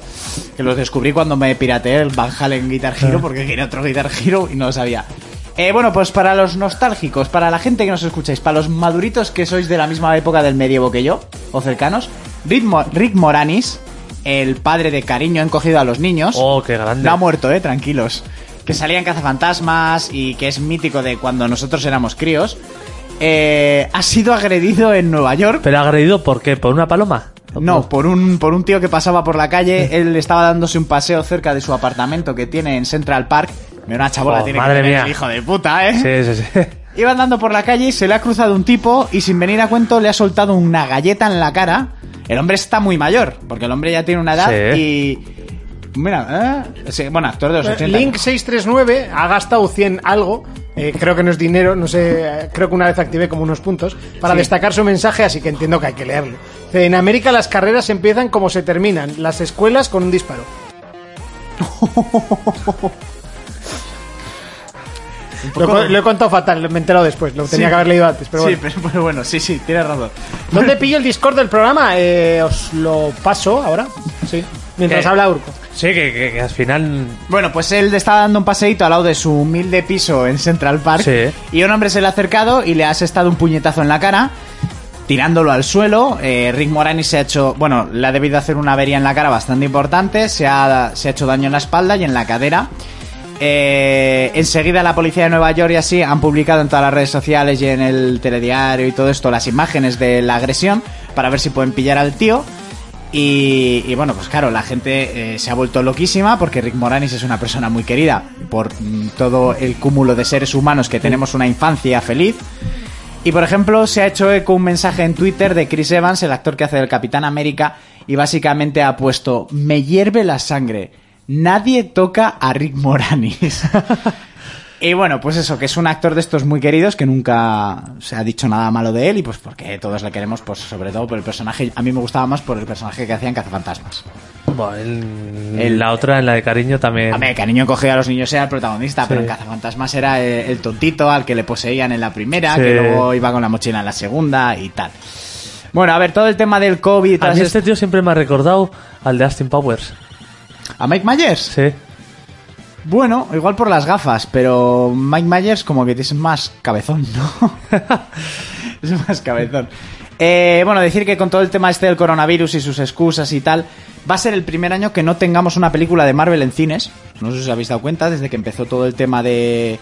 Speaker 5: Que los descubrí cuando me pirateé el Van Halen Guitar
Speaker 6: Ah.
Speaker 5: Hero porque quería otro Guitar Hero y no lo sabía. Eh, bueno, pues para los nostálgicos, para la gente que nos escucháis, para los maduritos que sois de la misma época del medievo que yo, o cercanos, Rick, Mo- Rick Moranis, el padre de cariño encogido a los niños.
Speaker 6: Oh, qué grande.
Speaker 5: No ha muerto, eh, tranquilos. Que salía en Cazafantasmas y que es mítico de cuando nosotros éramos críos. Eh, ha sido agredido en Nueva York.
Speaker 6: ¿Pero agredido por qué? ¿Por una paloma?
Speaker 5: No, por un, por un tío que pasaba por la calle, él estaba dándose un paseo cerca de su apartamento que tiene en Central Park. Mira, una chabola
Speaker 6: Oh,
Speaker 5: tiene
Speaker 6: madre
Speaker 5: que tener
Speaker 6: mía.
Speaker 5: el hijo de puta, ¿eh?
Speaker 6: Sí, sí, sí.
Speaker 5: Iba andando por la calle y se le ha cruzado un tipo y sin venir a cuento le ha soltado una galleta en la cara. El hombre está muy mayor, porque el hombre ya tiene una edad
Speaker 6: Sí.
Speaker 5: y... Mira, ¿eh? Sí, bueno, actor de los 80. ¿no?
Speaker 4: Link639 ha gastado 100 algo. eh, creo que no es dinero, no sé, eh, creo que una vez activé como unos puntos para
Speaker 5: Sí.
Speaker 4: destacar su mensaje, así que entiendo que hay que leerlo. Dice, En América las carreras empiezan como se terminan, las escuelas con un disparo. Lo, he co- lo he contado fatal, me he enterado después, lo tenía que haber leído antes, pero
Speaker 5: sí,
Speaker 4: bueno.
Speaker 5: pero, pero bueno, sí, sí, tienes razón.
Speaker 4: ¿Dónde pillo el Discord del programa? Eh, os lo paso ahora, sí, mientras
Speaker 6: Eh.
Speaker 4: habla Urco.
Speaker 6: Sí, que, que- que al final...
Speaker 5: Bueno, pues él estaba dando un paseíto al lado de su humilde piso en Central Park
Speaker 6: Sí.
Speaker 5: y un hombre se le ha acercado y le ha asestado un puñetazo en la cara, tirándolo al suelo. Eh, Rick Moranis se ha hecho, bueno, le ha debido hacer una avería en la cara bastante importante, se ha, se ha hecho daño en la espalda y en la cadera. Eh, enseguida la policía de Nueva York y así han publicado en todas las redes sociales y en el telediario y todo esto las imágenes de la agresión para ver si pueden pillar al tío. Y, y bueno, pues claro, la gente eh, se ha vuelto loquísima porque Rick Moranis es una persona muy querida por mm, todo el cúmulo de seres humanos que tenemos una infancia feliz. Y por ejemplo, se ha hecho eco un mensaje en Twitter de Chris Evans, el actor que hace del Capitán América, y básicamente ha puesto: Me hierve la sangre. Nadie toca a Rick Moranis. Y bueno, pues eso, que es un actor de estos muy queridos que nunca se ha dicho nada malo de él y pues porque todos le queremos, pues sobre todo por el personaje. A mí me gustaba más por el personaje que hacían Cazafantasmas.
Speaker 6: Bueno, en la otra, en la de cariño también.
Speaker 5: A ver, Cariño cogía a los niños era el protagonista, pero en Cazafantasmas era eh, el tontito al que le poseían en la primera,
Speaker 6: Sí.
Speaker 5: que luego iba con la mochila en la segunda y tal. Bueno, a ver, todo el tema del COVID... y
Speaker 6: A
Speaker 5: todas
Speaker 6: mí
Speaker 5: est-
Speaker 6: este tío siempre me ha recordado al de Austin Powers.
Speaker 5: ¿A Mike Myers?
Speaker 6: este- Sí.
Speaker 5: Bueno, igual por las gafas, pero Mike Myers como que es más cabezón, ¿no? es más cabezón. Eh, bueno, decir que con todo el tema este del coronavirus y sus excusas y tal, va a ser el primer año que no tengamos una película de Marvel en cines. No sé si os habéis dado cuenta, desde que empezó todo el tema de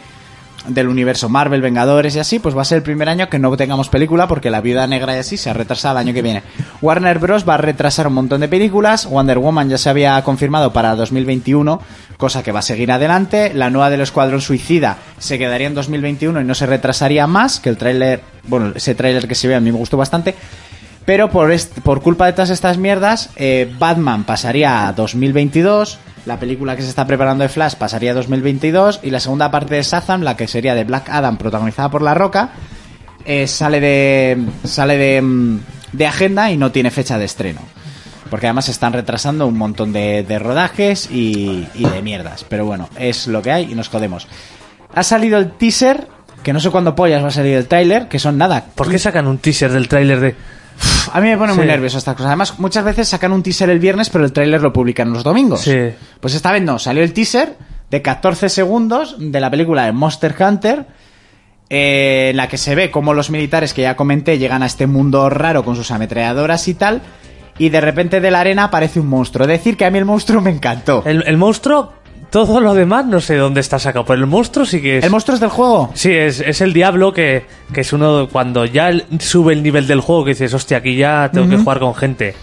Speaker 5: del universo Marvel, Vengadores y así, pues va a ser el primer año que no tengamos película porque la Viuda Negra y así se ha retrasado el año que viene. Warner Bros. va a retrasar un montón de películas, Wonder Woman ya se había confirmado para 2021, cosa que va a seguir adelante, la nueva del Escuadrón Suicida se quedaría en 2021 y no se retrasaría más, que el tráiler, bueno, ese tráiler que se ve a mí me gustó bastante, pero por, est- por culpa de todas estas mierdas, eh, Batman pasaría a 2022, la película que se está preparando de Flash pasaría a 2022 y la segunda parte de Shazam, la que sería de Black Adam protagonizada por La Roca, eh, sale de sale de, mm, de agenda y no tiene fecha de estreno. Porque además se están retrasando un montón de, de rodajes y, y de mierdas. Pero bueno, es lo que hay y nos jodemos. Ha salido el teaser, que no sé cuándo pollas va a salir el tráiler, que son nada,
Speaker 6: ¿Por qué sacan un teaser del tráiler de...
Speaker 5: a mí me pone muy
Speaker 6: Sí.
Speaker 5: nervioso esta cosa. Además, muchas veces sacan un teaser el viernes, pero el tráiler lo publican los domingos.
Speaker 6: Sí.
Speaker 5: Pues esta vez no, salió el teaser de 14 segundos de la película de Monster Hunter, eh, en la que se ve cómo los militares que ya comenté llegan a este mundo raro con sus ametralladoras y tal, y de repente de la arena aparece un monstruo. Decir que a mí el monstruo me encantó. ¿El,
Speaker 6: El, el monstruo, todo lo demás no sé dónde está sacado, pero el monstruo sí que es...
Speaker 5: monstruo es del juego?
Speaker 6: Sí, es, es el diablo que, que es uno cuando ya el- sube el nivel del juego que dices, hostia, aquí ya tengo que jugar con gente.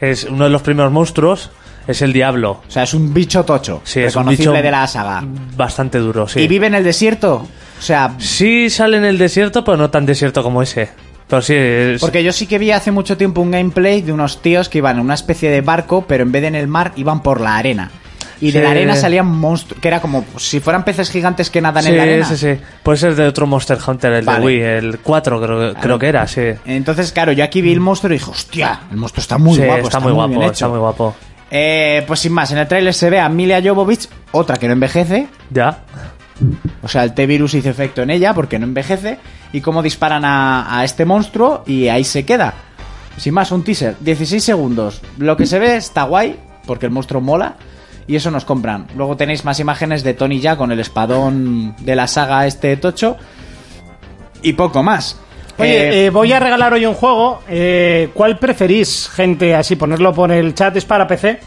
Speaker 6: Es uno de los primeros monstruos, es el diablo.
Speaker 5: O sea, es un bicho tocho,
Speaker 6: Sí, es un
Speaker 5: reconocible
Speaker 6: bicho
Speaker 5: de la saga.
Speaker 6: Bastante duro, sí.
Speaker 5: ¿Y vive en el desierto? O sea,
Speaker 6: Sí sale en el desierto, pero no tan desierto como ese. Pero sí, es-
Speaker 5: Porque yo sí que vi hace mucho tiempo un gameplay de unos tíos que iban en una especie de barco, pero en vez de en el mar iban por la arena. Y de
Speaker 6: Sí.
Speaker 5: la arena salían monstruos, que era como si fueran peces gigantes que nadan
Speaker 6: sí,
Speaker 5: en la arena.
Speaker 6: sí, sí. Puede ser de otro Monster Hunter, el
Speaker 5: Vale.
Speaker 6: de Wii, el 4 creo, creo que era, sí.
Speaker 5: Entonces, claro, yo aquí vi el monstruo y dije, hostia, el monstruo está muy
Speaker 6: Mm. Sí,
Speaker 5: guapo.
Speaker 6: está, muy guapo,
Speaker 5: bien hecho".
Speaker 6: está muy guapo.
Speaker 5: Eh, pues sin más, en el tráiler se ve a Milia Jovovich, otra que no envejece.
Speaker 6: Ya.
Speaker 5: O sea, el T-Virus hizo efecto en ella porque no envejece. Y cómo disparan a, a este monstruo y ahí se queda. Sin más, un teaser. 16 segundos. Lo que se ve está guay porque el monstruo mola. Y eso nos compran. Luego tenéis más imágenes de Tony ya con el espadón de la saga este tocho. Y poco más. Eh,
Speaker 4: Oye, eh, voy a regalar hoy un juego. Eh, ¿Cuál preferís, gente? Así ponerlo por el chat, es para PC.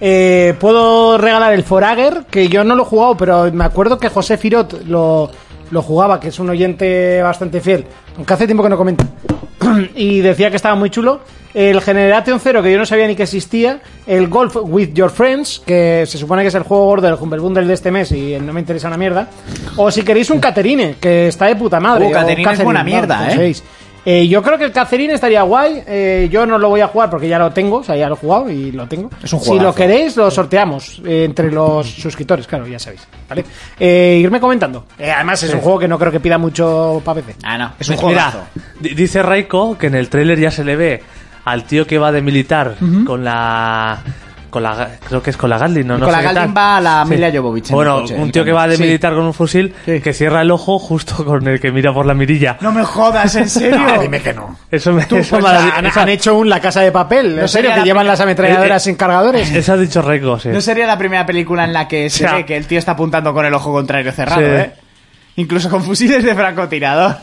Speaker 4: Eh, Puedo regalar el Forager, que yo no lo he jugado, pero me acuerdo que José Firot lo, lo jugaba, que es un oyente bastante fiel, aunque hace tiempo que no comenta. y decía que estaba muy chulo. El Generation Zero, que yo no sabía ni que existía. El Golf with Your Friends, que se supone que es el juego gordo del Humble Bundle de este mes y no me interesa una mierda. O si queréis un Caterine, que está de puta madre.
Speaker 5: Uh,
Speaker 4: o
Speaker 5: Caterine es buena mierda,
Speaker 4: con
Speaker 5: ¿eh?
Speaker 4: seis. Eh, yo creo que el Cacerín estaría guay. eh, yo no lo voy a jugar porque ya lo tengo. O sea, ya lo he jugado y lo tengo.
Speaker 5: Es un
Speaker 4: si
Speaker 5: juegazo.
Speaker 4: lo queréis, lo sorteamos eh, entre los suscriptores, claro, ya sabéis. ¿Vale? Eh, irme comentando. Eh, además, es un juego que no creo que pida mucho para PC.
Speaker 5: Ah, no. Es un
Speaker 6: Mira,
Speaker 5: juegazo.
Speaker 6: di- dice Raiko que en el tráiler ya se le ve al tío que va de militar con la con la ga- creo que es con la Gatling, no,
Speaker 5: Y
Speaker 6: no
Speaker 5: con la
Speaker 6: sé qué
Speaker 5: Gatling
Speaker 6: tal.
Speaker 5: va la Mila Jovovich en el
Speaker 6: Bueno,
Speaker 5: coche, en
Speaker 6: un
Speaker 5: el
Speaker 6: tío que
Speaker 5: camión.
Speaker 6: va de
Speaker 5: Sí.
Speaker 6: militar con un fusil
Speaker 5: Sí.
Speaker 6: que cierra el ojo justo con el que mira por la mirilla.
Speaker 5: No me jodas, ¿en serio?
Speaker 4: dime que no.
Speaker 6: Eso me
Speaker 4: Tú,
Speaker 6: eso
Speaker 4: pues,
Speaker 6: me ha-
Speaker 4: han,
Speaker 6: eso-
Speaker 4: han hecho un La Casa de Papel.
Speaker 5: No
Speaker 4: En serio,
Speaker 5: sería
Speaker 4: que
Speaker 5: la
Speaker 4: llevan
Speaker 5: primera-
Speaker 4: las ametralladoras
Speaker 6: Eh, eh,
Speaker 4: sin cargadores.
Speaker 6: Eso ha dicho Raiko, sí.
Speaker 5: No sería la primera película en la que se
Speaker 6: O sea-
Speaker 5: ve que el tío está apuntando con el ojo contrario cerrado,
Speaker 6: Sí.
Speaker 5: ¿eh? Incluso con fusiles de francotirador.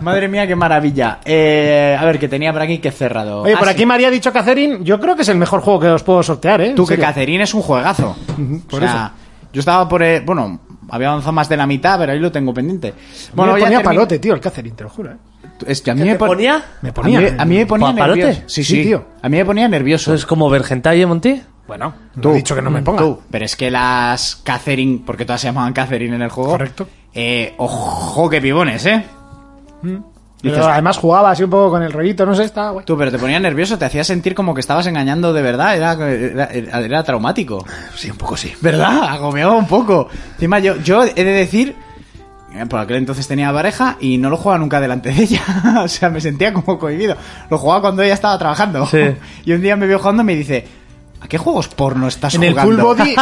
Speaker 5: Madre mía, qué maravilla. Eh, a ver, que tenía por aquí que cerrado.
Speaker 4: Oye, por
Speaker 5: Ah,
Speaker 4: aquí
Speaker 5: sí.
Speaker 4: María ha dicho Cacerín. Yo creo que es el mejor juego que os puedo sortear, ¿eh? En
Speaker 5: Tú, que
Speaker 4: serio.
Speaker 5: Cacerín es un juegazo.
Speaker 4: por
Speaker 5: o sea, yo estaba por... eh, Bueno, había avanzado más de la mitad, pero ahí lo tengo pendiente.
Speaker 4: Bueno,
Speaker 5: voy a
Speaker 4: ponía
Speaker 5: termi-
Speaker 4: palote, tío, el Cacerín, te lo juro. ¿eh?
Speaker 5: Es que a mí
Speaker 6: ¿Que
Speaker 5: me
Speaker 6: te
Speaker 5: pon-
Speaker 6: ponía?
Speaker 5: Me ponía. A mí, a mí me ponía
Speaker 6: ¿Paparote?
Speaker 5: nervioso. Sí, sí,
Speaker 6: Sí.
Speaker 5: tío. A mí me ponía nervioso.
Speaker 6: ¿Es como Bergentalle, Monty?
Speaker 4: Bueno,
Speaker 5: Tú.
Speaker 4: he dicho que no me
Speaker 5: Mm,
Speaker 4: ponga.
Speaker 5: tú. Pero es que las Catherine, porque todas se llamaban Catherine en el juego. Correcto. Eh, ojo, que pibones, ¿eh?
Speaker 4: Pero
Speaker 5: Dices-
Speaker 4: además jugaba así un poco con el rollito, no sé, estaba guay.
Speaker 5: Tú, pero te ponía nervioso, te hacía sentir como que estabas engañando de verdad, era, era, era- era traumático.
Speaker 11: Sí, un poco sí.
Speaker 5: ¿Verdad? Agomeaba un poco. Encima yo, yo he de decir, eh, por aquel entonces tenía pareja y no lo jugaba nunca delante de ella. o sea, me sentía como cohibido. Lo jugaba cuando ella estaba trabajando.
Speaker 6: Sí.
Speaker 5: y un día me vio jugando y me dice, ¿a qué juegos porno estás
Speaker 4: En el, full
Speaker 5: jugando?
Speaker 4: body,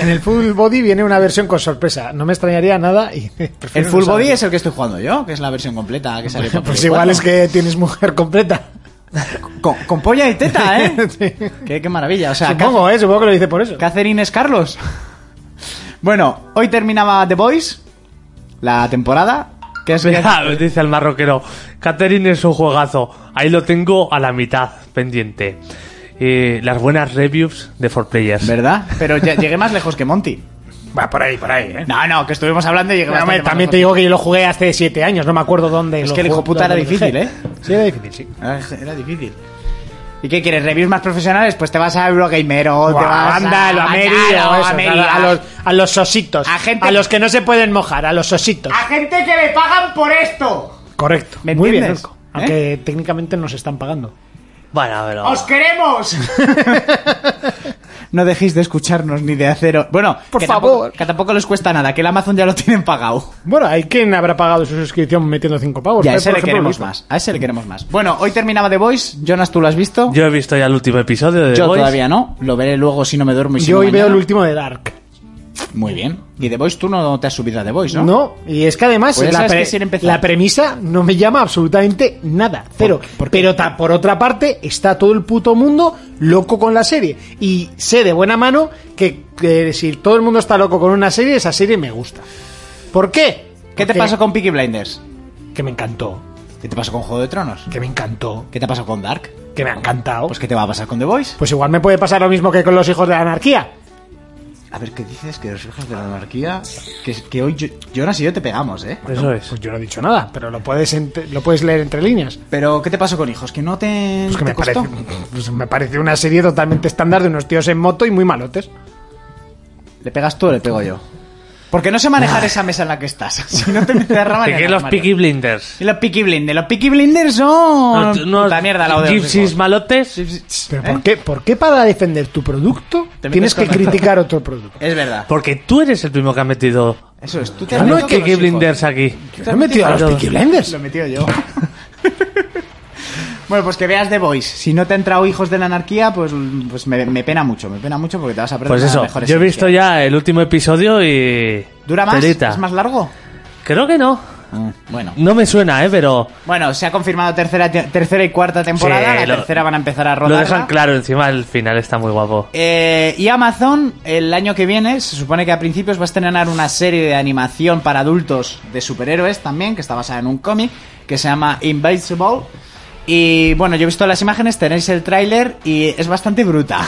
Speaker 4: en el full body viene una versión con sorpresa. No me extrañaría nada. Y
Speaker 5: El
Speaker 4: prefiero
Speaker 5: full
Speaker 4: no
Speaker 5: body
Speaker 4: saber.
Speaker 5: es el que estoy jugando yo, que es la versión completa que sale para
Speaker 4: Pues
Speaker 5: Play
Speaker 4: igual
Speaker 5: 4.
Speaker 4: es que tienes mujer completa.
Speaker 5: Con, con polla y teta, ¿eh?
Speaker 4: Sí.
Speaker 5: qué, qué maravilla. O sea,
Speaker 4: Supongo, ¿eh? Supongo que lo dice por eso.
Speaker 5: Catherine es Carlos. Bueno, hoy terminaba The Boys, la temporada. Que es
Speaker 6: Mira, dice el marroquero, Catherine es un juegazo, ahí lo tengo a la mitad pendiente. Eh, las buenas reviews de 4Players.
Speaker 5: ¿Verdad? Pero ya- llegué más lejos que Monty.
Speaker 4: Va por ahí, por ahí, ¿eh?
Speaker 5: No, no, que estuvimos hablando y llegué
Speaker 4: Pero, hombre,
Speaker 5: bastante más
Speaker 4: también te
Speaker 5: lejos.
Speaker 4: digo que yo lo jugué hace siete años, no me acuerdo dónde.
Speaker 5: Es
Speaker 4: lo
Speaker 5: que el hijo
Speaker 4: jugué-
Speaker 5: puta era
Speaker 4: dónde lo
Speaker 5: difícil,
Speaker 4: dejé.
Speaker 5: ¿eh?
Speaker 4: Sí, era difícil, sí.
Speaker 5: Era- Ah, Era difícil. ¿Y qué quieres? ¿Reviews más profesionales? Pues te vas a Eurogamer o te
Speaker 4: Buah,
Speaker 5: vas
Speaker 4: anda,
Speaker 5: a...
Speaker 4: lo Ameri,
Speaker 5: Claro,
Speaker 4: o eso,
Speaker 5: Ameri,
Speaker 4: a, a los, a los ositos.
Speaker 5: A
Speaker 4: A,
Speaker 5: gente-
Speaker 4: los que no se pueden mojar, a los ositos.
Speaker 5: ¡A gente que me pagan por esto!
Speaker 4: Correcto.
Speaker 5: ¿Me
Speaker 4: Muy bien,
Speaker 5: entiendes?
Speaker 4: Urco.
Speaker 5: ¿Eh?
Speaker 4: Aunque técnicamente nos están pagando.
Speaker 6: Bueno, pero...
Speaker 5: ¡Os queremos! no dejéis de escucharnos ni de haceros... Bueno,
Speaker 4: Por
Speaker 5: que tampoco-
Speaker 4: favor.
Speaker 5: que tampoco les cuesta nada, que el Amazon ya lo tienen pagado.
Speaker 4: Bueno, hay quien habrá pagado su suscripción metiendo cinco pavos. Eh,
Speaker 5: Ya, a
Speaker 4: Por
Speaker 5: ese le
Speaker 4: ejemplo,
Speaker 5: queremos
Speaker 4: Urco.
Speaker 5: más. A ese le queremos más. Bueno, hoy terminaba The Voice. Jonas, ¿tú lo has visto?
Speaker 6: Yo he visto ya el último episodio de The
Speaker 5: Yo
Speaker 6: Boys.
Speaker 5: todavía no. Lo veré luego si no me duermo y si
Speaker 4: Yo
Speaker 5: no
Speaker 4: hoy veo el
Speaker 5: mañana.
Speaker 4: último de Dark.
Speaker 5: Muy bien. Y The Voice tú no te has subido a The Voice, ¿no?
Speaker 4: ¿No? y es que además
Speaker 5: Pues ya
Speaker 4: la,
Speaker 5: sabes
Speaker 4: pre-
Speaker 5: que sin empezar.
Speaker 4: la premisa no me llama absolutamente nada, cero. Pero ta- por otra parte está todo el puto mundo loco con la serie. Y sé de buena mano que, que si todo el mundo está loco con una serie, esa serie me gusta. ¿Por qué?
Speaker 5: ¿Qué te
Speaker 4: Porque-
Speaker 5: pasó con Peaky Blinders?
Speaker 4: Que me encantó,
Speaker 5: ¿Qué te pasó con Juego de Tronos?
Speaker 4: que me encantó,
Speaker 5: ¿Qué te pasó con Dark?
Speaker 4: que me ha encantado.
Speaker 5: Pues
Speaker 4: Pues,
Speaker 5: ¿qué te va a pasar con The Voice?
Speaker 4: igual me puede pasar lo mismo que con los hijos de la anarquía.
Speaker 5: A ver, ¿qué dices? Que los hijos de la anarquía... Que, que hoy yo- Jonas y yo te pegamos, ¿eh?
Speaker 6: Eso es.
Speaker 4: Pues yo no he dicho nada, pero lo puedes, ent- lo puedes leer entre líneas.
Speaker 5: Pero ¿qué te pasó con hijos? ¿Que no te,
Speaker 4: Pues que
Speaker 5: te
Speaker 4: me parece,
Speaker 5: costó?
Speaker 4: pues me parece una serie totalmente estándar de unos tíos en moto y muy malotes.
Speaker 5: ¿Le pegas tú o le pego yo? Porque no sé
Speaker 4: Ah.
Speaker 5: manejar esa mesa en la que estás. Si no te me derraman
Speaker 6: ¿Qué
Speaker 5: en el
Speaker 6: los
Speaker 5: armario.
Speaker 6: Peaky Blinders?
Speaker 5: Y los Peaky Blinders. Los Peaky Blinders son... puta mierda, la odio.
Speaker 6: Gypsies malotes.
Speaker 4: ¿Pero por, qué, por qué para defender tu producto
Speaker 5: Te metes
Speaker 4: tienes que
Speaker 5: con otro.
Speaker 4: criticar otro producto?
Speaker 5: Es verdad.
Speaker 6: Porque tú eres el primero que ha metido
Speaker 5: Eso es. Tú te
Speaker 6: a
Speaker 5: has
Speaker 6: los
Speaker 5: metido con
Speaker 6: Peaky
Speaker 5: los hijos.
Speaker 6: Ah, Blinders aquí.
Speaker 4: Yo he metido a los Peaky Blinders.
Speaker 5: Lo he metido yo. bueno, pues que veas The Voice. Si no te ha entrado Hijos de la Anarquía, pues, pues me, me pena mucho. Me pena mucho porque te vas a perder
Speaker 6: Pues
Speaker 5: una de
Speaker 6: eso,
Speaker 5: las mejores
Speaker 6: yo he visto
Speaker 5: series
Speaker 6: ya el último episodio y...
Speaker 5: que hay. ¿Dura más?
Speaker 6: Telita. Ah.
Speaker 5: ¿Es más largo?
Speaker 6: Creo que no.
Speaker 5: Bueno.
Speaker 6: No me suena, ¿eh? Pero
Speaker 5: Bueno, se ha confirmado tercera, te- tercera y cuarta temporada. la
Speaker 6: Sí, lo-
Speaker 5: tercera van a empezar a
Speaker 6: lo
Speaker 5: rodar.
Speaker 6: dejan claro. Encima el final está muy guapo.
Speaker 5: Eh, y Amazon, el año que viene, se supone que a principios va a estrenar una serie de animación para adultos de superhéroes también, que está basada en un cómic, que se llama Invincible. Y bueno, yo he visto las imágenes, tenéis el tráiler y es bastante bruta.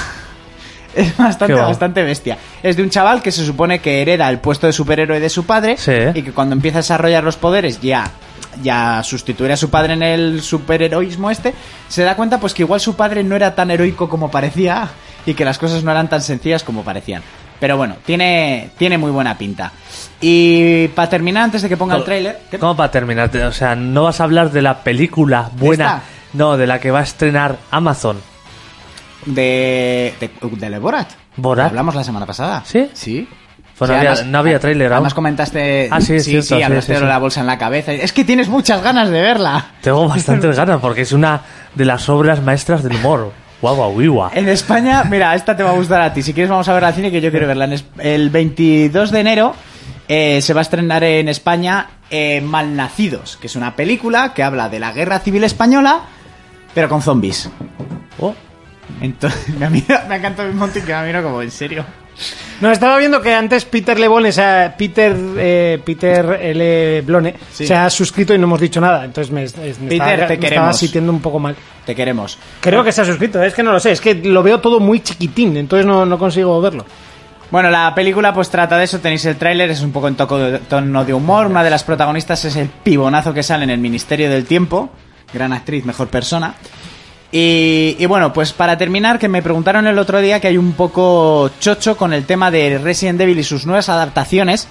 Speaker 5: Es bastante,
Speaker 6: Qué va.
Speaker 5: bastante bestia. Es de un chaval que se supone que hereda el puesto de superhéroe de su padre
Speaker 6: Sí.
Speaker 5: y que cuando empieza a desarrollar los poderes ya ya sustituir a su padre en el superheroísmo este, se da cuenta pues que igual su padre no era tan heroico como parecía y que las cosas no eran tan sencillas como parecían. Pero bueno, tiene, tiene muy buena pinta. Y para terminar, antes de que ponga el tráiler... ¿qué?
Speaker 6: ¿Cómo para terminar? O sea, no vas a hablar de la película buena.
Speaker 5: esta?
Speaker 6: No, de la que va a estrenar Amazon.
Speaker 5: De, de, uh, de Le Borat.
Speaker 6: Borat.
Speaker 5: Hablamos la semana pasada.
Speaker 6: ¿Sí?
Speaker 5: Sí.
Speaker 6: Pues no
Speaker 5: Sí,
Speaker 6: había-
Speaker 5: además-
Speaker 6: no había tráiler aún.
Speaker 5: Además comentaste...
Speaker 6: Ah, sí, es
Speaker 5: sí,
Speaker 6: cierto, sí,
Speaker 5: hablaste
Speaker 6: sí,
Speaker 5: de
Speaker 6: sí.
Speaker 5: la bolsa en la cabeza. Es que tienes muchas ganas de verla.
Speaker 6: Tengo bastantes ganas porque es una de las obras maestras del humor. Guau, guau, guau.
Speaker 5: En España, mira, esta te va a gustar a ti. Si quieres, vamos a ver al cine que yo quiero verla. En es- El 22 de enero eh, se va a estrenar en España eh, Malnacidos, que es una película que habla de la guerra civil española, pero con zombies.
Speaker 6: Oh,
Speaker 5: Entonces, me, ha mirado- me ha encantado el monte que me ha mirado como en serio.
Speaker 4: No, estaba viendo que antes Peter Lebon, esa Peter, eh, Peter L. Blone, se ha suscrito y no hemos dicho nada. Entonces me, es- me estaba,
Speaker 5: Peter, te
Speaker 4: me estaba
Speaker 5: queremos.
Speaker 4: sintiendo un poco mal.
Speaker 5: Te queremos.
Speaker 4: Creo que se ha suscrito, es que no lo sé, es que lo veo todo muy chiquitín, entonces no, no consigo verlo.
Speaker 5: Bueno, la película pues trata de eso, tenéis el tráiler, es un poco en toco de- tono de humor, una de las protagonistas es el pibonazo que sale en el Ministerio del Tiempo, gran actriz, mejor persona. Y, y bueno, pues para terminar, que me preguntaron el otro día que hay un poco chocho con el tema de Resident Evil y sus nuevas adaptaciones.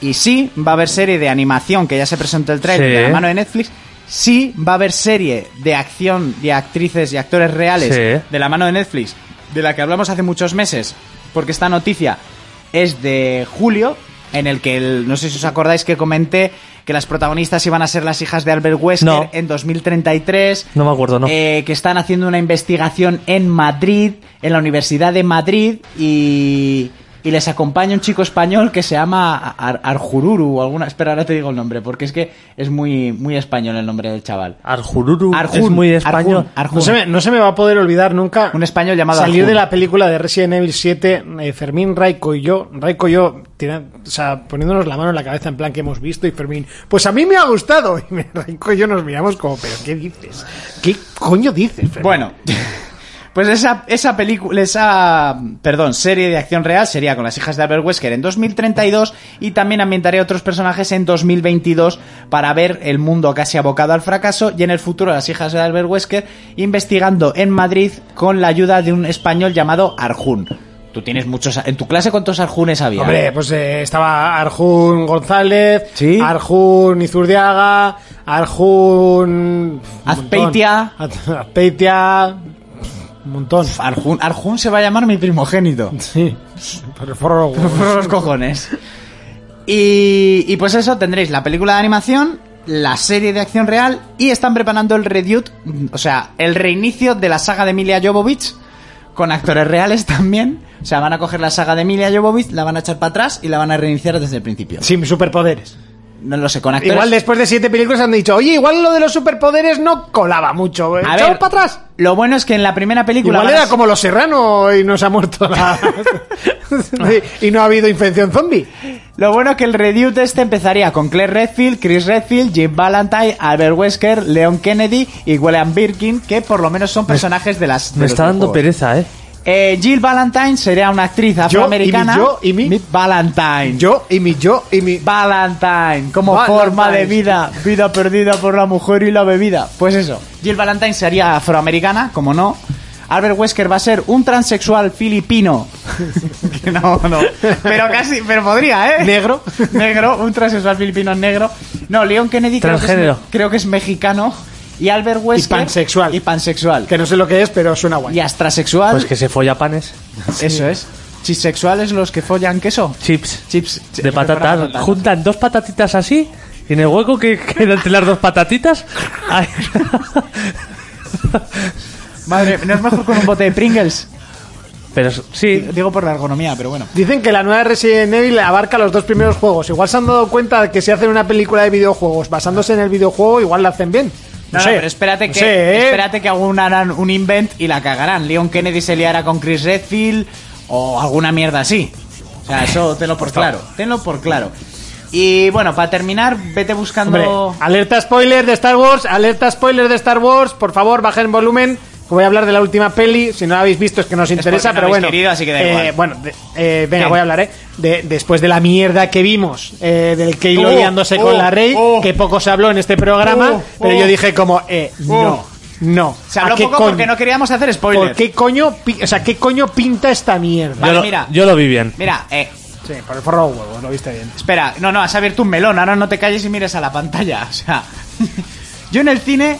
Speaker 5: Y sí, va a haber serie de animación, que ya se presentó el tráiler
Speaker 6: Sí.
Speaker 5: de la mano de Netflix. Sí, va a haber serie de acción de actrices y actores reales
Speaker 6: Sí.
Speaker 5: de la mano de Netflix, de la que hablamos hace muchos meses, porque esta noticia es de julio, en el que, el- no sé si os acordáis que comenté que las protagonistas iban a ser las hijas de Albert Wesker
Speaker 6: No.
Speaker 5: en 2033.
Speaker 6: No me acuerdo, no.
Speaker 5: Eh, que están haciendo una investigación en Madrid, en la Universidad de Madrid, y, y les acompaña un chico español que se llama Ar- Arjururu o alguna. Espera, ahora te digo el nombre, porque es que es muy, muy español el nombre del chaval.
Speaker 6: Arjururu
Speaker 5: Arjun,
Speaker 6: es muy español.
Speaker 5: Arjun, Arjun.
Speaker 4: No se, me, no se me va a poder olvidar nunca
Speaker 5: Un español llamado
Speaker 4: salir
Speaker 5: Arjun.
Speaker 4: de la película de Resident Evil 7, eh, Fermín, Raiko y yo, Raiko y yo, tira- o sea, poniéndonos la mano en la cabeza en plan que hemos visto y Fermín, pues a mí me ha gustado. Y me- Raiko y yo nos miramos como, pero ¿qué dices? ¿Qué coño dices, Fermín?
Speaker 5: Bueno, pues esa, esa película, esa, perdón, serie de acción real sería con las hijas de Albert Wesker en 2032 y también ambientaré otros personajes en 2022 para ver el mundo casi abocado al fracaso y en el futuro las hijas de Albert Wesker investigando en Madrid con la ayuda de un español llamado Arjun. Tú tienes muchos... ¿En tu clase cuántos Arjunes había?
Speaker 4: Hombre, pues eh, estaba Arjun González,
Speaker 5: Sí.
Speaker 4: Arjun Izurdiaga, Arjun...
Speaker 5: Azpeitia.
Speaker 4: Az- Azpeitia... Un montón.
Speaker 5: Arjun, Arjun se va a llamar mi primogénito.
Speaker 4: Sí. Pero forro de huevos.
Speaker 5: por los cojones. Y, y pues eso, tendréis la película de animación, la serie de acción real y están preparando el redut, o sea, el reinicio de la saga de Emilia Jovovich con actores reales también. O sea, van a coger la saga de Emilia Jovovich, la van a echar para atrás y la van a reiniciar desde el principio.
Speaker 4: Sin superpoderes.
Speaker 5: No lo sé, con actores...
Speaker 4: Igual después de siete películas han dicho, oye, igual lo de los superpoderes no colaba mucho.
Speaker 5: A
Speaker 4: Echamos
Speaker 5: ver,
Speaker 4: para atrás.
Speaker 5: Lo bueno es que en la primera película...
Speaker 4: Igual
Speaker 5: van a
Speaker 4: era
Speaker 5: ser-
Speaker 4: como los serrano y nos ha muerto la... y no ha habido infección zombie.
Speaker 5: Lo bueno es que el redut este empezaría con Claire Redfield, Chris Redfield, Jim Valentine, Albert Wesker, Leon Kennedy y William Birkin, que por lo menos son personajes de las. de
Speaker 6: Me
Speaker 5: los
Speaker 6: está dando
Speaker 5: videojuegos.
Speaker 6: pereza, ¿eh?
Speaker 5: Eh, Jill Valentine sería una actriz afroamericana.
Speaker 4: yo y mi-
Speaker 5: Valentine.
Speaker 4: Yo y mi yo y mi...
Speaker 5: Valentine, como
Speaker 4: Valentine.
Speaker 5: forma de vida, vida perdida por la mujer y la bebida. Pues eso, Jill Valentine sería afroamericana, como no. Albert Wesker va a ser un transexual filipino. Que no, no. Pero casi, pero podría, ¿eh? Negro. Negro, un transexual filipino negro. No, Leon Kennedy creo que, es,
Speaker 6: Transgénero.
Speaker 5: creo que es mexicano. Y Albert Wesker.
Speaker 4: pansexual.
Speaker 5: Y pansexual.
Speaker 4: Que no sé lo que es, pero suena guay.
Speaker 5: Y astrasexual.
Speaker 6: Pues que se folla panes,
Speaker 5: Eso es. Chisexuales los que follan queso.
Speaker 6: chips,
Speaker 5: Chips.
Speaker 6: de patatas. Juntan dos patatitas así y en el hueco que queda entre las dos patatitas. hay-
Speaker 5: Madre, ¿no es mejor con un bote de Pringles?
Speaker 6: Pero sí,
Speaker 5: Digo por la ergonomía, pero bueno.
Speaker 4: Dicen que la nueva Resident Evil abarca los dos primeros juegos. Igual se han dado cuenta que si hacen una película de videojuegos basándose en el videojuego, igual la hacen bien.
Speaker 5: No, no,
Speaker 4: sé.
Speaker 5: pero espérate
Speaker 4: No
Speaker 5: que,
Speaker 4: sé, ¿eh?
Speaker 5: espérate que aún harán un invent y la cagarán. Leon Kennedy se liará con Chris Redfield o alguna mierda así. O sea, eso tenlo por claro. Tenlo por claro. Y bueno, para terminar, vete
Speaker 4: Hombre,
Speaker 5: buscando...
Speaker 4: alerta spoiler de Star Wars, alerta spoiler de Star Wars, por favor, bajen volumen. Que voy a hablar de la última peli, si no la habéis visto es que nos interesa,
Speaker 5: porque no
Speaker 4: pero
Speaker 5: habéis
Speaker 4: bueno.
Speaker 5: querido, así que da
Speaker 4: eh,
Speaker 5: igual.
Speaker 4: bueno, de- eh, venga,
Speaker 5: Bien.
Speaker 4: voy a hablar, ¿eh? De- después de la mierda que vimos, eh, del Keilo
Speaker 5: Oh,
Speaker 4: liándose
Speaker 5: oh,
Speaker 4: con la Rey,
Speaker 5: oh.
Speaker 4: que poco se habló en este programa,
Speaker 5: Oh,
Speaker 4: pero
Speaker 5: oh.
Speaker 4: yo dije como, eh,
Speaker 5: Oh.
Speaker 4: no, no.
Speaker 5: se
Speaker 4: ¿a
Speaker 5: habló
Speaker 4: qué
Speaker 5: poco
Speaker 4: coño?
Speaker 5: porque no queríamos hacer spoilers.
Speaker 4: ¿Por qué coño, pi- o sea, qué coño pinta esta mierda?
Speaker 5: Vale,
Speaker 6: yo, lo,
Speaker 5: mira.
Speaker 6: yo lo vi bien.
Speaker 5: Mira, eh,
Speaker 4: Sí, por el forro de huevos, lo viste bien.
Speaker 5: Espera, no, no, has abierto un melón, ahora no te calles y mires a la pantalla. O sea, yo en el cine.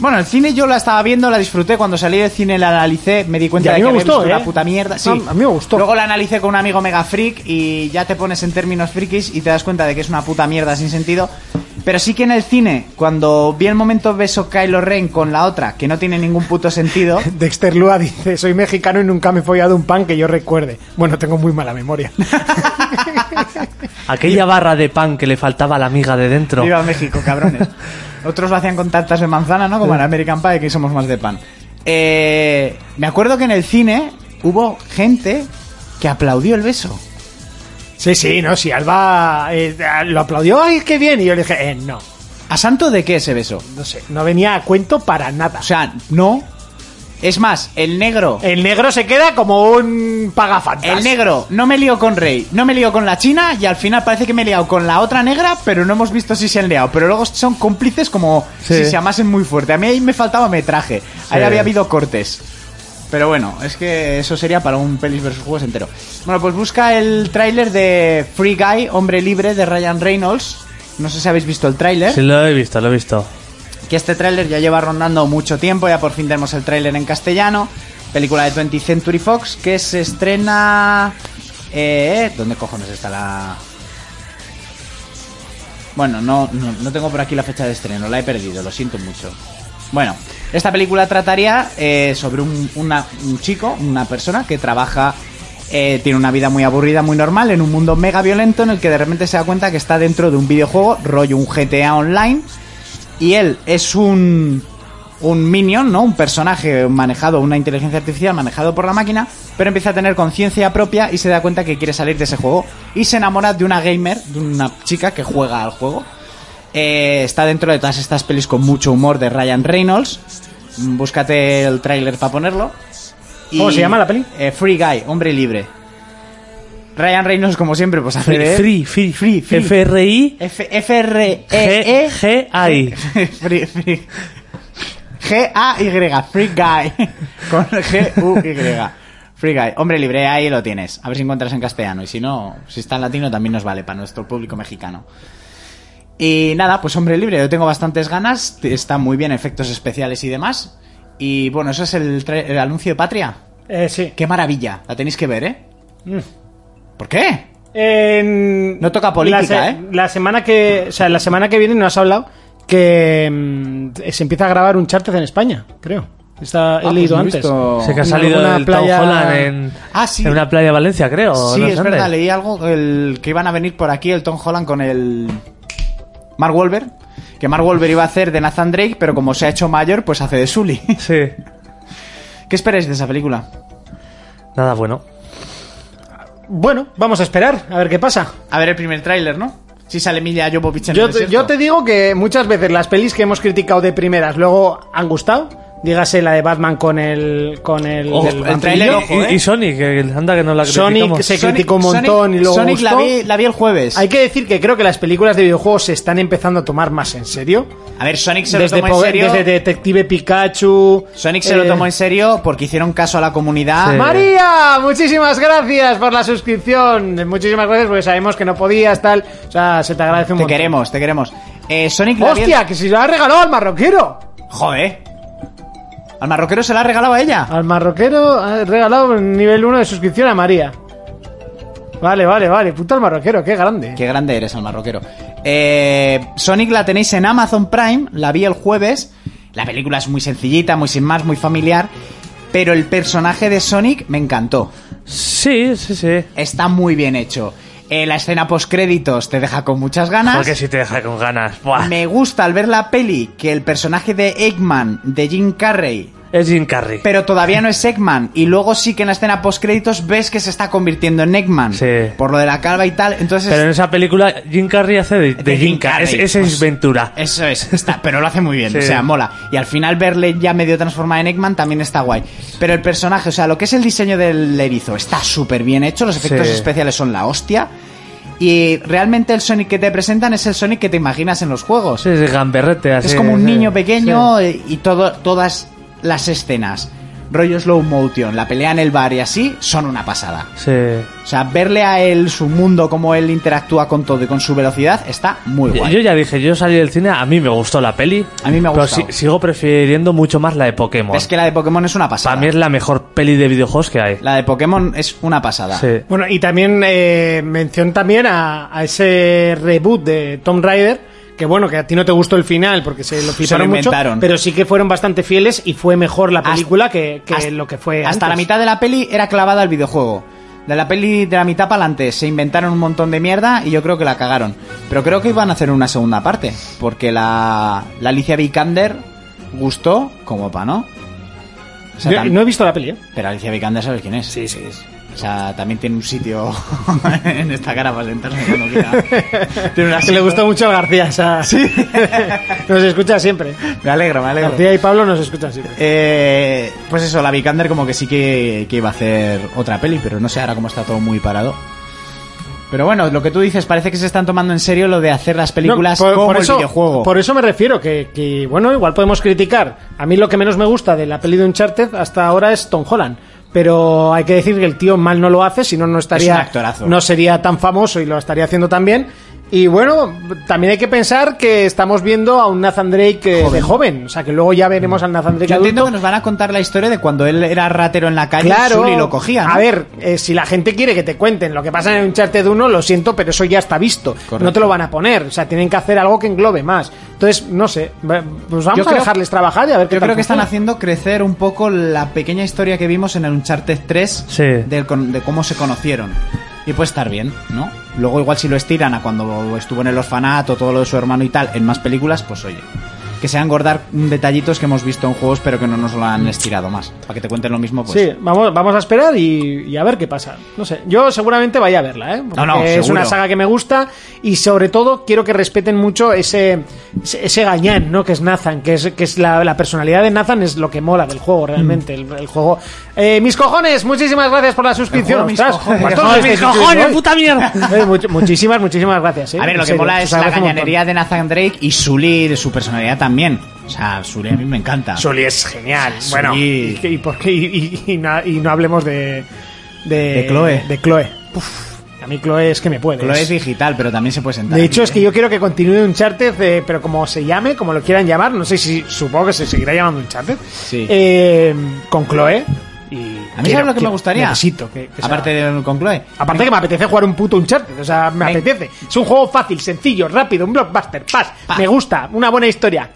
Speaker 5: Bueno, en el cine yo la estaba viendo, la disfruté. Cuando salí del cine la analicé, me di
Speaker 4: Y
Speaker 5: cuenta
Speaker 4: a mí
Speaker 5: de que
Speaker 4: me
Speaker 5: había
Speaker 4: gustó,
Speaker 5: visto
Speaker 4: ¿eh?
Speaker 5: una puta mierda. Sí,
Speaker 4: A- a mí me gustó.
Speaker 5: Luego la analicé con un amigo mega freak y ya te pones en términos frikis y te das cuenta de que es una puta mierda sin sentido. Pero sí que en el cine, cuando vi el momento beso Kylo Ren con la otra, que no tiene ningún puto sentido.
Speaker 4: Dexter Lua dice, soy mexicano y nunca me he follado un pan que yo recuerde. Bueno, tengo muy mala memoria.
Speaker 6: Aquella barra de pan que le faltaba a la amiga de dentro.
Speaker 5: Viva México, cabrones. Otros lo hacían con tartas de manzana, ¿no? Como en American Pie, que somos más de pan. Eh, me acuerdo que en el cine hubo gente que aplaudió el beso.
Speaker 4: Sí, sí, no, sí, Alba eh, lo aplaudió, ay, qué bien. Y yo le dije, eh, no,
Speaker 5: ¿A santo de qué ese beso?
Speaker 4: no sé, no venía a cuento para nada.
Speaker 5: O sea, no. Es más, el negro.
Speaker 4: El negro se queda como un pagafantas.
Speaker 5: El negro, no me lío con Rey, no me lío con la China y al final parece que me he liado con la otra negra, pero no hemos visto si se han liado. Pero luego son cómplices como
Speaker 6: Sí.
Speaker 5: si se amasen muy fuerte. A mí ahí me faltaba metraje, ahí
Speaker 6: Sí.
Speaker 5: había habido cortes. Pero bueno, es que eso sería para un pelis versus juegos entero. Bueno, pues busca el tráiler de Free Guy, Hombre Libre, de Ryan Reynolds. No sé si habéis visto el tráiler
Speaker 6: Sí, lo he visto, lo he visto.
Speaker 5: que este tráiler ya lleva rondando mucho tiempo, ya por fin tenemos el tráiler en castellano, película de 20th Century Fox que se estrena... Eh, ¿Dónde cojones está la...? Bueno, no, no, no tengo por aquí la fecha de estreno, la he perdido, lo siento mucho. Bueno, esta película trataría eh, sobre un, una- un chico, una persona que trabaja, eh, tiene una vida muy aburrida, muy normal, en un mundo mega violento en el que de repente se da cuenta que está dentro de un videojuego, rollo un GTA Online, y él es un un minion, ¿no? Un personaje manejado, una inteligencia artificial manejado por la máquina, pero empieza a tener conciencia propia y se da cuenta que quiere salir de ese juego y se enamora de una gamer, de una chica que juega al juego. Eh, está dentro de todas estas pelis con mucho humor de Ryan Reynolds. Mm, Búscate el tráiler para ponerlo.
Speaker 4: ¿Cómo se llama la peli?
Speaker 5: Eh, Free Guy, hombre libre. Ryan Reynolds, como siempre, pues hace de-
Speaker 6: Free, free,
Speaker 5: free, free.
Speaker 6: FRI,
Speaker 5: F- F-R-E-E.
Speaker 6: G, G, I.
Speaker 5: Free- free. G-A-Y, Free Guy. Con G-U-Y. Free Guy. Hombre libre, ahí lo tienes. A ver si encuentras en castellano. Y si no, si está en latino también nos vale para nuestro público mexicano. Y nada, pues hombre libre, yo tengo bastantes ganas. Está muy bien, efectos especiales y demás. Y bueno, eso es el, tra- el anuncio de Patria.
Speaker 4: Eh, sí.
Speaker 5: Qué maravilla, la tenéis que ver, ¿eh?
Speaker 6: Mm.
Speaker 5: ¿Por qué?
Speaker 4: En-
Speaker 5: No toca política,
Speaker 4: la se-
Speaker 5: ¿eh?
Speaker 4: La semana que, o sea, la semana que viene nos has hablado que mm, se empieza a grabar un charter en España, creo. Está, he
Speaker 5: pues
Speaker 4: leído
Speaker 5: no he
Speaker 4: antes.
Speaker 5: visto-
Speaker 6: Sé que ha
Speaker 4: En
Speaker 6: salido
Speaker 4: alguna
Speaker 6: del
Speaker 4: playa-
Speaker 6: Town Holland en,
Speaker 5: Ah, sí.
Speaker 6: en una playa de Valencia, creo.
Speaker 5: Sí,
Speaker 6: no sé
Speaker 5: es
Speaker 6: dónde.
Speaker 5: verdad, leí algo el, que iban a venir por aquí el Tom Holland con el Mark Wolver. Que Mark Wolver iba a hacer de Nathan Drake, pero como se ha hecho mayor, pues hace de Sully.
Speaker 6: Sí.
Speaker 5: ¿Qué esperáis de esa película?
Speaker 6: Nada bueno.
Speaker 4: Bueno, vamos a esperar a ver qué pasa.
Speaker 5: A ver el primer tráiler, ¿no? Si sale Emilia Jovovich en
Speaker 4: Yo
Speaker 5: el
Speaker 4: te,
Speaker 5: desierto.
Speaker 4: yo te digo que muchas veces las pelis que hemos criticado de primeras luego han gustado. Dígase la de Batman con el con el,
Speaker 6: Ojo,
Speaker 4: del
Speaker 5: Oh, el
Speaker 4: vampiro.
Speaker 5: tráiler,
Speaker 6: Y-
Speaker 5: ojo,
Speaker 6: y,
Speaker 5: ¿eh?
Speaker 6: y Sonic, que anda que no la
Speaker 4: Sonic
Speaker 6: criticamos.
Speaker 4: se
Speaker 5: Sonic-
Speaker 4: criticó un montón
Speaker 5: Sonic-
Speaker 4: y luego
Speaker 5: Sonic
Speaker 4: gustó.
Speaker 5: La, vi, la vi el jueves.
Speaker 4: Hay que decir que creo que las películas de videojuegos se están empezando a tomar más en serio.
Speaker 5: A ver, Sonic se
Speaker 4: Desde,
Speaker 5: lo tomó en
Speaker 4: Pogue-
Speaker 5: serio.
Speaker 4: desde Detective Pikachu.
Speaker 5: Sonic se
Speaker 4: eh, Ah,
Speaker 5: lo tomó en serio porque hicieron caso a la comunidad.
Speaker 6: Sí.
Speaker 4: María, muchísimas gracias por la suscripción. Muchísimas gracias porque sabemos que no podías, tal. O sea, se te agradece un
Speaker 5: Te
Speaker 4: montón.
Speaker 5: queremos, te queremos. Eh, Sonic la vi el-
Speaker 4: ¡Hostia! Que se la ha regalado al marroquero.
Speaker 5: Joder. Al marroquero se la regalaba ella.
Speaker 4: Al marroquero ha regalado el nivel 1 de suscripción a María. Vale, vale, vale. Puta al marroquero, qué grande.
Speaker 5: Qué grande eres al marroquero. Eh, Sonic la tenéis en Amazon Prime, la vi el jueves. La película es muy sencillita, muy sin más, muy familiar. Pero el personaje de Sonic me encantó.
Speaker 6: Sí, sí, sí.
Speaker 5: Está muy bien hecho. Eh, la escena post créditos te deja con muchas ganas.
Speaker 6: Porque si ah. te deja con ganas. Buah.
Speaker 5: Me gusta al ver la peli que el personaje de Eggman, de Jim Carrey,
Speaker 6: Es Jim Carrey.
Speaker 5: pero todavía no es Eggman. Y luego sí que en la escena post créditos ves que se está convirtiendo en Eggman.
Speaker 6: Sí.
Speaker 5: Por lo de la calva y tal. Entonces
Speaker 6: Pero en esa película Jim Carrey hace de, de
Speaker 5: De
Speaker 6: Jim
Speaker 5: Jim
Speaker 6: Carrey.
Speaker 5: Carrey.
Speaker 6: Es, ese es
Speaker 5: Pues-
Speaker 6: Ventura.
Speaker 5: Eso es, está, pero lo hace muy bien,
Speaker 6: Sí.
Speaker 5: o sea, mola. Y al final verle ya medio transformado en Eggman también está guay. Pero el personaje, o sea, lo que es el diseño del erizo está súper bien hecho, los efectos
Speaker 6: Sí.
Speaker 5: especiales son la hostia. Y realmente el Sonic que te presentan es el Sonic que te imaginas en los juegos.
Speaker 6: Sí, es gamberrete así.
Speaker 5: es como un
Speaker 6: sí,
Speaker 5: niño pequeño eh, y todo, todas las escenas, rollo slow motion, la pelea en el bar y así, son una pasada.
Speaker 6: Sí.
Speaker 5: O sea, verle a él, su mundo, cómo él interactúa con todo y con su velocidad, está muy
Speaker 6: Yo
Speaker 5: guay.
Speaker 6: yo ya dije, yo salí del cine, a mí me gustó la peli.
Speaker 5: A mí me ha
Speaker 6: Pero
Speaker 5: gustado.
Speaker 6: si- sigo prefiriendo mucho más la de Pokémon.
Speaker 5: Es que la de Pokémon es una pasada.
Speaker 6: Para mí es la mejor peli de videojuegos que hay.
Speaker 5: La de Pokémon es una pasada.
Speaker 6: Sí.
Speaker 4: Bueno, y también eh, mención también a, a ese reboot de Tomb Raider, que bueno, que a ti no te gustó el final porque se lo fliparon mucho,
Speaker 5: inventaron.
Speaker 4: pero sí que fueron bastante fieles y fue mejor la
Speaker 5: Hasta-
Speaker 4: película que, que
Speaker 5: hasta-
Speaker 4: lo que fue
Speaker 5: Eh, Hasta
Speaker 4: antes.
Speaker 5: la mitad de la peli era clavada al videojuego. De la peli de la mitad para adelante se inventaron un montón de mierda y yo creo que la cagaron. Pero creo que iban a hacer una segunda parte. Porque la, la Alicia Vikander gustó como pa, ¿no? O sea,
Speaker 4: Yo
Speaker 5: tam-
Speaker 4: no he visto la peli, ¿eh?
Speaker 5: Pero Alicia Vikander sabes quién es. Sí, sí. O sea, también tiene un sitio en esta cara para sentarse cuando quiera. Tiene una
Speaker 4: Que le gusta mucho a García. o sea, nos escucha siempre.
Speaker 5: Me alegro, me alegro.
Speaker 4: García y Pablo nos escuchan siempre.
Speaker 5: Eh, pues eso, la Vikander como que sí que, que iba a hacer otra peli, pero no sé ahora cómo está todo muy parado. Pero bueno, lo que tú dices, parece que se están tomando en serio lo de hacer las películas
Speaker 4: No,
Speaker 5: como el
Speaker 4: eso,
Speaker 5: videojuego.
Speaker 4: Por eso me refiero, que, que, bueno, igual podemos criticar. A mí lo que menos me gusta de la peli de Uncharted hasta ahora es Tom Holland. Pero hay que decir que el tío mal no lo hace, si no, no estaría.
Speaker 5: un actorazo.
Speaker 4: No sería tan famoso y lo estaría haciendo tan bien. Y bueno, también hay que pensar que estamos viendo a un Nathan Drake eh, de joven. O sea, que luego ya veremos al Nathan Drake
Speaker 5: Mm. Yo
Speaker 4: adulto.
Speaker 5: entiendo que nos van a contar la historia de cuando él era ratero en la calle
Speaker 4: Claro.
Speaker 5: y lo cogía. ¿no?
Speaker 4: A ver, eh, si la gente quiere que te cuenten lo que pasa en Uncharted 1, lo siento, pero eso ya está visto.
Speaker 5: Correcto.
Speaker 4: No te lo van a poner. O sea, tienen que hacer algo que englobe más. Entonces, no sé. va- Pues vamos
Speaker 5: Yo
Speaker 4: a
Speaker 5: creo-
Speaker 4: dejarles trabajar y a ver qué
Speaker 5: Yo
Speaker 4: tal
Speaker 5: creo que están
Speaker 4: funciona.
Speaker 5: haciendo crecer un poco la pequeña historia que vimos en el Uncharted 3
Speaker 6: Sí.
Speaker 5: del con- de, cómo se conocieron. Y puede estar bien, ¿no? Luego igual si lo estiran a cuando estuvo en el orfanato, todo lo de su hermano y tal, en más películas, pues oye. Que sean engordar detallitos que hemos visto en juegos pero que no nos lo han estirado más. Para que te cuenten lo mismo, pues...
Speaker 4: Sí, vamos, vamos a esperar y, y a ver qué pasa. No sé, yo seguramente vaya a verla, ¿eh? Porque
Speaker 5: No, no,
Speaker 4: es
Speaker 5: seguro.
Speaker 4: una saga que me gusta y sobre todo quiero que respeten mucho ese, ese, ese gañán, ¿no? Que es Nathan, que es, que es la, la personalidad de Nathan es lo que mola del juego
Speaker 5: Mm.
Speaker 4: realmente, el, el juego. Eh, mis cojones, muchísimas gracias por la suscripción.
Speaker 5: mis
Speaker 4: Ostras,
Speaker 5: cojones.
Speaker 4: pastor,
Speaker 5: Joder,
Speaker 4: estáis
Speaker 5: mis
Speaker 4: suscritos
Speaker 5: cojones,
Speaker 4: hoy.
Speaker 5: puta mierda.
Speaker 4: Eh, much- muchísimas, muchísimas gracias. ¿eh?
Speaker 5: A ver,
Speaker 4: En
Speaker 5: lo que
Speaker 4: serio,
Speaker 5: mola
Speaker 4: os
Speaker 5: es la
Speaker 4: agradezco un
Speaker 5: gañanería de Nathan Drake y Sully, de su personalidad también. O sea, Sully a mí me encanta.
Speaker 4: montón. Sully es genial.
Speaker 5: Sully.
Speaker 4: Bueno, y, que- y por qué- y- y- y na- y no hablemos de. De,
Speaker 5: De Chloe.
Speaker 4: De Chloe. Uf, a mí Chloe es que me puede.
Speaker 5: Lo es digital, pero también se puede sentar.
Speaker 4: De hecho,
Speaker 5: aquí,
Speaker 4: es que
Speaker 5: ¿eh?
Speaker 4: yo quiero que continúe Uncharted, eh, pero como se llame, como lo quieran llamar, no sé si supongo que se seguirá llamando Uncharted.
Speaker 5: Sí.
Speaker 4: Eh, con Chloe. Y
Speaker 5: A mí
Speaker 4: quiero-
Speaker 5: sabes lo que
Speaker 4: quiero-
Speaker 5: me gustaría.
Speaker 4: Necesito que, que sea-
Speaker 5: Aparte de con Chloe.
Speaker 4: aparte que me apetece jugar un puto Uncharted, o sea, me
Speaker 5: Ven.
Speaker 4: apetece. Es un juego fácil, sencillo, rápido, un blockbuster, paz,
Speaker 5: Pa.
Speaker 4: me gusta, una buena historia.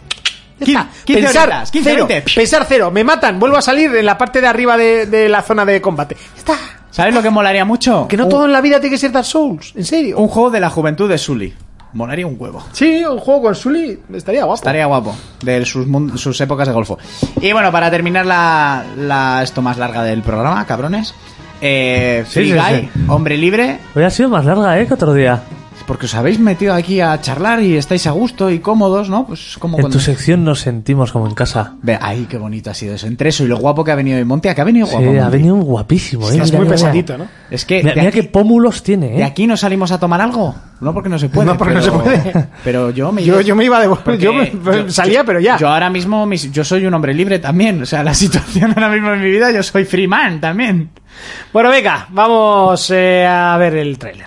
Speaker 5: Ya está, 15
Speaker 4: pensar,
Speaker 5: horitas, 15,
Speaker 4: cero,
Speaker 5: 20.
Speaker 4: pensar cero, me matan, vuelvo a salir en la parte de arriba de, de la zona de combate. Ya Está,
Speaker 5: ¿Sabes lo que molaría mucho?
Speaker 4: que no
Speaker 5: un,
Speaker 4: todo en la vida tiene que ser Dark Souls, en serio.
Speaker 5: un juego de la juventud de Sully. Molaría un huevo.
Speaker 4: sí, un juego con Sully estaría guapo.
Speaker 5: Estaría guapo. De sus, mun- sus épocas de golfo. Y bueno, para terminar la, la- esto más larga del programa, cabrones. Eh, Free
Speaker 6: Sí, sí,
Speaker 5: Guy, hombre libre.
Speaker 6: Hoy ha sido más larga, ¿eh? Que otro día.
Speaker 5: Porque os habéis metido aquí a charlar y estáis a gusto y cómodos, ¿no? Pues como
Speaker 6: En
Speaker 5: cuando.
Speaker 6: tu sección nos sentimos como en casa.
Speaker 5: Ve, ay, qué bonito ha sido eso. Entre eso y lo guapo que ha venido de Monte, que ha venido guapo.
Speaker 6: Sí, ha
Speaker 5: Monty.
Speaker 6: venido un guapísimo, ¿eh?
Speaker 4: Estás
Speaker 6: Mira,
Speaker 4: muy
Speaker 6: mira,
Speaker 4: pesadito,
Speaker 6: mira.
Speaker 4: ¿no?
Speaker 5: Es que.
Speaker 6: Mira,
Speaker 5: de
Speaker 6: mira
Speaker 5: aquí-
Speaker 6: qué pómulos tiene,
Speaker 5: ¿De
Speaker 6: ¿eh?
Speaker 5: aquí no salimos a tomar algo? No porque no se puede.
Speaker 4: No, porque no
Speaker 5: pero-
Speaker 4: se puede.
Speaker 5: Pero yo me
Speaker 4: Yo, yo me iba de
Speaker 5: porque
Speaker 4: yo, me- salía, pero ya.
Speaker 5: Yo ahora mismo, mis- yo soy un hombre libre también. O sea, la situación ahora mismo en mi vida, yo soy free man también.
Speaker 4: Bueno, venga, vamos eh, a ver el tráiler.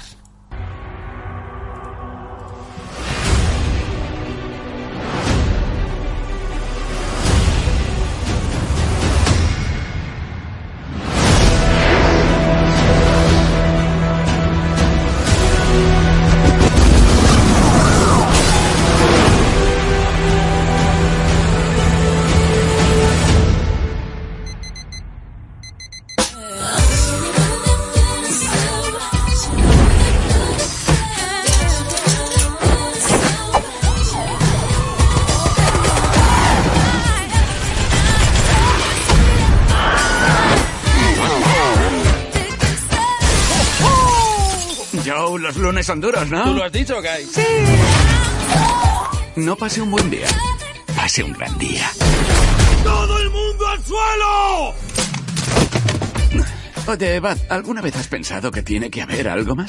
Speaker 12: Joe, los lunes son duros, ¿no? Tú lo has dicho, Guy. Sí. No pase un buen día. Pase un gran día. ¡Todo el mundo al suelo! Oye, Bad, ¿alguna vez has pensado que tiene que haber algo más?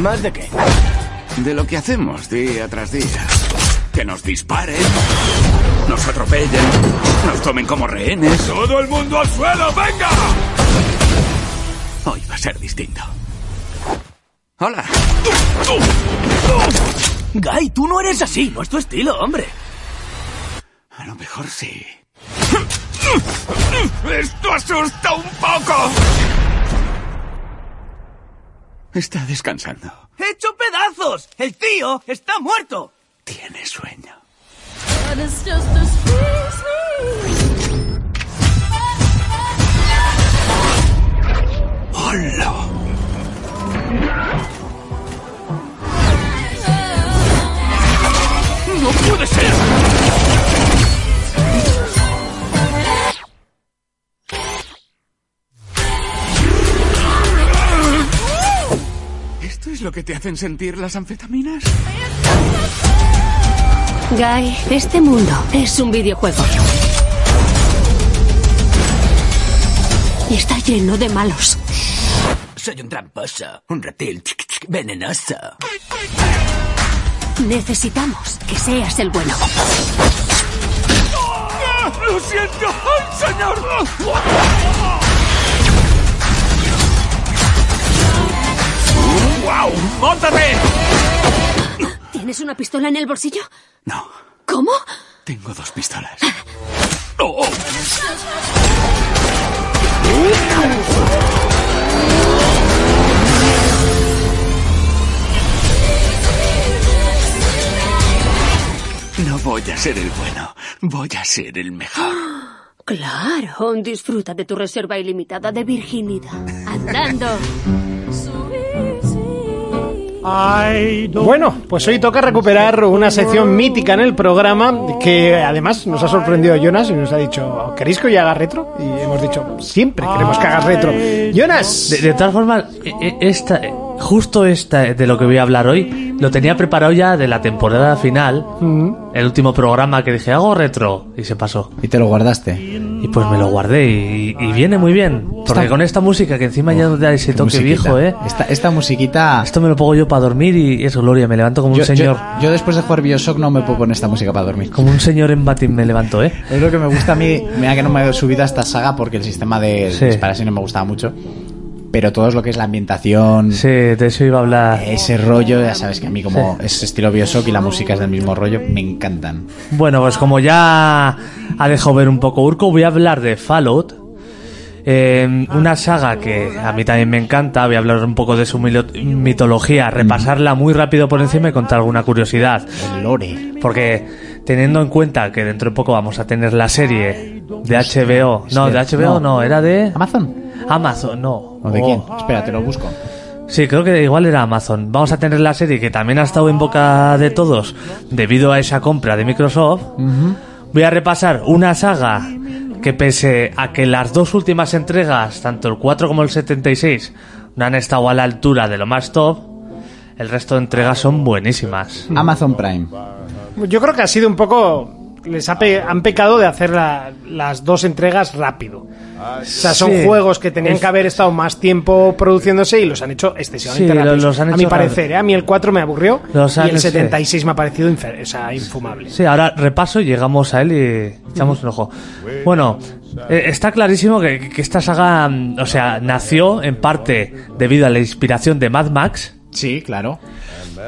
Speaker 13: ¿Más de qué?
Speaker 12: De lo que hacemos día tras día. Que nos disparen, nos atropellen, nos tomen como rehenes. ¡Todo el mundo al suelo, venga! Hoy va a ser distinto. Hola.
Speaker 13: Guy, tú no eres así, no es tu estilo, hombre.
Speaker 12: A lo mejor sí. ¡Esto asusta un poco! Está descansando.
Speaker 13: ¡Hecho pedazos! ¡El tío está muerto!
Speaker 12: Tiene sueño. ¡Hola! ¡No puede ser!
Speaker 3: ¿Esto es lo que te hacen sentir las anfetaminas?
Speaker 12: Guy, este mundo es un videojuego. Y está lleno de malos.
Speaker 9: Soy un tramposo, un reptil chic, chic, venenoso.
Speaker 12: Necesitamos que seas el bueno.
Speaker 9: ¡Ah! ¡Lo siento! señor!
Speaker 3: ¡Wow! ¡Móntate!
Speaker 12: ¿Tienes una pistola en el bolsillo? No. ¿Cómo?
Speaker 3: Tengo dos pistolas. No voy a ser el bueno, voy a ser el mejor.
Speaker 12: Claro, disfruta de tu reserva ilimitada de virginidad. Andando.
Speaker 14: Bueno, pues hoy toca recuperar una sección mítica en el programa que además nos ha sorprendido Jonas y nos ha dicho, ¿queréis que hoy haga retro? Y hemos dicho, siempre queremos que hagas retro. Jonas.
Speaker 6: De, de tal forma, e- e- esta, justo esta eh, de lo que voy a hablar hoy, lo tenía preparado ya de la temporada final, el último programa que dije, hago retro, y se pasó.
Speaker 5: Y te lo guardaste.
Speaker 6: Y pues me lo guardé y, y viene muy bien. Porque
Speaker 5: Está-
Speaker 6: con esta música que encima ya da ese toque
Speaker 5: musiquita.
Speaker 6: viejo, ¿eh?
Speaker 5: Esta, esta musiquita.
Speaker 6: Esto me lo pongo yo para dormir y eso, Gloria, me levanto como
Speaker 5: Yo,
Speaker 6: un señor.
Speaker 5: yo- yo después de jugar Bioshock no me puedo poner esta música para dormir.
Speaker 6: Como un señor en batín me levanto, ¿eh?
Speaker 5: Es lo que me gusta a mí. Mira que no me he subido a esta saga porque el sistema de
Speaker 6: Sí.
Speaker 5: disparar sí no me gustaba mucho. Pero todo es lo que es la ambientación,
Speaker 6: Sí, de eso iba a hablar.
Speaker 5: ese rollo, ya sabes que a mí como es estilo Bioshock y la música es del mismo rollo, me encantan.
Speaker 6: Bueno, pues como ya ha dejado ver un poco Urco, voy a hablar de Fallout. eh, una saga que a mí también me encanta. Voy a hablar un poco de su milo- mitología, repasarla muy rápido por encima y contar alguna curiosidad.
Speaker 5: El lore.
Speaker 6: Porque teniendo en cuenta que dentro de poco vamos a tener la serie de HBO. No, de HBO no, era de
Speaker 5: Amazon.
Speaker 6: Amazon, no.
Speaker 5: ¿O de
Speaker 6: Oh.
Speaker 5: quién? Espera, te lo busco.
Speaker 6: Sí, creo que igual era Amazon. Vamos a tener la serie que también ha estado en boca de todos debido a esa compra de Microsoft. Voy a repasar una saga que pese a que las dos últimas entregas, tanto el 4 como el 76, no han estado a la altura de lo más top, el resto de entregas son buenísimas.
Speaker 5: Amazon Prime.
Speaker 14: Yo creo que ha sido un poco... Les ha pe- han pecado de hacer la- las dos entregas rápido. O sea, son
Speaker 6: Sí.
Speaker 14: juegos que tenían que haber estado más tiempo produciéndose y los han hecho excesivamente
Speaker 6: Sí, lo-
Speaker 14: rápidos.
Speaker 6: los han
Speaker 14: a
Speaker 6: hecho
Speaker 14: mi
Speaker 6: rápido.
Speaker 14: parecer, ¿eh? a mí el 4 me aburrió
Speaker 6: Los
Speaker 14: y
Speaker 6: han-
Speaker 14: el
Speaker 6: sí.
Speaker 14: 76 me ha parecido infer- o sea, infumable.
Speaker 6: Sí, ahora repaso y llegamos a él y echamos un ojo. Bueno, eh, está clarísimo que, que esta saga, mm, o sea, nació en parte debido a la inspiración de Mad Max.
Speaker 5: Sí, claro.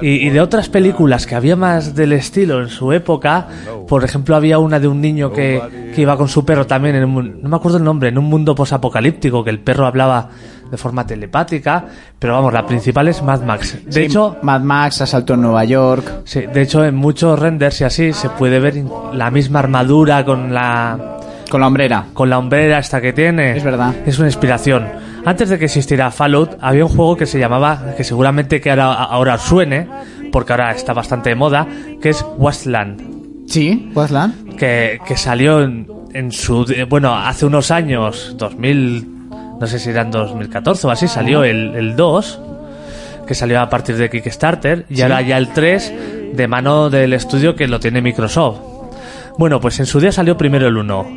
Speaker 6: Y, y de otras películas que había más del estilo en su época, por ejemplo, había una de un niño que, que iba con su perro también, en un, no me acuerdo el nombre, en un mundo posapocalíptico, que el perro hablaba de forma telepática, pero vamos, la principal es Mad Max. De
Speaker 5: Sí,
Speaker 6: hecho,
Speaker 5: Mad Max, Asalto en Nueva York.
Speaker 6: sí, de hecho, en muchos renders y así se puede ver in- la misma armadura con la,
Speaker 5: Con la hombrera.
Speaker 6: con la hombrera esta que tiene.
Speaker 5: Es verdad.
Speaker 6: Es una inspiración. Antes de que existiera Fallout, había un juego que se llamaba, que seguramente que ahora, ahora os suene, porque ahora está bastante de moda, que es Wasteland,
Speaker 5: Sí, Westland.
Speaker 6: que, que salió en, en su... de- Bueno, hace unos años, 2000, no sé si eran 2014 o así, salió el, el 2, que salió a partir de Kickstarter, y ahora ya el 3, de mano del estudio que lo tiene Microsoft. Bueno, pues en su día salió primero el 1,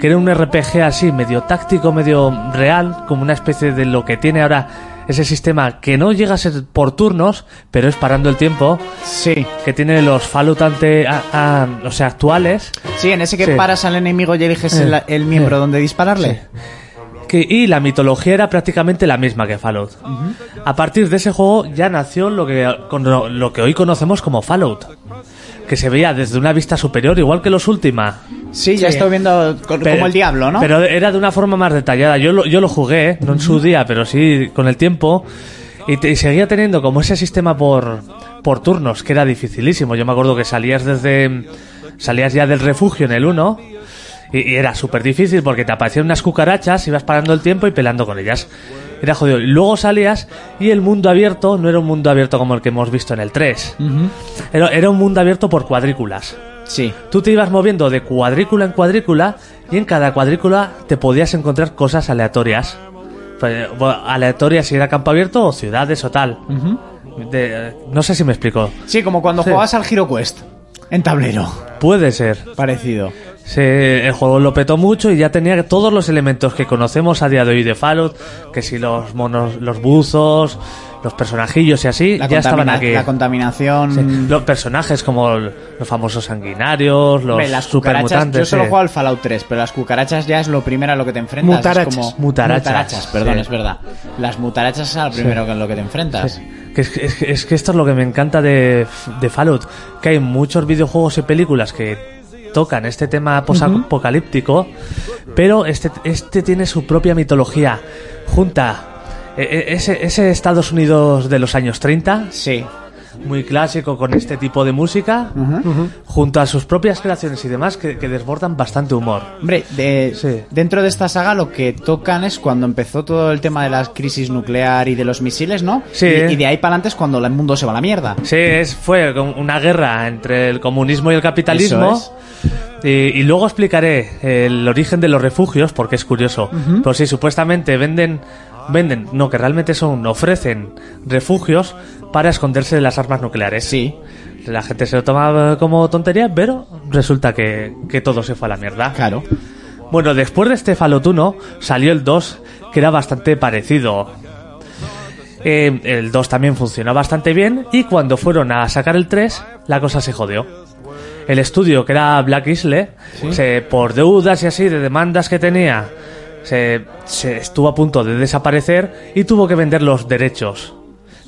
Speaker 6: que era un RPG así, medio táctico, medio real, como una especie de lo que tiene ahora ese sistema que no llega a ser por turnos, pero es parando el tiempo,
Speaker 5: Sí.
Speaker 6: que tiene los Fallout ante, a- a- o sea, actuales,
Speaker 5: Sí, en ese que
Speaker 6: Sí.
Speaker 5: paras al enemigo y eliges el, el miembro donde dispararle.
Speaker 6: que, y la mitología era prácticamente la misma que Fallout. A partir de ese juego ya nació lo que, con lo, lo que hoy conocemos como Fallout, que se veía desde una vista superior, igual que los última.
Speaker 5: Sí, ya
Speaker 6: Sí.
Speaker 5: estoy viendo co-
Speaker 6: Pero-
Speaker 5: como el diablo, ¿no?
Speaker 6: Pero era de una forma más detallada. Yo lo, yo lo jugué, ¿eh? no en su día, pero sí con el tiempo. Y, te- y seguía teniendo como ese sistema por, por turnos, que era dificilísimo. Yo me acuerdo que salías desde. Salías ya del refugio en el 1. Y, y era súper difícil porque te aparecían unas cucarachas, ibas parando el tiempo y pelando con ellas. Era jodido. Y Luego salías y el mundo abierto no era un mundo abierto como el que hemos visto en el 3. era, era un mundo abierto por cuadrículas.
Speaker 5: Sí.
Speaker 6: Tú te ibas moviendo de cuadrícula en cuadrícula y en cada cuadrícula te podías encontrar cosas aleatorias. Pues, bueno, Aleatorias si era campo abierto o ciudades o tal. de- no sé si me explico.
Speaker 5: Sí, como cuando
Speaker 6: Sí.
Speaker 5: jugabas al Hero Quest en tablero.
Speaker 6: Puede ser.
Speaker 5: Parecido.
Speaker 6: el juego lo petó mucho y ya tenía todos los elementos que conocemos a día de hoy de Fallout, que si los monos, los buzos, los personajillos y así,
Speaker 5: La,
Speaker 6: ya estaban
Speaker 5: contamina-
Speaker 6: aquí.
Speaker 5: la contaminación.
Speaker 6: Los personajes como el- los famosos sanguinarios, los
Speaker 5: Hombre, las cucarachas.
Speaker 6: supermutantes.
Speaker 5: Yo solo
Speaker 6: sí.
Speaker 5: juego al Fallout 3, pero las cucarachas ya es lo primero a lo que te enfrentas. es
Speaker 6: Mutarachas.
Speaker 5: como-
Speaker 6: Mutarachas,
Speaker 5: perdón,
Speaker 6: sí.
Speaker 5: es verdad. Las mutarachas es a lo primero
Speaker 6: Sí.
Speaker 5: con lo que te enfrentas.
Speaker 6: Sí. Que es, es- es que esto es lo que me encanta de, de Fallout, que hay muchos videojuegos y películas que tocan este tema posapocalíptico, pero este, este tiene su propia mitología. Junta e- e- ese, ese Estados Unidos de los años 30,
Speaker 5: sí.
Speaker 6: muy clásico con este tipo de música, junto a sus propias creaciones y demás que, que desbordan bastante humor.
Speaker 5: Hombre, de- dentro de esta saga lo que tocan es cuando empezó todo el tema de la crisis nuclear y de los misiles, ¿no?
Speaker 6: Sí.
Speaker 5: Y, y de ahí para adelante es cuando el mundo se va a la mierda.
Speaker 6: Sí, es, fue como una guerra entre el comunismo y el capitalismo.
Speaker 5: Eso
Speaker 6: Y, y luego explicaré el origen de los refugios, porque es curioso.
Speaker 5: Ujú.
Speaker 6: Pues sí, supuestamente venden, venden, no, que realmente son, ofrecen refugios para esconderse de las armas nucleares.
Speaker 5: Sí.
Speaker 6: La gente se lo tomaba como tontería, pero resulta que, que todo se fue a la mierda.
Speaker 5: Claro.
Speaker 6: Bueno, después de este Fallout 1 salió el 2, que era bastante parecido. Eh, el 2 también funcionó bastante bien y cuando fueron a sacar el 3, la cosa se jodió. El estudio, que era Black Isle, se, por deudas y así de demandas que tenía, se, se estuvo a punto de desaparecer y tuvo que vender los derechos.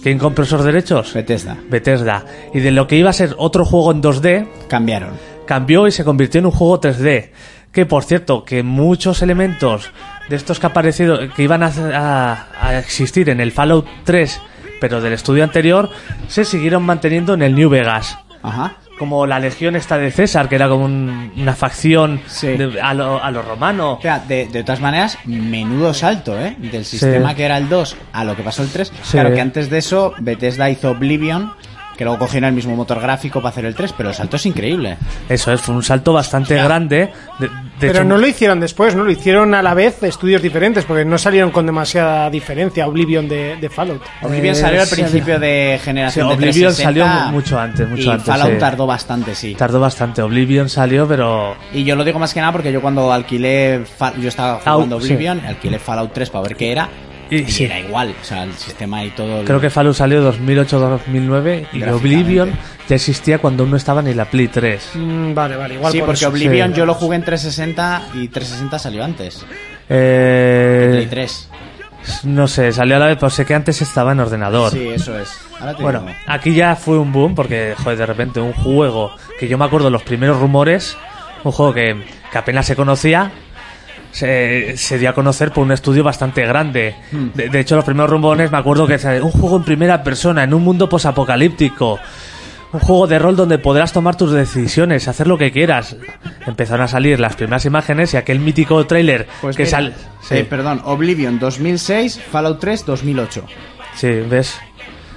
Speaker 6: ¿Quién compró esos derechos?
Speaker 5: Bethesda.
Speaker 6: Bethesda. Y de lo que iba a ser otro juego en 2D,
Speaker 5: Cambiaron.
Speaker 6: cambió y se convirtió en un juego 3D. Que por cierto, que muchos elementos de estos que aparecido, que iban a, a- a existir en el Fallout 3, pero del estudio anterior, se siguieron manteniendo en el New Vegas.
Speaker 5: Ajá.
Speaker 6: Como la legión esta de César, que era como un- una facción de- a lo, a lo romano.
Speaker 5: O sea, de, de todas maneras, menudo salto, ¿eh? Del sistema que era el 2 a lo que pasó el 3.
Speaker 6: Sí.
Speaker 5: Claro que antes de eso, Bethesda hizo Oblivion, que luego cogieron el mismo motor gráfico para hacer el 3, pero el salto es increíble.
Speaker 6: Eso es, fue un salto bastante grande. De, de
Speaker 14: Pero
Speaker 6: hecho,
Speaker 14: no lo hicieron después, ¿no? Lo hicieron a la vez estudios diferentes, porque no salieron con demasiada diferencia Oblivion de, de Fallout.
Speaker 5: Oblivion salió al principio de generación
Speaker 6: Sí,
Speaker 5: de
Speaker 6: Oblivion
Speaker 5: 360,
Speaker 6: salió mu- mucho antes, mucho
Speaker 5: y
Speaker 6: antes,
Speaker 5: Fallout
Speaker 6: sí.
Speaker 5: tardó bastante, sí.
Speaker 6: tardó bastante. Oblivion salió, pero
Speaker 5: Y yo lo digo más que nada porque yo cuando alquilé, Fa- yo estaba
Speaker 6: Ah,
Speaker 5: jugando
Speaker 6: sí.
Speaker 5: Oblivion, alquilé Fallout 3 para ver qué era, y,
Speaker 6: sí.
Speaker 5: era igual, o sea, el sistema y todo. el-
Speaker 6: Creo que Fallout salió 2008-2009 y
Speaker 5: Gráficamente.
Speaker 6: Oblivion ya existía cuando no estaba ni la Play 3.
Speaker 14: Mm, vale, vale, igual.
Speaker 5: Sí,
Speaker 14: por
Speaker 5: porque
Speaker 14: eso.
Speaker 5: Oblivion
Speaker 6: Sí.
Speaker 5: yo lo jugué en 360 y 360 salió antes. Play
Speaker 6: Eh,
Speaker 5: 3.
Speaker 6: no sé, salió a la vez, pero sé que antes estaba en ordenador.
Speaker 5: Sí, eso es. Ahora te
Speaker 6: Bueno,
Speaker 5: digo.
Speaker 6: aquí ya fue un boom porque, joder, de repente un juego que yo me acuerdo los primeros rumores, un juego que, que apenas se conocía, se, se dio a conocer por un estudio bastante grande. De, de hecho, los primeros rumores me acuerdo que es eh, un juego en primera persona, en un mundo posapocalíptico. Un juego de rol donde podrás tomar tus decisiones, hacer lo que quieras. Empezaron a salir las primeras imágenes y aquel mítico tráiler
Speaker 5: Pues
Speaker 6: que
Speaker 5: mira,
Speaker 6: sale... Sí,
Speaker 5: eh, perdón, Oblivion 2006, Fallout 3 2008.
Speaker 6: sí, ¿ves?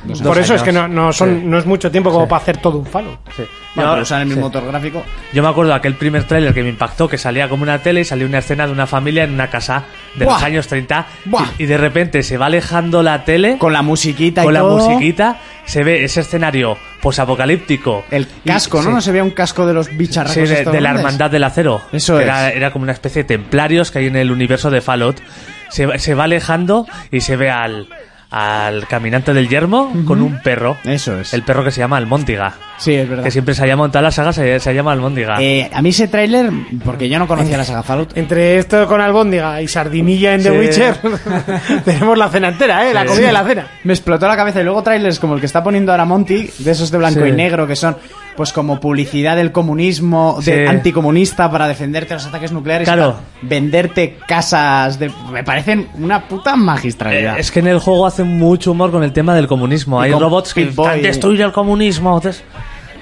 Speaker 5: Dos
Speaker 14: Por
Speaker 5: años.
Speaker 14: eso es que no, no son, no es mucho tiempo como para hacer todo un Fallout.
Speaker 6: Sí.
Speaker 5: Bueno,
Speaker 6: Yo-
Speaker 5: pero usan el mismo
Speaker 6: sí.
Speaker 5: motor gráfico.
Speaker 6: Yo me acuerdo aquel primer tráiler que me impactó, que salía como una tele y salió una escena de una familia en una casa de
Speaker 5: Buah.
Speaker 6: los años 30
Speaker 5: Buah.
Speaker 6: y, y de repente se va alejando la tele
Speaker 5: Con la musiquita
Speaker 6: con
Speaker 5: y
Speaker 6: la
Speaker 5: todo.
Speaker 6: musiquita, se ve ese escenario posapocalíptico.
Speaker 5: El
Speaker 6: Y-
Speaker 5: casco, ¿no?
Speaker 6: sí.
Speaker 5: No se veía un casco de los bicharracos
Speaker 6: Sí, de,
Speaker 5: estos
Speaker 6: de la
Speaker 5: grandes.
Speaker 6: hermandad del acero.
Speaker 5: Eso
Speaker 6: era,
Speaker 5: es.
Speaker 6: era como una especie de templarios que hay en el universo de Fallout. Se, va- se va alejando y se ve al, al caminante del yermo con un perro.
Speaker 5: Eso es.
Speaker 6: El perro que se llama Almóndiga.
Speaker 5: Sí, es verdad.
Speaker 6: Que siempre se ha llamado en toda la saga, se, se llama Almóndiga.
Speaker 5: Eh, a mí ese tráiler, porque yo no
Speaker 6: Eh,
Speaker 5: conocía la saga Fallout.
Speaker 14: Entre esto con albóndiga y sardinilla en The
Speaker 6: Sí.
Speaker 14: Witcher, tenemos la cena entera, ¿eh? La
Speaker 6: Sí.
Speaker 14: comida de la cena.
Speaker 5: Me explotó la cabeza y luego trailers como el que está poniendo ahora Monty, de esos de blanco
Speaker 6: Sí.
Speaker 5: y negro que son pues como publicidad del comunismo, de
Speaker 6: Sí.
Speaker 5: anticomunista para defenderte de los ataques nucleares,
Speaker 6: Claro.
Speaker 5: para venderte casas de me parecen una puta magistralidad.
Speaker 6: Eh, Es que en el juego hacen mucho humor con el tema del comunismo.
Speaker 5: Y
Speaker 6: Hay
Speaker 5: con
Speaker 6: robots que
Speaker 5: Pit Boy.
Speaker 6: han destruido el comunismo. entonces-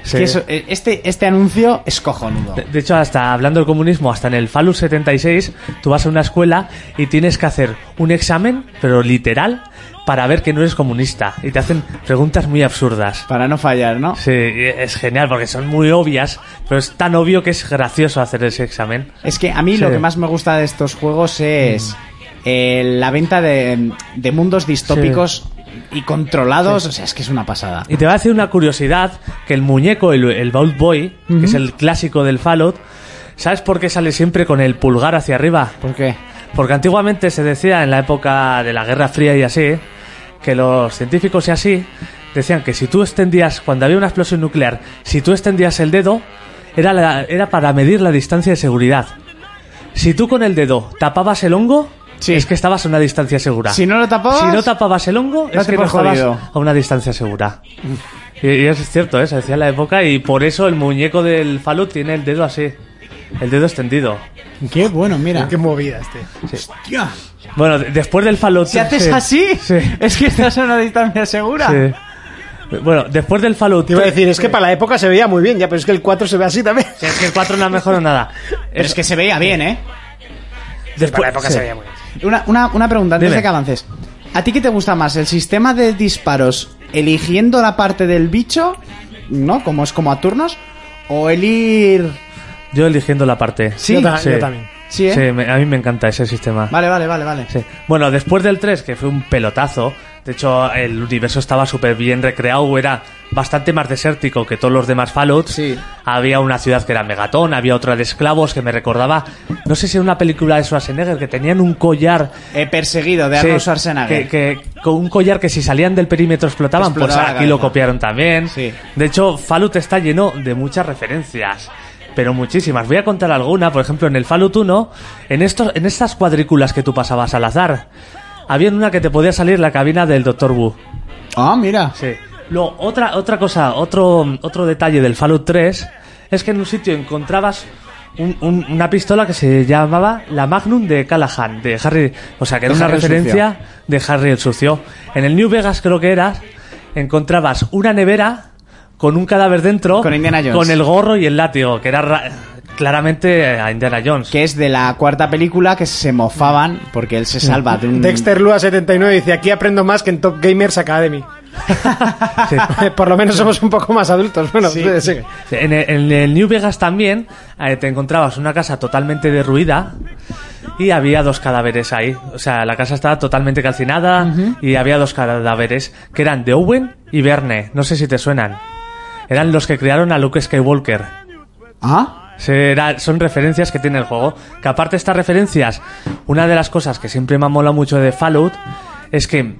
Speaker 5: Es
Speaker 6: Sí.
Speaker 5: que eso- eh, este este anuncio es cojonudo.
Speaker 6: De- De hecho, hasta hablando del comunismo, hasta en el Fallout 76, tú vas a una escuela y tienes que hacer un examen, pero literal, para ver que no eres comunista. Y te hacen preguntas muy absurdas.
Speaker 5: Para no fallar, ¿no?
Speaker 6: Sí, y es genial porque son muy obvias, pero es tan obvio que es gracioso hacer ese examen.
Speaker 5: Es que a mí lo
Speaker 6: Sí. Mm.
Speaker 5: que más me gusta de estos juegos es eh, la venta de, de mundos distópicos y controlados. O sea, es que es una pasada.
Speaker 6: Y te va a decir una curiosidad, que el muñeco, el, el Vault Boy, que es el clásico del Fallout, ¿sabes por qué sale siempre con el pulgar hacia arriba?
Speaker 5: ¿Por qué?
Speaker 6: Porque antiguamente se decía en la época de la Guerra Fría y así, que los científicos y así decían que si tú extendías, cuando había una explosión nuclear, si tú extendías el dedo, era, la- era para medir la distancia de seguridad. Si tú con el dedo tapabas el hongo, es que estabas a una distancia segura.
Speaker 5: Si no lo tapabas,
Speaker 6: Si no tapabas el hongo,
Speaker 5: no
Speaker 6: es
Speaker 5: te
Speaker 6: que no
Speaker 5: puedes
Speaker 6: estabas
Speaker 5: jodido.
Speaker 6: a una distancia segura. Y, y eso es cierto, ¿eh? se decía en la época, y por eso el muñeco del Fallout tiene el dedo así, el dedo extendido.
Speaker 5: Qué bueno, mira.
Speaker 14: Qué movida este.
Speaker 5: Hostia.
Speaker 6: Bueno, de- después del Fallout...
Speaker 5: Si haces
Speaker 6: sí.
Speaker 5: así, es que estás a una distancia segura.
Speaker 6: Sí. Bueno, después del Fallout...
Speaker 14: Te iba a decir, es que para la época se veía muy bien, ya, pero es que el 4 se ve así también.
Speaker 6: Es que el 4 no ha mejorado nada.
Speaker 5: Pero es que se veía bien, ¿eh?
Speaker 6: Después,
Speaker 14: para la época
Speaker 6: sí.
Speaker 14: se veía muy bien.
Speaker 5: Una, una, una pregunta antes
Speaker 6: Dime.
Speaker 5: de que avances. ¿A ti qué te gusta más? ¿El sistema de disparos eligiendo la parte del bicho? ¿No? Como es como a turnos. ¿O el ir...?
Speaker 6: Yo eligiendo la parte.
Speaker 5: Sí,
Speaker 14: Yo ta-
Speaker 6: Sí.
Speaker 14: yo también.
Speaker 5: Sí, ¿eh?
Speaker 6: Sí, me- a mí me encanta ese sistema.
Speaker 5: Vale, vale, vale, vale.
Speaker 6: Sí. Bueno, después del 3, que fue un pelotazo, de hecho el universo estaba súper bien recreado, era bastante más desértico que todos los demás Fallouts.
Speaker 5: Sí.
Speaker 6: Había una ciudad que era Megatón, había otra de esclavos que me recordaba, no sé si era una película de Schwarzenegger, que tenían un collar...
Speaker 5: He eh, perseguido de
Speaker 6: sí,
Speaker 5: Arnold Schwarzenegger.
Speaker 6: Que, que- con un collar que si salían del perímetro explotaban,
Speaker 5: Explotaba
Speaker 6: pues
Speaker 5: la
Speaker 6: aquí lo
Speaker 5: cabeza.
Speaker 6: copiaron también.
Speaker 5: Sí.
Speaker 6: De hecho, Fallout está lleno de muchas referencias. Pero muchísimas. Voy a contar alguna. Por ejemplo, en el Fallout 1, en, estos, en estas cuadrículas que tú pasabas al azar, había una que te podía salir la cabina del Dr. Wu.
Speaker 5: Ah, mira.
Speaker 6: Sí. Luego, otra, otra cosa, otro, otro detalle del Fallout 3 es que en un sitio encontrabas un- un- una pistola que se llamaba la Magnum de Callahan, de Harry. O sea, que era
Speaker 5: De
Speaker 6: una
Speaker 5: Harry el
Speaker 6: referencia de Harry el Sucio. En el New Vegas, creo que era, encontrabas una nevera con un cadáver dentro.
Speaker 5: Con Indiana Jones.
Speaker 6: Con el gorro y el látigo, que era ra- claramente a Indiana Jones.
Speaker 5: Que es de la cuarta película que se mofaban porque él se salva de un...
Speaker 14: Dexter Lua 79 dice, aquí aprendo más que en Top Gamers Academy.
Speaker 6: Sí.
Speaker 14: Por lo menos somos un poco más adultos. Bueno, sí, sí.
Speaker 6: En el, en el New Vegas también eh, te encontrabas una casa totalmente derruida y había dos cadáveres ahí. O sea, la casa estaba totalmente calcinada y había dos cadáveres que eran de Owen y Verne. No sé si te suenan. Eran los que crearon a Luke Skywalker.
Speaker 5: ¿Ah?
Speaker 6: Sí, era- son referencias que tiene el juego. Que aparte de estas referencias, una de las cosas que siempre me ha molado mucho de Fallout es que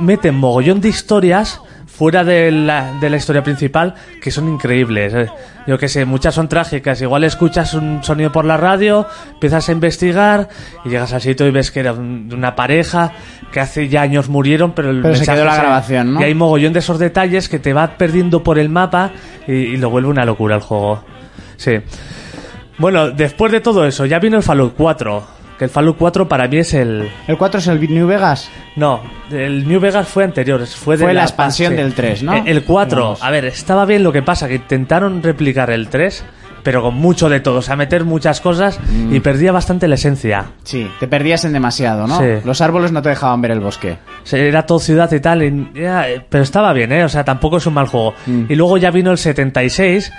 Speaker 6: meten mogollón de historias fuera de la, de la historia principal que son increíbles. eh. Yo que sé, muchas son trágicas. Igual escuchas un sonido por la radio, empiezas a investigar y llegas al sitio y ves que era un- de una pareja que hace ya años murieron, pero el
Speaker 5: Pero se
Speaker 6: mensaje
Speaker 5: quedó la grabación, ¿no?
Speaker 6: Y hay mogollón de esos detalles que te va perdiendo por el mapa y, y lo vuelve una locura el juego. Sí. Bueno, después de todo eso, ya vino el Fallout 4. Que el Fallout 4 para mí es el.
Speaker 5: ¿El 4 es el New Vegas?
Speaker 6: No, el New Vegas fue anterior. Fue, de
Speaker 5: Fue la expansión del 3, ¿no?
Speaker 6: Eh, El 4,
Speaker 5: Digamos.
Speaker 6: a ver, estaba bien lo que pasa, que intentaron replicar el 3, pero con mucho de todo. O sea, meter muchas cosas
Speaker 5: Mm.
Speaker 6: y perdía bastante la esencia.
Speaker 5: Sí, te perdías en demasiado, ¿no?
Speaker 6: Sí.
Speaker 5: Los árboles no te dejaban ver el bosque.
Speaker 6: O sea, Era todo ciudad y tal, y- ya, eh, pero estaba bien, ¿eh? O sea, tampoco es un mal juego.
Speaker 5: Mm.
Speaker 6: Y luego ya vino el 76,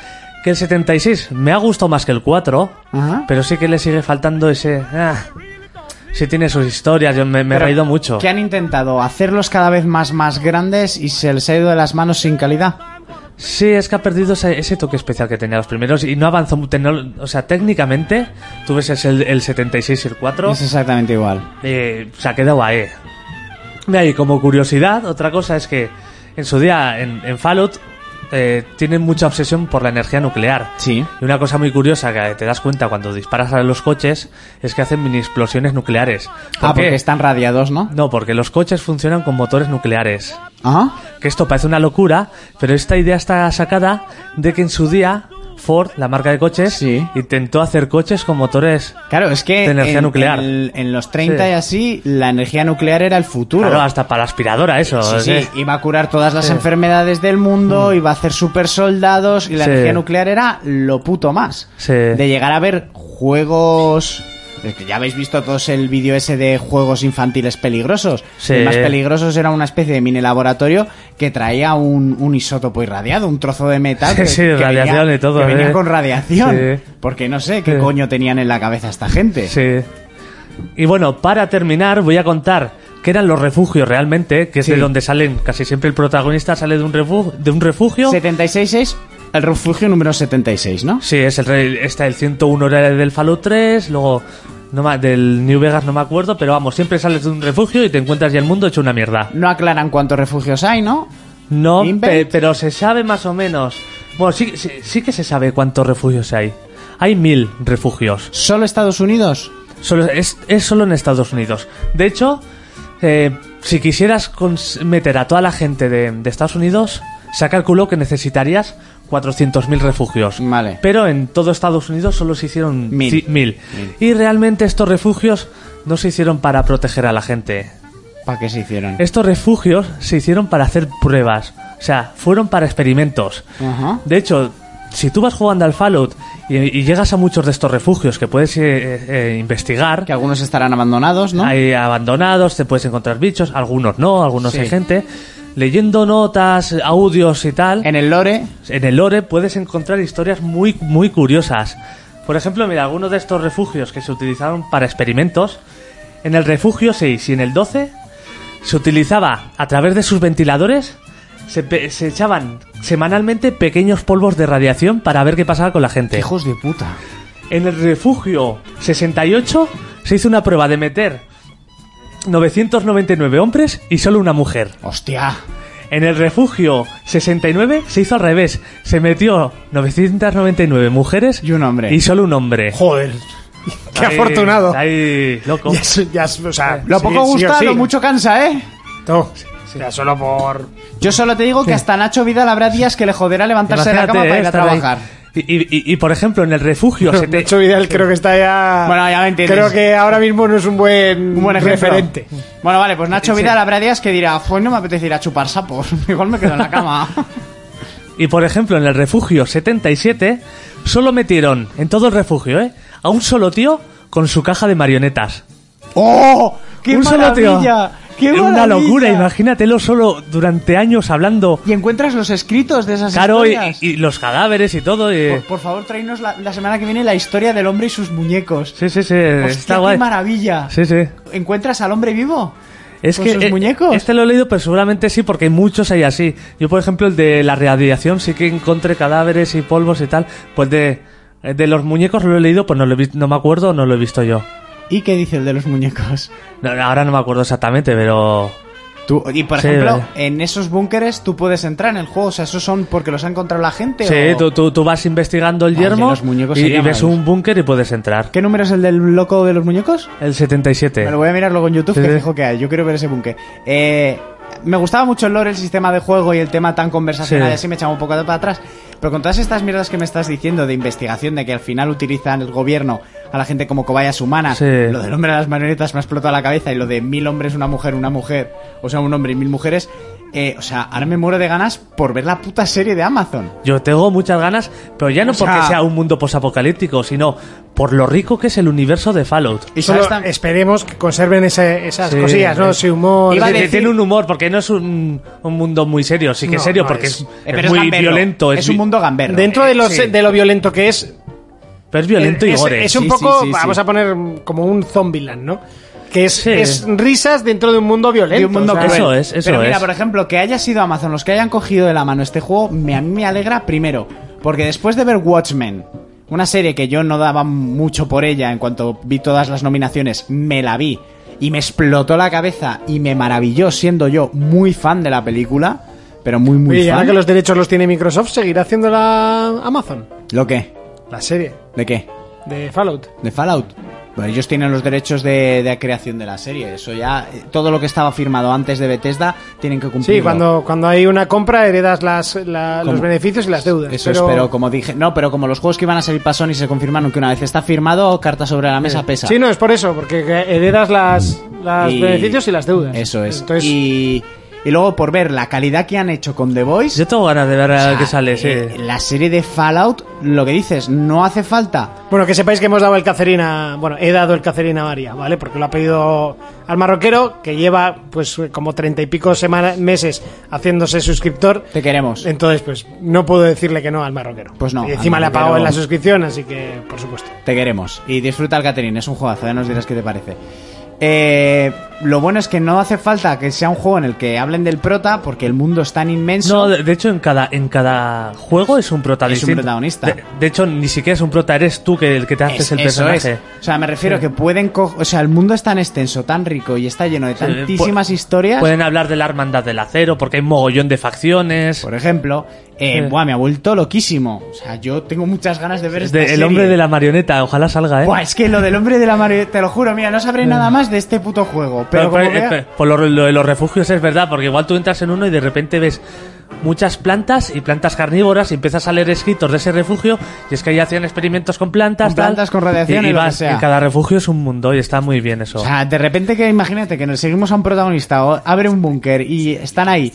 Speaker 6: que el 76 me ha gustado más que el 4,
Speaker 5: Ajá.
Speaker 6: pero sí que le sigue faltando ese... ah, sí tiene sus historias, yo me, me he
Speaker 5: Pero
Speaker 6: reído mucho.
Speaker 5: Que han intentado hacerlos cada vez más más grandes y se les ha ido de las manos sin calidad.
Speaker 6: Sí, es que ha perdido ese, ese toque especial que tenía los primeros y no avanzó... mu- tecno- O sea, técnicamente, tú ves es el, el 76 y el 4...
Speaker 5: Es exactamente igual.
Speaker 6: Eh, se ha quedado ahí. Mira, Y como curiosidad, otra cosa es que en su día, en, en Fallout, eh, tienen mucha obsesión por la energía nuclear.
Speaker 5: Sí.
Speaker 6: Y una cosa muy curiosa que te das cuenta cuando disparas a los coches es que hacen mini explosiones nucleares. ¿Por
Speaker 5: ah,
Speaker 6: qué?
Speaker 5: porque están radiados, ¿no?
Speaker 6: No, porque los coches funcionan con motores nucleares.
Speaker 5: Ah,
Speaker 6: Que esto parece una locura, pero esta idea está sacada de que en su día Ford, la marca de coches,
Speaker 5: Sí.
Speaker 6: intentó hacer coches con motores
Speaker 5: claro, es que
Speaker 6: De energía
Speaker 5: en,
Speaker 6: nuclear.
Speaker 5: en- en los 30
Speaker 6: Sí.
Speaker 5: y así la energía nuclear era el futuro.
Speaker 6: Claro, hasta para aspiradora eso.
Speaker 5: Sí,
Speaker 6: ¿eh? Mm.
Speaker 5: sí, iba a curar todas las enfermedades del mundo, iba a hacer super soldados y la
Speaker 6: Sí.
Speaker 5: energía nuclear era lo puto más.
Speaker 6: Sí.
Speaker 5: De llegar a ver juegos... es que ya habéis visto todos el vídeo ese de juegos infantiles peligrosos.
Speaker 6: Sí.
Speaker 5: El más peligrosos era una especie de mini laboratorio que traía un, un isótopo irradiado, un trozo de metal.
Speaker 6: Sí,
Speaker 5: que-
Speaker 6: sí,
Speaker 5: que
Speaker 6: radiación
Speaker 5: venía-
Speaker 6: y todo,
Speaker 5: que venía
Speaker 6: ¿eh?
Speaker 5: con radiación.
Speaker 6: Sí.
Speaker 5: Porque no sé qué
Speaker 6: Sí.
Speaker 5: coño tenían en la cabeza esta gente.
Speaker 6: Sí. Y bueno, para terminar, voy a contar que eran los refugios realmente, que es
Speaker 5: Sí.
Speaker 6: de donde salen casi siempre el protagonista sale de un refugio, de un refugio.
Speaker 5: 76-6, el refugio número 76, ¿no?
Speaker 6: Sí, es el rey- está el 101 era el del Fallout 3, luego no ma- del New Vegas no me acuerdo, pero vamos, siempre sales de un refugio y te encuentras ya el mundo hecho una mierda.
Speaker 5: No aclaran cuántos refugios hay, ¿no?
Speaker 6: No,
Speaker 5: Invent.
Speaker 6: pe- pero se sabe más o menos. Bueno, sí, sí, sí que se sabe cuántos refugios hay. Hay mil refugios.
Speaker 5: ¿Solo Estados Unidos?
Speaker 6: Solo, es, es solo en Estados Unidos. De hecho, eh, si quisieras cons- meter a toda la gente de, de Estados Unidos, se calculó que necesitarías 400.000 refugios.
Speaker 5: Vale.
Speaker 6: Pero en todo Estados Unidos solo se hicieron
Speaker 5: Mil.
Speaker 6: ci- mil. Y realmente estos refugios no se hicieron para proteger a la gente.
Speaker 5: ¿Para qué se hicieron?
Speaker 6: Estos refugios se hicieron para hacer pruebas. O sea, fueron para experimentos.
Speaker 5: Ajá.
Speaker 6: De hecho, si tú vas jugando al Fallout y, y llegas a muchos de estos refugios que puedes eh, eh, investigar. Que
Speaker 5: algunos estarán abandonados, ¿no?
Speaker 6: Hay abandonados, te puedes encontrar bichos, algunos no, algunos
Speaker 5: Sí.
Speaker 6: hay gente. Leyendo notas, audios y tal.
Speaker 5: En el lore.
Speaker 6: En el lore puedes encontrar historias muy, muy curiosas. Por ejemplo, mira, algunos de estos refugios que se utilizaron para experimentos. En el refugio 6 y en el 12 se utilizaba a través de sus ventiladores. Se, pe- se echaban semanalmente pequeños polvos de radiación para ver qué pasaba con la gente.
Speaker 5: Hijos de puta.
Speaker 6: En el refugio 68 se hizo una prueba de meter 999 hombres y solo una mujer.
Speaker 5: ¡Hostia!
Speaker 6: En el refugio 69 se hizo al revés. Se metió 999 mujeres
Speaker 5: y un hombre.
Speaker 6: Y solo un hombre.
Speaker 14: Joder. Qué
Speaker 6: Ahí-
Speaker 14: afortunado.
Speaker 6: Ahí, loco.
Speaker 14: Ya, es- ya es- o sea,
Speaker 5: Lo poco
Speaker 14: sí, sí o
Speaker 5: gusta,
Speaker 14: sí.
Speaker 5: lo mucho cansa, ¿eh?
Speaker 14: No, ya solo por...
Speaker 5: Yo solo te digo que hasta Nacho Vidal habrá días que le joderá levantarse de la
Speaker 6: Imagínate,
Speaker 5: cama para
Speaker 6: eh,
Speaker 5: ir a
Speaker 6: estar ahí.
Speaker 5: trabajar.
Speaker 6: Y, y- y- y, por ejemplo, en el refugio se te-
Speaker 14: Nacho Vidal creo que está ya...
Speaker 5: Bueno, ya me entiendes.
Speaker 14: Creo que ahora mismo no es un buen,
Speaker 5: Un buen ejemplo.
Speaker 14: referente.
Speaker 5: Bueno, vale, pues Nacho
Speaker 14: Sí.
Speaker 5: Vidal habrá días que dirá, pues no me apetece ir a chupar sapos, igual me quedo en la cama.
Speaker 6: y por ejemplo, en el refugio 77 solo metieron en todo el refugio, ¿eh? A un solo tío con su caja de marionetas.
Speaker 5: ¡Oh! ¡Qué
Speaker 6: un solo tío.
Speaker 5: maravilla! ¡Qué
Speaker 6: Era una
Speaker 5: maravilla!
Speaker 6: locura, imagínatelo solo durante años hablando.
Speaker 5: Y encuentras los escritos de esas
Speaker 6: Claro, y,
Speaker 5: historias.
Speaker 6: y los cadáveres y todo. y-
Speaker 5: Por, por favor, tráenos la, la semana que viene la historia del hombre y sus muñecos.
Speaker 6: Sí, sí, sí,
Speaker 5: Hostia,
Speaker 6: está
Speaker 5: qué
Speaker 6: guay.
Speaker 5: maravilla!
Speaker 6: Sí, sí.
Speaker 5: ¿Encuentras al hombre vivo?
Speaker 6: Es
Speaker 5: ¿Con
Speaker 6: que
Speaker 5: sus
Speaker 6: eh,
Speaker 5: muñecos?
Speaker 6: este lo he leído, pero seguramente sí, porque muchos hay así. Yo, por ejemplo, el de la radiación sí que encontré cadáveres y polvos y tal. Pues de, eh, de los muñecos lo he leído, pues no, lo he vis- no me acuerdo, no lo he visto yo.
Speaker 5: ¿Y qué dice el de los muñecos?
Speaker 6: No, no, ahora no me acuerdo exactamente, pero...
Speaker 5: Tú, y por
Speaker 6: Sí,
Speaker 5: ejemplo,
Speaker 6: vale.
Speaker 5: en esos búnkeres tú puedes entrar en el juego. O sea, ¿esos son porque los ha encontrado la gente?
Speaker 6: Sí,
Speaker 5: o-
Speaker 6: tú, tú- tú vas investigando el
Speaker 5: Ah, el de
Speaker 6: yermo
Speaker 5: los muñecos
Speaker 6: y,
Speaker 5: se
Speaker 6: y
Speaker 5: llama,
Speaker 6: ves
Speaker 5: ¿no?
Speaker 6: un búnker y puedes entrar.
Speaker 5: ¿Qué número es el del loco de los muñecos?
Speaker 6: El 77.
Speaker 5: Me lo voy a mirar luego en YouTube,
Speaker 6: Sí,
Speaker 5: que
Speaker 6: sí.
Speaker 5: fijo que hay. Yo quiero ver ese búnker. Eh, me gustaba mucho el lore, el sistema de juego y el tema tan conversacional,
Speaker 6: Sí.
Speaker 5: y así me echaba un poco de para atrás. Pero con todas estas mierdas que me estás diciendo de investigación, de que al final utilizan el gobierno a la gente como cobayas humanas,
Speaker 6: Sí.
Speaker 5: lo del hombre de las marionetas me ha explotado la cabeza y lo de mil hombres, una mujer, una mujer, o sea, un hombre y mil mujeres. eh, o sea, ahora me muero de ganas por ver la puta serie de Amazon.
Speaker 6: Yo tengo muchas ganas, pero ya no
Speaker 5: O sea-
Speaker 6: porque sea un mundo posapocalíptico, sino por lo rico que es el universo de Fallout.
Speaker 5: Y
Speaker 14: Solo
Speaker 5: sabes tam-
Speaker 14: esperemos que conserven ese- esas
Speaker 6: Sí,
Speaker 14: cosillas, ¿no?
Speaker 6: es-
Speaker 14: Ese humor...
Speaker 5: Iba a
Speaker 6: Sí,
Speaker 5: decir-
Speaker 6: Tiene un humor, porque no es un, un mundo muy serio, sí que
Speaker 14: No,
Speaker 6: es serio,
Speaker 14: no
Speaker 6: porque
Speaker 14: es.
Speaker 6: es,
Speaker 14: Eh,
Speaker 6: es
Speaker 5: pero es
Speaker 6: muy
Speaker 5: gamberro,
Speaker 6: violento.
Speaker 5: Es,
Speaker 6: vi-
Speaker 5: un mundo gamberro.
Speaker 14: Dentro de, los,
Speaker 6: Sí.
Speaker 14: de lo violento que es,
Speaker 6: Pero es violento
Speaker 14: Eh,
Speaker 6: y
Speaker 14: es,
Speaker 6: gore.
Speaker 14: es un
Speaker 5: Sí,
Speaker 14: poco,
Speaker 5: sí, sí,
Speaker 14: vamos
Speaker 5: sí.
Speaker 14: a poner mm, como un Zombieland, ¿no? Que es,
Speaker 6: Sí.
Speaker 14: es risas dentro de un mundo violento.
Speaker 5: de un mundo
Speaker 14: o sea,
Speaker 5: cruel.
Speaker 6: eso es, eso
Speaker 5: Pero mira,
Speaker 6: es.
Speaker 5: por ejemplo, que haya sido Amazon los que hayan cogido de la mano este juego, me, a mí me alegra primero, porque después de ver Watchmen, una serie que yo no daba mucho por ella en cuanto vi todas las nominaciones, me la vi y me explotó la cabeza y me maravilló siendo yo muy fan de la película, pero muy muy
Speaker 14: y ahora
Speaker 5: fan.
Speaker 14: que los derechos los tiene Microsoft, seguirá haciendo la Amazon,
Speaker 5: ¿Lo qué?
Speaker 14: la serie
Speaker 5: ¿De qué?
Speaker 14: de Fallout.
Speaker 5: ¿De Fallout? Bueno, ellos tienen los derechos de, de creación de la serie. Eso ya, eh, todo lo que estaba firmado antes de Bethesda, tienen que
Speaker 14: Sí,
Speaker 5: cumplirlo.
Speaker 14: cuando, cuando hay una compra heredas las, la- los
Speaker 5: Como-
Speaker 14: beneficios y las deudas.
Speaker 5: Eso
Speaker 14: pero,
Speaker 5: es, pero como dije, no, pero como los juegos que iban a salir pasaron y se confirmaron que una vez está firmado, carta sobre la mesa pesa.
Speaker 14: Sí, no, es por eso, porque heredas las, las
Speaker 5: Y-
Speaker 14: beneficios y las deudas.
Speaker 5: Eso es.
Speaker 14: Entonces,
Speaker 5: Y, y luego por ver la calidad que han hecho con The Voice.
Speaker 6: Yo tengo ganas de ver
Speaker 5: o
Speaker 6: a
Speaker 5: sea,
Speaker 6: qué sale, sí.
Speaker 5: eh, La serie de Fallout, lo que dices, no hace falta.
Speaker 14: Bueno, que sepáis que hemos dado el cacerina, bueno, he dado el cacerina a María, ¿vale? Porque lo ha pedido al marroquero, que lleva pues como treinta y pico semana- meses haciéndose suscriptor.
Speaker 5: Te queremos.
Speaker 14: Entonces, pues no puedo decirle que no al marroquero.
Speaker 5: Pues no,
Speaker 14: Y encima
Speaker 5: al
Speaker 14: le ha pagado
Speaker 5: marroquero-
Speaker 14: en la suscripción, así que, por supuesto.
Speaker 5: Te queremos. Y disfruta el Catherine, es un juegazo, ya nos dirás qué te parece. Eh, lo bueno es que no hace falta que sea un juego en el que hablen del prota porque el mundo es tan inmenso.
Speaker 6: No, de, de hecho en cada, en cada juego es un prota
Speaker 5: Es un
Speaker 6: distinto.
Speaker 5: protagonista.
Speaker 6: De, de hecho, ni siquiera es un prota, eres tú que el que te haces
Speaker 5: Es-
Speaker 6: el
Speaker 5: eso
Speaker 6: personaje.
Speaker 5: es. O sea, me refiero
Speaker 6: Sí.
Speaker 5: que pueden co- o sea, el mundo es tan extenso, tan rico y está lleno de tantísimas
Speaker 6: Eh, pu-
Speaker 5: historias.
Speaker 6: pues, Pueden hablar de la hermandad del acero, porque hay mogollón de facciones.
Speaker 5: Por ejemplo, Eh, buah, me ha vuelto loquísimo. O sea, yo tengo muchas ganas de ver esta
Speaker 6: el
Speaker 5: serie.
Speaker 6: hombre de la marioneta, ojalá salga, ¿eh?
Speaker 5: Buah, es que lo del hombre de la marioneta, te lo juro, mira, no sabré nada más de este puto juego. Pero, como
Speaker 6: eh,
Speaker 5: vea-
Speaker 6: eh, por lo, lo de los refugios es verdad, porque igual tú entras en uno y de repente ves muchas plantas y plantas carnívoras y empiezas a leer escritos de ese refugio y es que ahí hacían experimentos con plantas,
Speaker 5: Con
Speaker 6: tal,
Speaker 5: plantas, con radiación y lo que
Speaker 6: vas-
Speaker 5: sea.
Speaker 6: y cada refugio es un mundo y está muy bien eso.
Speaker 5: O sea, de repente que imagínate que nos seguimos a un protagonista o abre un búnker y están ahí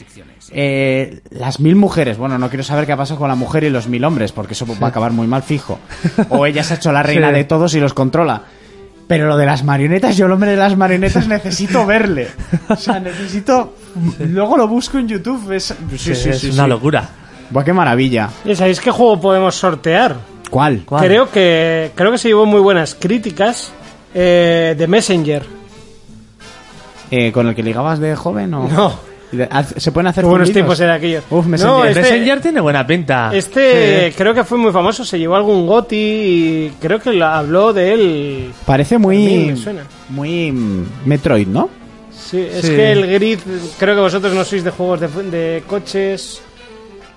Speaker 5: eh, las mil mujeres. Bueno, no quiero saber qué ha pasado con la mujer y los mil hombres, porque eso va a acabar muy mal fijo. O ella se ha hecho la reina
Speaker 6: Sí.
Speaker 5: de todos y los controla. Pero lo de las marionetas, yo el hombre de las marionetas necesito verle. O sea, necesito... Luego lo busco en YouTube. Es, sí, sí,
Speaker 6: es
Speaker 5: sí,
Speaker 6: una
Speaker 5: sí.
Speaker 6: locura.
Speaker 5: Buah, qué maravilla.
Speaker 4: ¿Y ¿Sabéis qué juego podemos sortear?
Speaker 5: ¿Cuál?
Speaker 4: Creo que creo que se llevó muy buenas críticas eh, de Messenger.
Speaker 5: Eh, ¿Con el que ligabas de joven o...?
Speaker 4: No.
Speaker 5: Haz- ¿Se pueden hacer
Speaker 4: Qué buenos
Speaker 5: fundidos?
Speaker 4: tiempos eran aquellos.
Speaker 5: Uf, me
Speaker 4: No,
Speaker 5: sentí-
Speaker 4: este-
Speaker 6: Messenger tiene buena pinta.
Speaker 4: Este
Speaker 6: Sí.
Speaker 4: creo que fue muy famoso, se llevó algún goti y creo que la- habló de él.
Speaker 5: Parece
Speaker 4: A mí me
Speaker 5: muy...
Speaker 4: suena.
Speaker 5: Muy mm, Metroid, ¿no?
Speaker 4: Sí, es
Speaker 5: Sí.
Speaker 4: que el grid, creo que vosotros no sois de juegos de, de coches.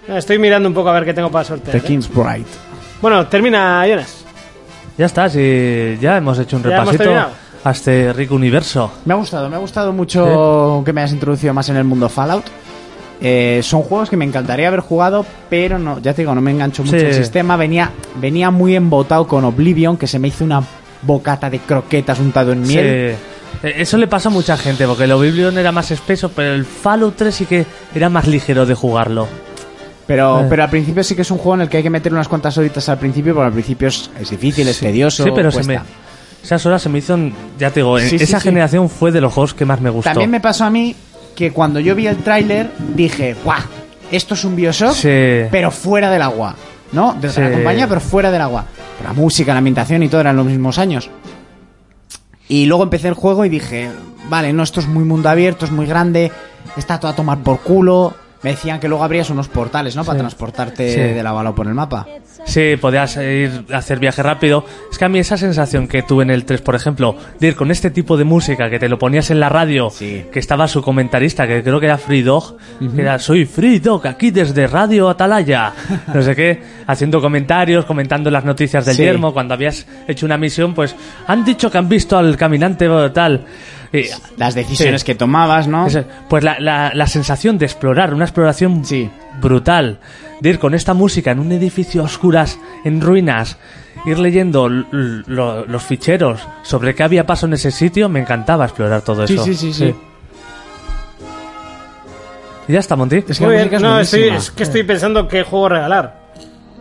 Speaker 4: Ah, Estoy mirando un poco a ver qué tengo para sortear.
Speaker 5: The
Speaker 4: ¿eh?
Speaker 5: King's Bride.
Speaker 4: Bueno, termina Jonas.
Speaker 6: Ya está, sí, ya hemos hecho un
Speaker 4: Ya hemos
Speaker 6: repasito
Speaker 4: terminado.
Speaker 6: a este rico universo.
Speaker 5: Me ha gustado, me ha gustado mucho que me hayas introducido más en el mundo Fallout. Eh, son juegos que me encantaría haber jugado, pero no, ya te digo, no me engancho mucho
Speaker 6: Sí.
Speaker 5: el sistema. Venía, venía muy embotado con Oblivion, que se me hizo una bocata de croquetas untado en miel.
Speaker 6: Sí. Eh, Eso le pasa a mucha gente, porque el Oblivion era más espeso, pero el Fallout 3 sí que era más ligero de jugarlo.
Speaker 5: Pero,
Speaker 6: Eh.
Speaker 5: pero al principio sí que es un juego en el que hay que meter unas cuantas horitas al principio, porque al principio es, es difícil, es tedioso.
Speaker 6: sí, pero se
Speaker 5: cuesta.
Speaker 6: me, esas horas se me hizo, ya te digo,
Speaker 5: Sí, sí,
Speaker 6: esa
Speaker 5: sí.
Speaker 6: generación fue de los juegos que más me gustó.
Speaker 5: También me pasó a mí que cuando yo vi el tráiler dije, ¡guau! Esto es un Bioshock,
Speaker 6: Sí.
Speaker 5: pero fuera del agua. ¿No? Desde
Speaker 6: Sí.
Speaker 5: la compañía, pero fuera del agua. La música, la ambientación y todo eran los mismos años. Y luego empecé el juego y dije, vale, no, esto es muy mundo abierto, es muy grande, está todo a tomar por culo. Me decían que luego abrías unos portales, ¿no? Para
Speaker 6: Sí.
Speaker 5: transportarte
Speaker 6: Sí.
Speaker 5: de la bala por el mapa.
Speaker 6: Sí, podías ir a hacer viaje rápido. Es que a mí esa sensación que tuve en el 3, por ejemplo, de ir con este tipo de música que te lo ponías en la radio, que estaba su comentarista, que creo que era Free Dog, que era Soy Free Dog, aquí desde Radio Atalaya, no sé qué, haciendo comentarios, comentando las noticias del
Speaker 5: Sí.
Speaker 6: yermo, cuando habías hecho una misión, pues han dicho que han visto al caminante o tal. Y-
Speaker 5: Las decisiones
Speaker 6: Sí.
Speaker 5: que tomabas, ¿no?
Speaker 6: Esa- Pues la, la- la sensación de explorar, una exploración brutal, de ir con esta música en un edificio a oscuras, en ruinas, ir leyendo l- l- lo- los ficheros sobre qué había pasado en ese sitio, me encantaba explorar todo
Speaker 5: Sí,
Speaker 6: eso.
Speaker 5: sí, sí, sí.
Speaker 6: Y ya está, Monty.
Speaker 5: Es
Speaker 4: Muy bien, no, estoy- es que estoy pensando qué juego regalar.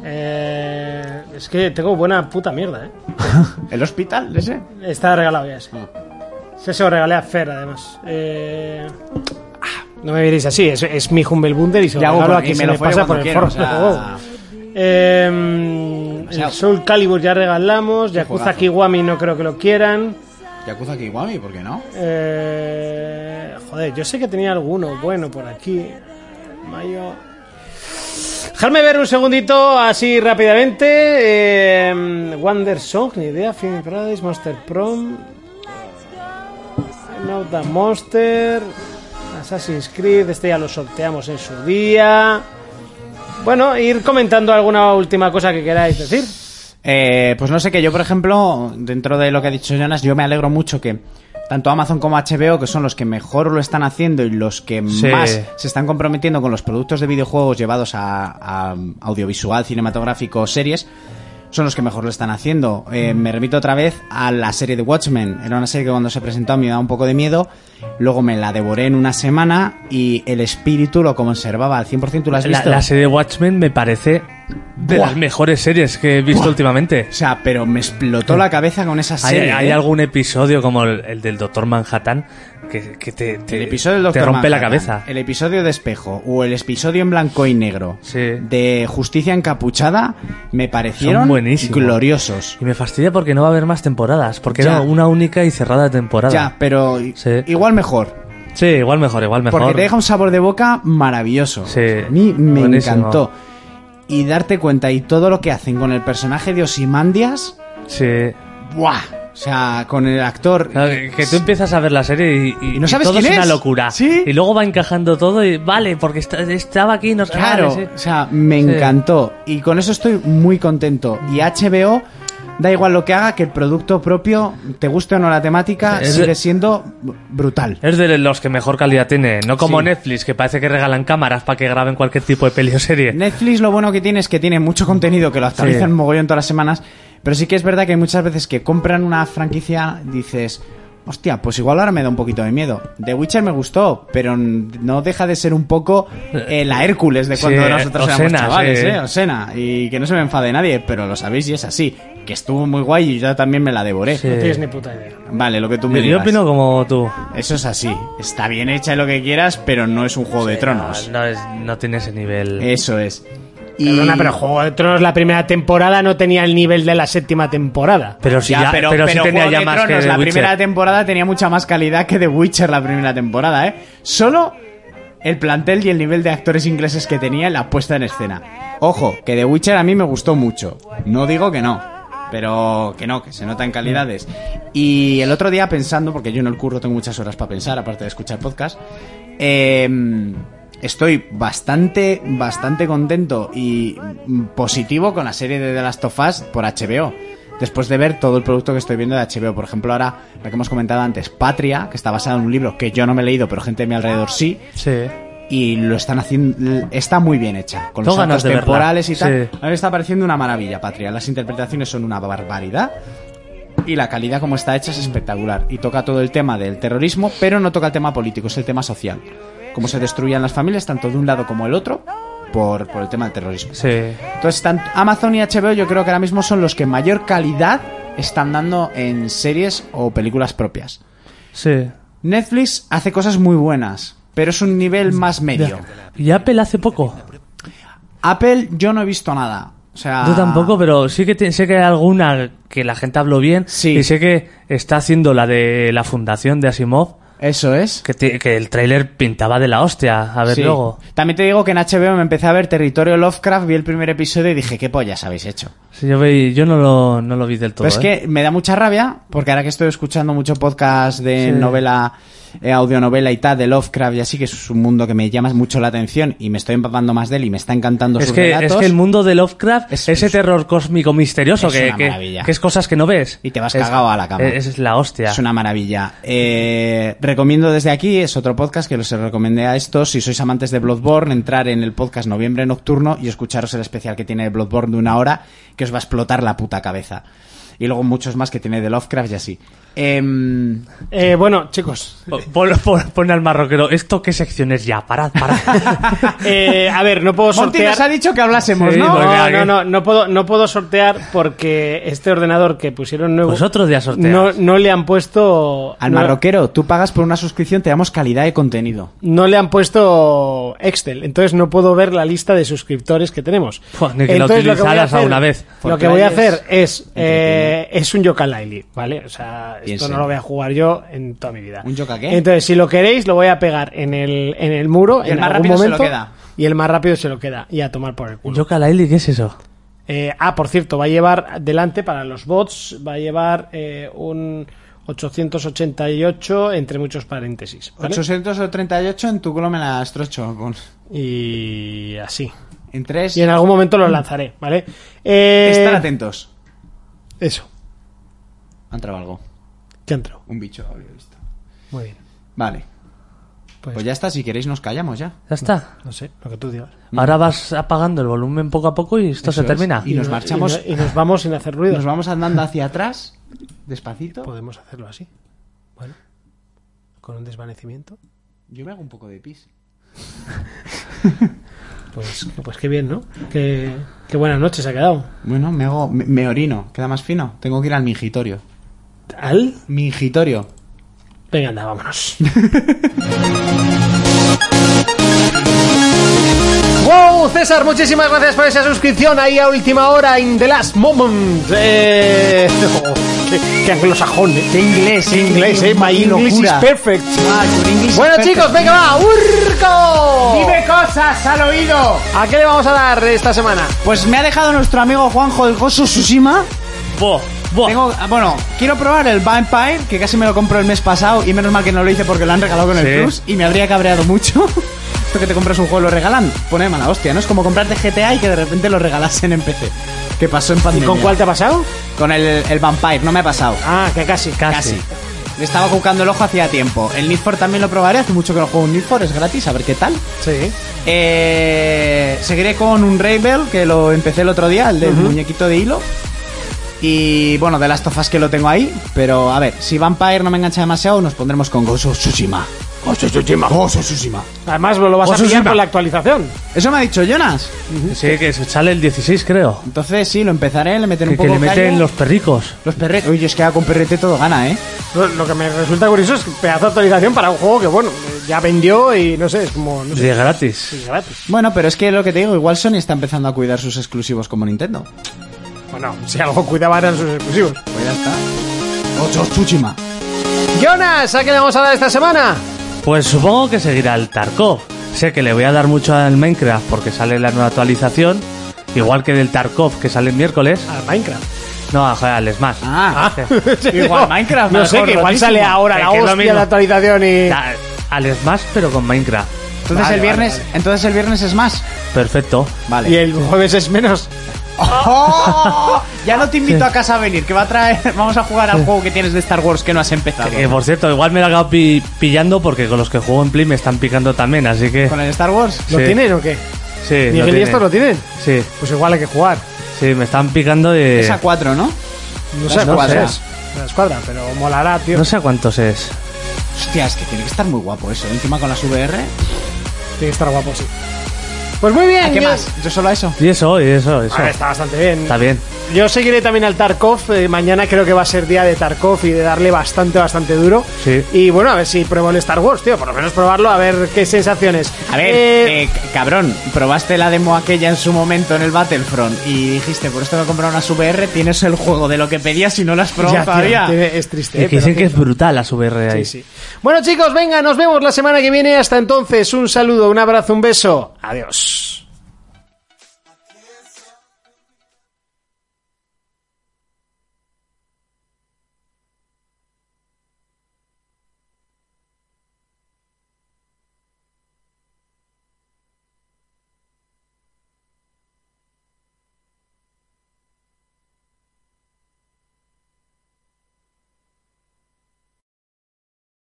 Speaker 4: Eh, es que tengo buena puta mierda, ¿eh?
Speaker 5: ¿El hospital ese?
Speaker 4: Está regalado ya, sí.
Speaker 5: Mm.
Speaker 4: Sí, Se lo regalé a Fer, además. Eh, no me veréis así, es, es mi Humble Bundle y se lo
Speaker 5: Ya,
Speaker 4: regalo
Speaker 5: bueno,
Speaker 4: a quien
Speaker 5: y
Speaker 4: se
Speaker 5: me lo
Speaker 4: le
Speaker 5: follo
Speaker 4: pasa por
Speaker 5: cuando
Speaker 4: el
Speaker 5: quiera,
Speaker 4: forro.
Speaker 5: o sea.
Speaker 4: Eh, el Soul Calibur ya regalamos, Yakuza
Speaker 5: juegazo.
Speaker 4: Kiwami no creo que lo quieran.
Speaker 5: Yakuza Kiwami, ¿por qué no?
Speaker 4: Eh, joder, yo sé que tenía alguno bueno por aquí. Mayo. Dejarme ver un segundito así rápidamente. Eh, Wonder Song, ni idea. Film Paradise, Monster Prom. eh, Not a Monster. Assassin's Creed, este ya lo sorteamos en su día. Bueno, ir comentando alguna última cosa que queráis decir.
Speaker 5: Eh, pues no sé, que yo, por ejemplo, dentro de lo que ha dicho Jonas, yo me alegro mucho que tanto Amazon como HBO, que son los que mejor lo están haciendo y los que
Speaker 6: Sí.
Speaker 5: más se están comprometiendo con los productos de videojuegos llevados a, a audiovisual, cinematográfico, o series, son los que mejor lo están haciendo.
Speaker 6: Mm.
Speaker 5: Eh, me remito otra vez a la serie de Watchmen. Era una serie que cuando se presentó a mí me daba un poco de miedo. Luego me la devoré en una semana y el espíritu lo conservaba al 100%. ¿Tú lo has
Speaker 6: La,
Speaker 5: visto?
Speaker 6: la serie Watchmen me parece de
Speaker 5: Buah.
Speaker 6: las mejores series que he visto últimamente.
Speaker 5: O sea, pero me explotó la cabeza con esa
Speaker 6: Mm. Hay,
Speaker 5: serie.
Speaker 6: hay
Speaker 5: ¿eh?
Speaker 6: algún episodio como el, el del Doctor Manhattan que, que te, te-
Speaker 5: el episodio del
Speaker 6: te
Speaker 5: Doctor
Speaker 6: rompe la
Speaker 5: Manhattan,
Speaker 6: cabeza.
Speaker 5: El episodio de Espejo o el episodio en blanco y negro de Justicia Encapuchada me parecieron
Speaker 6: Son buenísimos.
Speaker 5: gloriosos.
Speaker 6: Y me fastidia porque no va a haber más temporadas, porque
Speaker 5: Ya.
Speaker 6: era una única y cerrada temporada.
Speaker 5: Ya, pero igual mejor.
Speaker 6: Sí, igual mejor, igual mejor.
Speaker 5: Porque te deja un sabor de boca maravilloso. A mí me
Speaker 6: buenísimo.
Speaker 5: encantó. Y darte cuenta y todo lo que hacen con el personaje de Osimandias.
Speaker 6: Sí.
Speaker 5: ¡Buah! O sea, con el actor.
Speaker 6: Que, que tú empiezas a ver la serie y, y-
Speaker 5: Y no
Speaker 6: y
Speaker 5: sabes
Speaker 6: todo
Speaker 5: quién
Speaker 6: es una
Speaker 5: es.
Speaker 6: locura. Y luego va encajando todo y vale, porque esta- estaba aquí, no
Speaker 5: Claro,
Speaker 6: vale, sí.
Speaker 5: o sea, me
Speaker 6: Sí.
Speaker 5: encantó. Y con eso estoy muy contento. Y HBO, da igual lo que haga, que el producto propio, te guste o no la temática,
Speaker 6: Es-
Speaker 5: sigue siendo brutal.
Speaker 6: Es de los que mejor calidad tiene, no como
Speaker 5: Sí.
Speaker 6: Netflix, que parece que regalan cámaras para que graben cualquier tipo de peli o serie.
Speaker 5: Netflix lo bueno que tiene es que tiene mucho contenido que lo actualizan
Speaker 6: Sí.
Speaker 5: mogollón todas las semanas, pero sí que es verdad que hay muchas veces que compran una franquicia, dices, hostia, pues igual ahora me da un poquito de miedo. The Witcher me gustó, pero n- no deja de ser un poco eh, la Hércules de
Speaker 6: Sí,
Speaker 5: cuando nosotros
Speaker 6: Osena,
Speaker 5: éramos chavales,
Speaker 6: sí.
Speaker 5: eh, Osena, y que no se me enfade nadie, pero lo sabéis y es así, que estuvo muy guay y yo también me la devoré.
Speaker 4: No tienes ni puta idea.
Speaker 5: Vale, lo que tú me
Speaker 6: Yo
Speaker 5: digas.
Speaker 6: opino como tú.
Speaker 5: Eso es así. Está bien hecha lo que quieras, pero no es un juego de tronos.
Speaker 6: No, es- no tiene ese nivel.
Speaker 5: Eso es. Y...
Speaker 4: Perdona, pero Juego de Tronos la primera temporada no tenía el nivel de la séptima temporada.
Speaker 6: Pero si
Speaker 5: Ya,
Speaker 6: ya,
Speaker 5: pero,
Speaker 6: pero si
Speaker 5: pero
Speaker 6: tenía
Speaker 5: Juego
Speaker 6: ya
Speaker 5: de
Speaker 6: más
Speaker 5: Tronos,
Speaker 6: que
Speaker 5: la
Speaker 6: The Witcher.
Speaker 5: primera temporada tenía mucha más calidad que The Witcher la primera temporada, ¿eh? Solo el plantel y el nivel de actores ingleses que tenía en la puesta en escena. Ojo, que The Witcher a mí me gustó mucho. No digo que no, pero que no, que se notan calidades. Y el otro día pensando, porque yo en el curro tengo muchas horas para pensar, aparte de escuchar podcast, eh, estoy bastante, bastante contento y mm, positivo con la serie de The Last of Us por HBO. Después de ver todo el producto que estoy viendo de HBO, por ejemplo, ahora la que hemos comentado antes, Patria, que está basada en un libro que yo no me he leído, pero gente de mi alrededor sí.
Speaker 6: Sí.
Speaker 5: Y lo están haciendo, está muy bien hecha, con los
Speaker 6: Tengo ganas
Speaker 5: saltos
Speaker 6: de verla,
Speaker 5: temporales y tal.
Speaker 6: sí.
Speaker 5: A mí me está pareciendo una maravilla, Patria. Las interpretaciones son una barbaridad. Y la calidad como está hecha es espectacular. Y toca todo el tema del terrorismo, pero no toca el tema político, es el tema social. Cómo se destruían las familias, tanto de un lado como el otro, por, por el tema del terrorismo.
Speaker 6: Sí.
Speaker 5: Entonces, tanto Amazon y HBO yo creo que ahora mismo son los que mayor calidad están dando en series o películas propias.
Speaker 6: Sí.
Speaker 5: Netflix hace cosas muy buenas, pero es un nivel más medio.
Speaker 6: ¿Y Apple hace poco?
Speaker 5: Apple yo no he visto nada. O sea,
Speaker 6: Yo tampoco, pero sí que te- sé que hay alguna que la gente habló bien. Y sé que está haciendo la de la fundación de Asimov.
Speaker 5: Eso es.
Speaker 6: Que, te- que el tráiler pintaba de la hostia. A ver
Speaker 5: Sí.
Speaker 6: luego.
Speaker 5: También te digo que en HBO me empecé a ver Territorio Lovecraft, vi el primer episodio y dije, ¿qué pollas habéis hecho?
Speaker 6: Sí, yo, vi- yo no, lo, no lo vi del todo.
Speaker 5: Pero es
Speaker 6: ¿eh?
Speaker 5: que me da mucha rabia, porque ahora que estoy escuchando mucho podcast de
Speaker 6: Sí.
Speaker 5: novela, eh, audionovela y tal, de Lovecraft y así, que es un mundo que me llama mucho la atención y me estoy empapando más de él y me está encantando
Speaker 6: Es
Speaker 5: sus
Speaker 6: que,
Speaker 5: relatos.
Speaker 6: es que el mundo de Lovecraft, ese terror cósmico misterioso
Speaker 5: es
Speaker 6: que,
Speaker 5: una
Speaker 6: que-
Speaker 5: maravilla.
Speaker 6: que es cosas que no ves.
Speaker 5: Y te vas
Speaker 6: Es-
Speaker 5: cagado a la cama.
Speaker 6: es- es la hostia.
Speaker 5: Es una maravilla. Eh, recomiendo desde aquí, es otro podcast que los recomendé a estos. Si sois amantes de Bloodborne, entrar en el podcast Noviembre Nocturno y escucharos el especial que tiene de Bloodborne de una hora, que os va a explotar la puta cabeza. Y luego muchos más que tiene de Lovecraft y así. Em,
Speaker 4: Eh, bueno, chicos.
Speaker 6: Pon, pon- pon al marroquero, ¿esto qué sección es ya? Parad, parad.
Speaker 4: Eh, a ver, no puedo
Speaker 5: Monty
Speaker 4: sortear.
Speaker 5: nos ha dicho que hablásemos,
Speaker 6: Sí,
Speaker 5: ¿no?
Speaker 6: porque
Speaker 4: No,
Speaker 6: alguien-
Speaker 4: no, no, no puedo, no puedo sortear porque este ordenador que pusieron nuevo
Speaker 6: Vosotros ya sorteáis.
Speaker 4: no, no le han puesto
Speaker 5: Al
Speaker 4: no-
Speaker 5: marroquero, tú pagas por una suscripción, te damos calidad de contenido.
Speaker 4: no le han puesto Excel, entonces no puedo ver la lista de suscriptores que tenemos.
Speaker 6: Fua, ni que la
Speaker 4: Entonces, lo voy a
Speaker 6: utilizaras
Speaker 4: hacer-
Speaker 6: alguna vez.
Speaker 4: Lo que voy a hacer es eh, es un Yooka-Laylee, ¿vale? O sea, esto
Speaker 6: Piensen.
Speaker 4: no lo voy a jugar yo en toda mi vida.
Speaker 5: ¿Un yoka qué?
Speaker 4: Entonces, si lo queréis, lo voy a pegar en el, en el muro
Speaker 5: Y el
Speaker 4: en
Speaker 5: más
Speaker 4: algún
Speaker 5: rápido se lo
Speaker 4: momento,
Speaker 5: queda.
Speaker 4: Y el más rápido se lo queda. Y a tomar por el culo.
Speaker 6: Yo, Kalaili, ¿qué es eso?
Speaker 4: Eh, ah, por cierto, va a llevar delante para los bots, va a llevar eh, un 888 entre muchos paréntesis. ¿vale?
Speaker 5: 838 en tu columna la estrocho. pon.
Speaker 4: Y así.
Speaker 5: En tres.
Speaker 4: Y en algún momento los lanzaré, ¿vale? Eh,
Speaker 5: Estar atentos.
Speaker 4: Eso.
Speaker 5: Ha entrado algo.
Speaker 4: ¿Qué ha entrado?
Speaker 5: Un bicho había visto.
Speaker 4: Muy bien.
Speaker 5: Vale. Pues, ya está, si queréis nos callamos ya.
Speaker 6: Ya está.
Speaker 4: No sé, lo que tú digas.
Speaker 6: Ahora vas apagando el volumen poco a poco y esto
Speaker 5: Eso
Speaker 6: se
Speaker 5: es.
Speaker 6: termina.
Speaker 5: Y nos marchamos.
Speaker 4: Mm. Y, nos vamos sin hacer ruido.
Speaker 5: Nos vamos andando hacia atrás, despacito.
Speaker 4: Podemos hacerlo así. Bueno. Con un desvanecimiento.
Speaker 5: Yo me hago un poco de pis.
Speaker 4: Pues, pues qué bien, ¿no? Qué, qué buenas noches ha quedado.
Speaker 5: Bueno, me hago. Me, me orino, queda más fino. Tengo que ir al mingitorio.
Speaker 4: ¿Al?
Speaker 5: Mingitorio.
Speaker 15: Venga, anda, vámonos.
Speaker 4: ¡Wow! César, muchísimas gracias por esa suscripción ahí a última hora in the last moment. Eh, oh, qué, qué anglosajón, eh. Qué inglés, qué inglés, eh. My
Speaker 5: qué
Speaker 4: English is
Speaker 5: locura.
Speaker 4: perfect. bueno,
Speaker 5: perfect.
Speaker 4: chicos, venga, va. ¡Urco!
Speaker 5: Dime
Speaker 4: cosas al oído. ¿A qué le vamos a dar esta semana?
Speaker 5: Pues me ha dejado nuestro amigo Juanjo del Gozo Tsushima. Tengo- ah, bueno, quiero probar el Vampire, que casi me lo compro el mes pasado y menos mal que no lo hice porque lo han regalado con
Speaker 6: Sí.
Speaker 5: el Plus y me habría cabreado mucho. Esto que te compras un juego y lo regalan, pone mala hostia, ¿no? Es como comprarte GTA y que de repente lo regalasen en PC. ¿Qué pasó en pandemia?
Speaker 4: con cuál te ha
Speaker 5: pasado? Con el, el Vampire, no me ha pasado.
Speaker 4: Ah, que casi,
Speaker 5: casi. Le estaba buscando el ojo hacía tiempo. El Need for también lo probaré, hace mucho que no juego un Need for, es gratis, a ver qué tal.
Speaker 4: Sí.
Speaker 5: Eh, seguiré con un Ravel, que lo empecé el otro día, el del muñequito de hilo. Y bueno, de las tofas que lo tengo ahí. Pero a ver, si Vampire no me engancha demasiado, nos pondremos con Gozo Tsushima. Gozo Tsushima. Gozo Tsushima.
Speaker 4: Además, lo vas a
Speaker 5: Gozo
Speaker 4: pillar
Speaker 5: Tsushima.
Speaker 4: con la actualización.
Speaker 5: Eso me ha dicho Jonas.
Speaker 6: Sí, que se sale el 16, creo.
Speaker 5: Entonces sí, lo empezaré, le meteré un
Speaker 6: Que, que
Speaker 5: poco
Speaker 6: le meten
Speaker 5: caña.
Speaker 6: los perricos.
Speaker 5: Los perretes. Oye, es que con perrete todo gana, ¿eh?
Speaker 4: Lo, lo que me resulta curioso es que pedazo de actualización para un juego que, bueno, eh, ya vendió y no sé, es como. No sé,
Speaker 6: De gratis.
Speaker 4: es gratis.
Speaker 5: Bueno, pero es que lo que te digo, igual Sony está empezando a cuidar sus exclusivos como Nintendo.
Speaker 4: Bueno, si algo cuidaba eran sus exclusivos.
Speaker 5: Pues ya está. Gozo Tsushima.
Speaker 4: Jonas, ¿a qué le vamos a dar esta semana?
Speaker 6: Pues supongo que seguirá el Tarkov. Sé que le voy a dar mucho al Minecraft porque sale la nueva actualización. Igual que del Tarkov que sale el miércoles.
Speaker 4: Al Minecraft.
Speaker 6: No, a joder, al Smash.
Speaker 5: Ah,
Speaker 4: Igual Minecraft, No me sé, que igual rotísimo. sale ahora la
Speaker 6: Que- que es lo
Speaker 4: hostia de
Speaker 6: mismo.
Speaker 4: actualización y-
Speaker 6: Da- Al Smash, pero con Minecraft.
Speaker 5: Entonces el viernes, entonces el viernes es más.
Speaker 6: Perfecto.
Speaker 5: Vale.
Speaker 4: Y el jueves es menos. Oh.
Speaker 5: Ya no te invito a casa a venir, que va a traer. Vamos a jugar al juego que tienes de Star Wars que no has empezado.
Speaker 6: Que por cierto, igual me la he acabado pi- pillando porque con los que juego en Play me están picando también, así que.
Speaker 5: ¿Con el Star Wars?
Speaker 4: ¿Lo
Speaker 6: Sí.
Speaker 4: tienen o qué?
Speaker 6: Sí,
Speaker 4: ¿Miguel y esto lo Eh, tienen?
Speaker 6: Sí,
Speaker 4: Pues igual hay que jugar.
Speaker 6: sí, me están picando de.
Speaker 5: Es a 4, ¿no?
Speaker 4: No sé
Speaker 6: No
Speaker 4: cuál
Speaker 6: sé.
Speaker 4: es. La escuadra, pero molará, tío.
Speaker 6: No sé a cuántos es.
Speaker 5: Hostia, es que tiene que estar muy guapo eso. ¿eh? Encima con las VR.
Speaker 4: Tiene que estar guapo, sí. Pues muy bien.
Speaker 5: ¿A qué
Speaker 4: yo-
Speaker 5: más? Yo solo a eso.
Speaker 6: Y eso, y eso, eso.
Speaker 4: A ver, está bastante bien.
Speaker 6: Está bien.
Speaker 4: Yo seguiré también al Tarkov. eh, mañana creo que va a ser día de Tarkov y de darle bastante, bastante duro.
Speaker 6: Sí.
Speaker 4: Y bueno, a ver si pruebo el Star Wars, tío. Por lo menos probarlo, a ver qué sensaciones.
Speaker 5: A ver,
Speaker 4: Eh,
Speaker 5: eh, c- cabrón, probaste la demo aquella en su momento en el Battlefront y dijiste, por esto me he comprado unas VR, tienes el juego de lo que pedías y no lo has probado
Speaker 4: ya, tío,
Speaker 5: todavía.
Speaker 4: tiene- es triste. eh,
Speaker 6: que
Speaker 4: pero
Speaker 6: dicen que
Speaker 4: que-
Speaker 6: es brutal la VR ahí.
Speaker 4: Sí, sí. Bueno, chicos, venga, nos vemos la semana que viene. Hasta entonces, un saludo, un abrazo, un beso. Adiós.